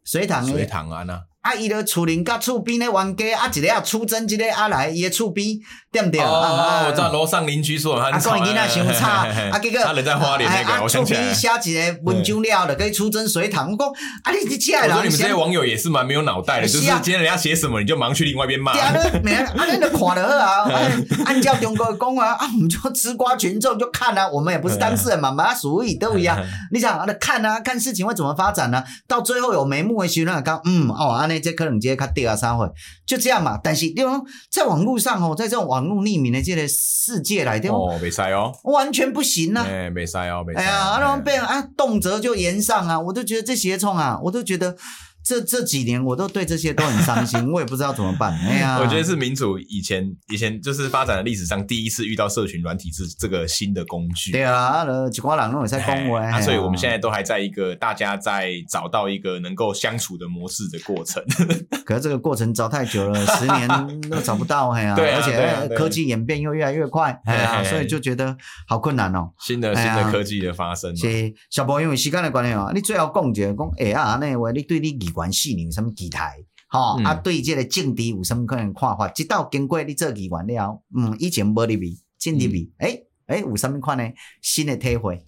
[SPEAKER 1] 水塘
[SPEAKER 2] 水
[SPEAKER 1] 诶，
[SPEAKER 2] 塘啊那，
[SPEAKER 1] 啊，伊咧厝邻甲厝边咧冤家，啊，一个啊出征，一个啊来伊诶厝边，对毋对？啊
[SPEAKER 2] 哦，我知道。楼上邻居说很
[SPEAKER 1] 啊，
[SPEAKER 2] 吵
[SPEAKER 1] 讲伊囡仔 伤差，
[SPEAKER 2] 嘿嘿嘿
[SPEAKER 1] 啊，结果
[SPEAKER 2] 他人在花莲那
[SPEAKER 1] 哎
[SPEAKER 2] 个，
[SPEAKER 1] 啊
[SPEAKER 2] 我想起来了。
[SPEAKER 1] 厝边写一个文章了，就可以出征水塘。我讲，啊，你你这
[SPEAKER 2] 我
[SPEAKER 1] 人，
[SPEAKER 2] 说你们这些网友也是蛮没有脑袋的，就是
[SPEAKER 1] 是啊
[SPEAKER 2] 今天人家写什么，你就忙去另外一边骂
[SPEAKER 1] 对。啊，你每啊，你就看就好啊。啊按照中国的讲啊，啊，我们就吃瓜群众就看啊，我们也不是当事人嘛，嘛属于都一 样。你想，啊，就看啊，看事情会怎么发展呢、到最后有眉目的时候，刚嗯哦，啊，那这可能这较对啊，啥会就这样嘛。但是，你讲在网络上哦，在这种网络匿名的这个世界来，对吧？
[SPEAKER 2] 哦，没塞哦，
[SPEAKER 1] 完全不行啊。
[SPEAKER 2] 哎，没塞哦，没塞。
[SPEAKER 1] 哎呀，啊，然后被啊动辄就延上啊，我都觉得这些冲啊，我都觉得这这几年我都对这些都很伤心，我也不知道怎么办。哎呀，
[SPEAKER 2] 我觉得是民主以前以前就是发展的历史上第一次遇到社群软体这这个新的工具。
[SPEAKER 1] 对啊，呃，一寡人拢会使讲话。哦
[SPEAKER 2] 哎啊，所以我们现在都还在一个大家在找到一个能够相处的模式的过程。
[SPEAKER 1] 在，可是这个过程找太久 了，十年都找不到，嘿啊，
[SPEAKER 2] 对啊
[SPEAKER 1] 而且
[SPEAKER 2] 对啊对啊
[SPEAKER 1] 科技演变又越来越快，哎呀，
[SPEAKER 2] 嘿嘿
[SPEAKER 1] 所以就觉得好困难哦。
[SPEAKER 2] 新的
[SPEAKER 1] 哎
[SPEAKER 2] 新
[SPEAKER 1] 呀
[SPEAKER 2] 的科技的发生嘛，
[SPEAKER 1] 是小博，因为时间的关系哦，你最后讲一下，讲哎啊，那话你对你议员四年有什么期待？吼、
[SPEAKER 2] 嗯
[SPEAKER 1] 啊，对这个政治有什么可能看法？直到经过你做议员了，嗯，以前无入味，进入味，
[SPEAKER 2] 嗯
[SPEAKER 1] 诶诶，有什么款呢？新的体会？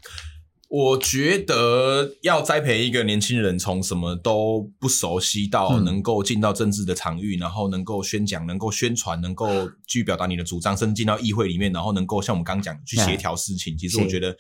[SPEAKER 2] 我觉得要栽培一个年轻人，从什么都不熟悉到
[SPEAKER 1] 嗯
[SPEAKER 2] 能够进到政治的场域，然后能够宣讲、能够宣传、能够去表达你的主张，甚至进到议会里面，然后能够像我们刚刚讲的去协调事情。其实
[SPEAKER 1] 是
[SPEAKER 2] 我觉得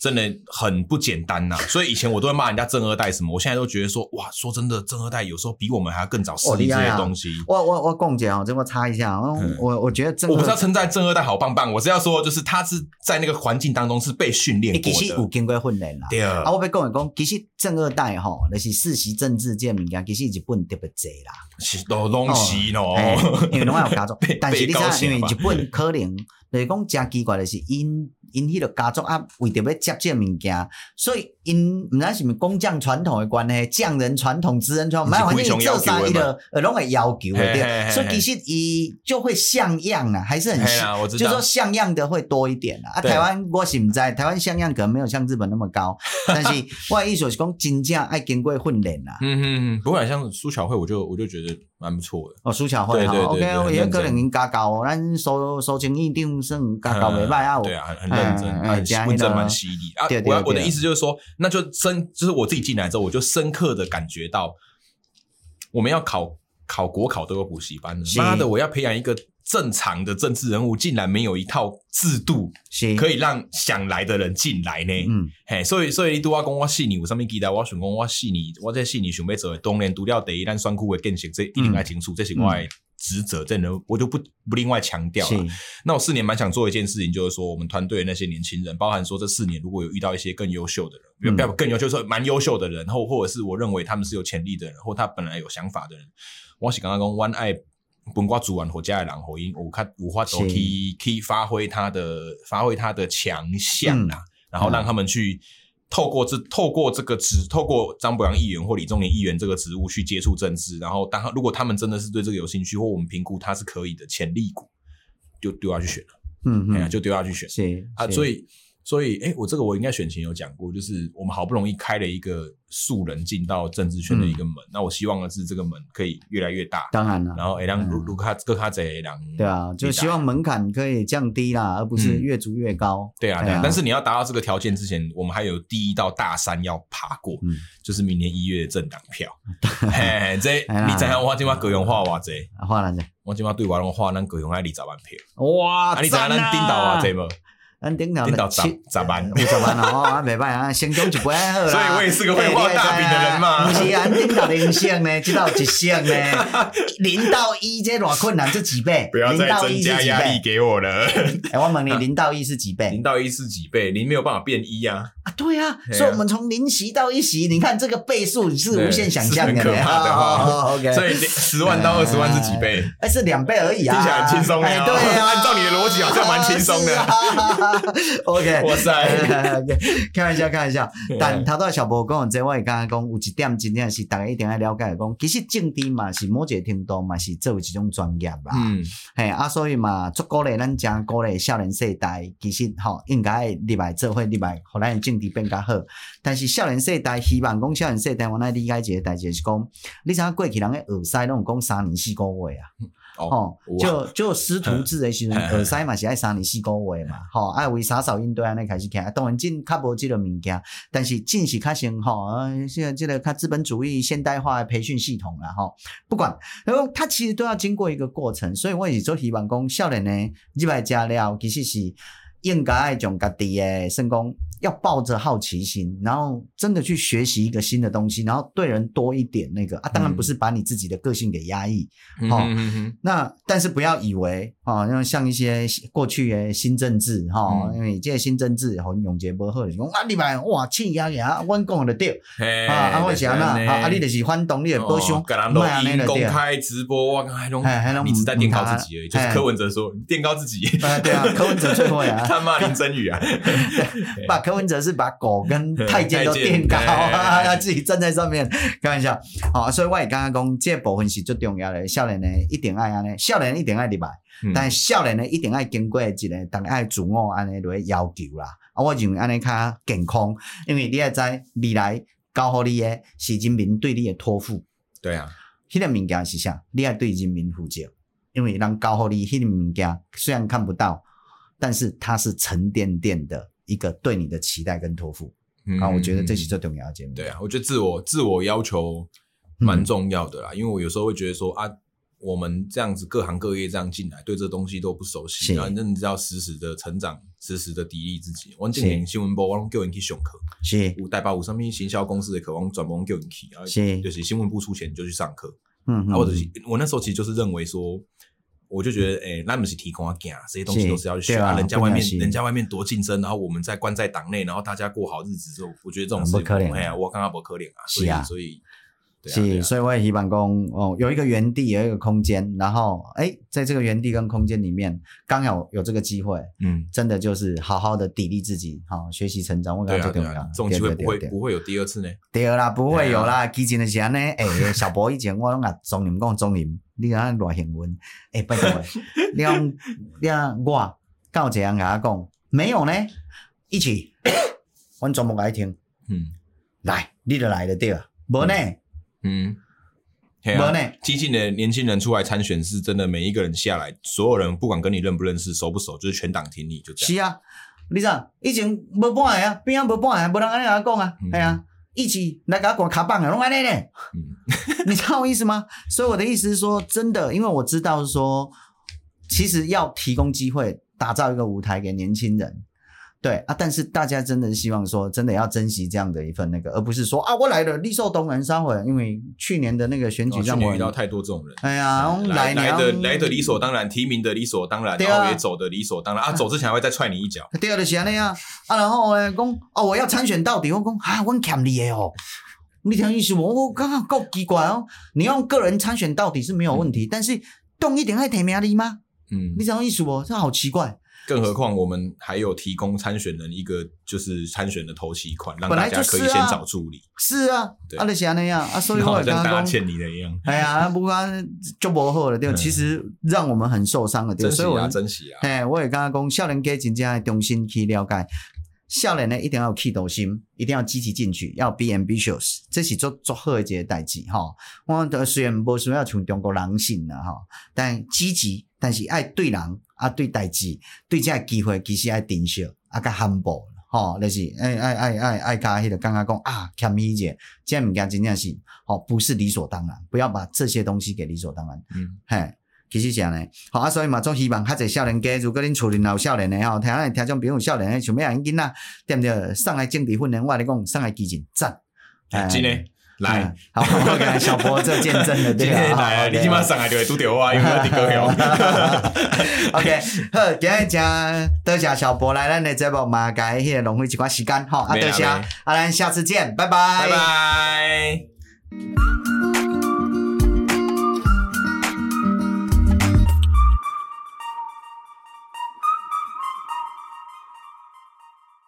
[SPEAKER 2] 真的很不简单呐、所以以前我都会骂人家正二代什么，我现在都觉得说，哇，说真的，正二代有时候比我们还要更早适
[SPEAKER 1] 哦
[SPEAKER 2] 应
[SPEAKER 1] 厉
[SPEAKER 2] 这
[SPEAKER 1] 害
[SPEAKER 2] 些
[SPEAKER 1] 啊
[SPEAKER 2] 东西。
[SPEAKER 1] 我我我讲一下哦，这我插一下哦，
[SPEAKER 2] 嗯
[SPEAKER 1] 我我觉得真
[SPEAKER 2] 我
[SPEAKER 1] 的
[SPEAKER 2] 不是要称赞正二代好棒棒，我是要说，就是他是在那个环境当中是被训练
[SPEAKER 1] 欸
[SPEAKER 2] 过
[SPEAKER 1] 其实有
[SPEAKER 2] 的。
[SPEAKER 1] 经过训练啦。
[SPEAKER 2] 对啊
[SPEAKER 1] 啊，我要讲的讲，其实正二代吼，就是世袭政治这物件，其实日本特别济啦。
[SPEAKER 2] 是都拢
[SPEAKER 1] 哦
[SPEAKER 2] 是咯，
[SPEAKER 1] 嘿 因为拢有家族
[SPEAKER 2] 哦被，
[SPEAKER 1] 但是你知
[SPEAKER 2] 被高
[SPEAKER 1] 影，
[SPEAKER 2] 兴
[SPEAKER 1] 因为
[SPEAKER 2] 吧
[SPEAKER 1] 日本可能就是讲真奇怪的是，因因迄个家族啊，为着要接这物件，所以因毋知是毋是工匠传统的关系，匠人传统、职人传统，
[SPEAKER 2] 是
[SPEAKER 1] 反正
[SPEAKER 2] 非常
[SPEAKER 1] 做
[SPEAKER 2] 要
[SPEAKER 1] 生
[SPEAKER 2] 求
[SPEAKER 1] 意
[SPEAKER 2] 的嘛
[SPEAKER 1] 的，呃，拢会要求的
[SPEAKER 2] 嘿嘿
[SPEAKER 1] 对。
[SPEAKER 2] 嘿
[SPEAKER 1] 所以其实伊就会像样啊，还是很
[SPEAKER 2] 嘿
[SPEAKER 1] 像。
[SPEAKER 2] 啦，我知
[SPEAKER 1] 就是
[SPEAKER 2] 道
[SPEAKER 1] 说，像样的会多一点啦。啊，
[SPEAKER 2] 对
[SPEAKER 1] 台湾我是不知，台湾像样可能没有像日本那么 高，但是我的意思是讲，真正爱经过训练 啦。
[SPEAKER 2] 嗯嗯嗯，不过像苏巧慧，我就我就觉得蛮不错的。
[SPEAKER 1] 哦，苏巧慧
[SPEAKER 2] 对
[SPEAKER 1] 哈
[SPEAKER 2] 对对对
[SPEAKER 1] ，OK，我
[SPEAKER 2] 很
[SPEAKER 1] 也
[SPEAKER 2] 认
[SPEAKER 1] 可能
[SPEAKER 2] 真
[SPEAKER 1] 因加高哦，咱收收钱一定算加高袂歹啊。
[SPEAKER 2] 嗯
[SPEAKER 1] 有
[SPEAKER 2] 对啊，很很认真，
[SPEAKER 1] 嗯嗯
[SPEAKER 2] 他很
[SPEAKER 1] 这样
[SPEAKER 2] 问真
[SPEAKER 1] 那个
[SPEAKER 2] 蛮犀利啊
[SPEAKER 1] 对。对
[SPEAKER 2] 我要
[SPEAKER 1] 对
[SPEAKER 2] 我的意思就是说，那就深，就是我自己进来之后，我就深刻的感觉到，我们要考考国考都有补习班了，
[SPEAKER 1] 是
[SPEAKER 2] 妈的，我要培养一个正常的政治人物，竟然没有一套制度
[SPEAKER 1] 是
[SPEAKER 2] 可以让想来的人进来呢？
[SPEAKER 1] 嗯，
[SPEAKER 2] 嘿，所以所以拄我讲我四年有啥物期待，我想讲我四年，我这四年想要做的，当然除了第一咱选区的建设，这一
[SPEAKER 1] 嗯
[SPEAKER 2] 定爱清楚，这是我的职责，这能我就不不另外强调
[SPEAKER 1] 是
[SPEAKER 2] 了。那我四年蛮想做一件事情，就是说我们团队的那些年轻人，包含说这四年如果有遇到一些更优秀的人，
[SPEAKER 1] 嗯
[SPEAKER 2] 不要、更优秀，就是说蛮优秀的人，或或者是我认为他们是有潜力的人，或他本来有想法的人，我是刚刚讲，我爱本瓜主玩火家的人，火音，我看五花头
[SPEAKER 1] 是
[SPEAKER 2] 去去发挥他的发挥他的强项啊，
[SPEAKER 1] 嗯
[SPEAKER 2] 然后让他们去。透过这透过这个职，透过张博洋议员或李仲年议员这个职务去接触政治，然后当他如果他们真的是对这个有兴趣，或我们评估他是可以的潜力股，就丢下去选了，
[SPEAKER 1] 嗯
[SPEAKER 2] 哎呀、
[SPEAKER 1] 嗯，
[SPEAKER 2] 就丢下去选
[SPEAKER 1] 是
[SPEAKER 2] 啊。所以，所以，哎、我这个我应该选前有讲过，就是我们好不容易开了一个素人进到政治圈的一个
[SPEAKER 1] 嗯
[SPEAKER 2] 门，那我希望的是这个门可以越来越大，
[SPEAKER 1] 当然了。
[SPEAKER 2] 然后哎让
[SPEAKER 1] 嗯
[SPEAKER 2] 卢卢卡各卡贼让
[SPEAKER 1] 对啊，就希望门槛可以降低啦，而不是
[SPEAKER 2] 嗯
[SPEAKER 1] 越筑越高。
[SPEAKER 2] 对啊，
[SPEAKER 1] 对
[SPEAKER 2] 对
[SPEAKER 1] 啊
[SPEAKER 2] 啊，但是你要达到这个条件之前，我们还有第一到大山要爬过，
[SPEAKER 1] 嗯
[SPEAKER 2] 就是明年一月的政党 票。嘿，这
[SPEAKER 1] 哎呀
[SPEAKER 2] 你知影我今晚葛荣话哇这，
[SPEAKER 1] 啊，画兰的，
[SPEAKER 2] 我今晚对我拢话咱葛荣爱二十万票，
[SPEAKER 1] 哇
[SPEAKER 2] 啊，你知影咱顶头哇这，无？
[SPEAKER 1] 咱顶头
[SPEAKER 2] 顶头
[SPEAKER 1] 七
[SPEAKER 2] 十十万
[SPEAKER 1] 啊有十万哦，啊，袂歹啊，先讲一杯好啦。
[SPEAKER 2] 所以我也是个会画大饼的人嘛
[SPEAKER 1] 哎你也知啊不是，咱顶头零项呢，这到一项 呢，零到一这偌困难，这几倍？
[SPEAKER 2] 不要
[SPEAKER 1] 零
[SPEAKER 2] 再
[SPEAKER 1] 到
[SPEAKER 2] 增
[SPEAKER 1] 一是
[SPEAKER 2] 加
[SPEAKER 1] 几
[SPEAKER 2] 压力
[SPEAKER 1] 倍？
[SPEAKER 2] 给我了。
[SPEAKER 1] 哎，我 问你，零到一是几倍
[SPEAKER 2] 零？到一是几倍？零没有办法变一啊，
[SPEAKER 1] 啊，对啊，
[SPEAKER 2] 对啊
[SPEAKER 1] 所以我们从零席到一席，你看这个倍数是无限想象的
[SPEAKER 2] 对是很可怕的哈
[SPEAKER 1] 哦哦哦，OK，
[SPEAKER 2] 所以十万到二十万是几倍？
[SPEAKER 1] 哎，是两倍而已啊，
[SPEAKER 2] 听起来很轻松
[SPEAKER 1] 哎
[SPEAKER 2] 呀
[SPEAKER 1] 对啊，
[SPEAKER 2] 按照你的逻辑好像蛮轻松的
[SPEAKER 1] 是啊 OK，
[SPEAKER 2] 哇塞！
[SPEAKER 1] OK，开玩笑，开玩笑。 但头到小博讲的这，我会感觉讲有一点真正是大家一定要了解的，讲其实政治嘛是某一个程度嘛是作为一种专业啦。
[SPEAKER 2] 嗯，
[SPEAKER 1] 嘿啊，所以嘛，足鼓励咱遮鼓励少年世代，其实吼应该会入来做伙入来，互咱的政治变较好。但是少年世代希望讲少年世代，我来理解一个代志是讲，你知影过去人诶耳塞拢有讲三年四个月啊，
[SPEAKER 2] 哦，
[SPEAKER 1] 吼、
[SPEAKER 2] 有
[SPEAKER 1] 就就师徒制诶时阵，
[SPEAKER 2] 嗯
[SPEAKER 1] 耳塞嘛是爱三年四个月嘛，吼、啊为啥少应对安尼开始行？啊当然进较无即个物件，但是进是较先吼，呃现在即个较资本主义现代化的培训系统啦吼，不管，然后它其实都要经过一个过程，所以我也做希望讲，少年呢入来家了，其实是应该将家己的算讲要抱着好奇心，然后真的去学习一个新的东西，然后对人多一点那个啊，当然不是把你自己的个性给压抑，
[SPEAKER 2] 嗯
[SPEAKER 1] 好
[SPEAKER 2] 嗯嗯嗯
[SPEAKER 1] 那但是不要以为哦，那像一些过去的新政治哈、哦
[SPEAKER 2] 嗯
[SPEAKER 1] 因为这些新政治和永杰不好，就是讲啊，你来哇，气压呀，我讲的对，
[SPEAKER 2] 嘿
[SPEAKER 1] 啊，啊，我是安
[SPEAKER 2] 哎就是这
[SPEAKER 1] 那，
[SPEAKER 2] 样
[SPEAKER 1] 啊，啊，你就是反动，你也保守，
[SPEAKER 2] 哦跟人
[SPEAKER 1] 不啊然
[SPEAKER 2] 录
[SPEAKER 1] 这样
[SPEAKER 2] 音
[SPEAKER 1] 就对
[SPEAKER 2] 公
[SPEAKER 1] 了
[SPEAKER 2] 开直播，哇，还弄
[SPEAKER 1] 嘿还弄
[SPEAKER 2] 你只在垫高自己而已，
[SPEAKER 1] 嗯
[SPEAKER 2] 就是
[SPEAKER 1] 嘿
[SPEAKER 2] 柯文哲说你垫高 自己，
[SPEAKER 1] 啊，对 啊，柯文哲最会啊。
[SPEAKER 2] 他骂林真宇啊，
[SPEAKER 1] 把柯文哲是把狗跟太监都垫高，
[SPEAKER 2] 太监哎
[SPEAKER 1] 他啊自己站在上面，开玩笑。好、所以我也刚刚讲，这部分是最重要的。少年呢，一定爱安尼，少年一定爱入来，
[SPEAKER 2] 嗯
[SPEAKER 1] 但少年呢，一定爱经过一个，大家爱自我安尼来要求啦。啊，我认为安尼较健康，因为你也知未来交互你的是人民对你的托付。
[SPEAKER 2] 对啊，
[SPEAKER 1] 迄、个物件是啥？你爱对人民负责，因为人交互你迄个物件，虽然看不到，但是它是沉甸甸的一个对你的期待跟托付。
[SPEAKER 2] 嗯
[SPEAKER 1] 啊，我觉得这是最重要的节目。
[SPEAKER 2] 对啊，我觉得自我自我要求
[SPEAKER 1] 嗯
[SPEAKER 2] 蛮重要的啦，因为我有时候会觉得说啊，我们这样子各行各业这样进来，对这东西都不熟悉，
[SPEAKER 1] 是
[SPEAKER 2] 然后你知道实时的成长，实时的砥砺自己。我
[SPEAKER 1] 是
[SPEAKER 2] 今年新闻部，我拢叫人去上课，
[SPEAKER 1] 是
[SPEAKER 2] 有代表有上面行销公司的渴望转帮叫人去啊，
[SPEAKER 1] 是
[SPEAKER 2] 就是新闻部出钱你就去上课，
[SPEAKER 1] 嗯，嗯
[SPEAKER 2] 啊，或者是我那时候其实就是认为说。我就觉得，哎、那们是提供啊，干这些东西
[SPEAKER 1] 是
[SPEAKER 2] 都是要去学
[SPEAKER 1] 嗯对啊
[SPEAKER 2] 啊。人家外面
[SPEAKER 1] 不可，能
[SPEAKER 2] 人家外面多竞争，然后我们在关在党内，然后大家过好日子之后，我觉得这种
[SPEAKER 1] 啊
[SPEAKER 2] 事
[SPEAKER 1] 不可能
[SPEAKER 2] 哎呀，我刚刚不可怜啊，
[SPEAKER 1] 是啊
[SPEAKER 2] 所以所以对啊对
[SPEAKER 1] 是，
[SPEAKER 2] 啊
[SPEAKER 1] 所以我也希望讲哦，有一个园地，有一个空间，然后哎，在这个园地跟空间里面，刚好有这个机会，
[SPEAKER 2] 嗯，
[SPEAKER 1] 真的就是好好的砥砺自己，好、学习成长。我感
[SPEAKER 2] 对
[SPEAKER 1] 觉
[SPEAKER 2] 啊，
[SPEAKER 1] 这
[SPEAKER 2] 对
[SPEAKER 1] 个
[SPEAKER 2] 啊，这种机会不会不会有第二次呢。
[SPEAKER 1] 对啦，不会有
[SPEAKER 2] 啊
[SPEAKER 1] 啦。基前的时候 呢，诶、小博以前我拢甲钟林讲钟林，你讲偌幸运，诶、拜托 诶，你讲你讲我，到一个人甲我讲，没有呢，一起， 阮全部甲伊听，
[SPEAKER 2] 嗯
[SPEAKER 1] 来，你就来就对啊，无呢，
[SPEAKER 2] 嗯，嘿啊
[SPEAKER 1] 无呢，
[SPEAKER 2] 激进的年轻人出来参选，是真的，每一个人下来，所有人不管跟你认不认识、熟不熟，就是全党挺你，就这样。
[SPEAKER 1] 是啊，你知道以前无半个啊，边啊无半个，无人安尼甲我讲啊，
[SPEAKER 2] 嗯
[SPEAKER 1] 系、啊，一起来甲我讲卡棒啊，拢安尼呢。
[SPEAKER 2] 嗯
[SPEAKER 1] 你知道我意思吗？所以我的意思是说，真的，因为我知道说，其实要提供机会，打造一个舞台给年轻人，对啊。但是大家真的希望说，真的要珍惜这样的一份那个，而不是说啊，我来了，立受东人三回。因为去年的那个选举
[SPEAKER 2] 哦去
[SPEAKER 1] 让
[SPEAKER 2] 年
[SPEAKER 1] 我
[SPEAKER 2] 遇，到太多这种人。
[SPEAKER 1] 哎呀，
[SPEAKER 2] 来
[SPEAKER 1] 来嗯
[SPEAKER 2] 的来的理所当然，提名的理所当然，
[SPEAKER 1] 对啊
[SPEAKER 2] 然后也走的理所当然啊，走之前还会再踹你一脚。
[SPEAKER 1] 对啊，就是安尼啊。啊，然后呢，讲哦，我要参选到底，我讲啊，我欠你的哦。你听意思无？我刚刚够奇怪哦。你用个人参选到底是没有问题，但是动一点爱提名你吗？
[SPEAKER 2] 嗯
[SPEAKER 1] 你，讲意思无？这好奇怪。
[SPEAKER 2] 更何况我们还有提供参选人一个就是参选的头期款，让
[SPEAKER 1] 本
[SPEAKER 2] 大
[SPEAKER 1] 来
[SPEAKER 2] 家可以
[SPEAKER 1] 就是
[SPEAKER 2] 先
[SPEAKER 1] 啊
[SPEAKER 2] 找助理，
[SPEAKER 1] 是啊，
[SPEAKER 2] 对
[SPEAKER 1] 啊，就是安尼啊，啊，所以
[SPEAKER 2] 然后
[SPEAKER 1] 我
[SPEAKER 2] 好
[SPEAKER 1] 也跟
[SPEAKER 2] 像
[SPEAKER 1] 他
[SPEAKER 2] 大家
[SPEAKER 1] 讲，
[SPEAKER 2] 欠你的一样。
[SPEAKER 1] 哎呀，不管就无好了对吧，
[SPEAKER 2] 嗯
[SPEAKER 1] 其实让我们很受伤了对
[SPEAKER 2] 珍
[SPEAKER 1] 吧，
[SPEAKER 2] 惜
[SPEAKER 1] 所以我
[SPEAKER 2] 啊，珍惜啊！
[SPEAKER 1] 哎，我也跟他讲，少年家真正要重新去了解，少年呢一定要有气斗心，一定要积极进取，要 be ambitious，这是做做好的一个代志吼。我就虽然无需要像中国人性啦吼，但积极，但是爱对人啊，对代志，对这个机会其实爱珍惜，啊，较 humble。吼、就是爱爱爱爱爱甲迄个刚刚讲啊，欠伊者，这物件真正是，吼、哦不是理所当然，不要把这些东西给理所当然。
[SPEAKER 2] 嗯，
[SPEAKER 1] 嘿，其实是安尼，好啊，所以嘛，总希望较侪少年家，如果恁厝里若有少年的吼，听咱的听众朋友有少年的，想要让囡仔对不对？上来政治训练，我跟你讲，上来基进赞，哎
[SPEAKER 2] 今天来，，
[SPEAKER 1] 好，我给小波这嗯见证 了，对
[SPEAKER 2] 今天
[SPEAKER 1] 啊，
[SPEAKER 2] 来，你 今晚上来就会拄到我，因为我伫高 雄。
[SPEAKER 1] OK，好，今日真多谢小博来咱的节目嘛，甲迄个浪费一寡时间吼，啊，
[SPEAKER 2] 没啦
[SPEAKER 1] 多谢，
[SPEAKER 2] 没
[SPEAKER 1] 啊，咱下次见，拜
[SPEAKER 2] 拜拜。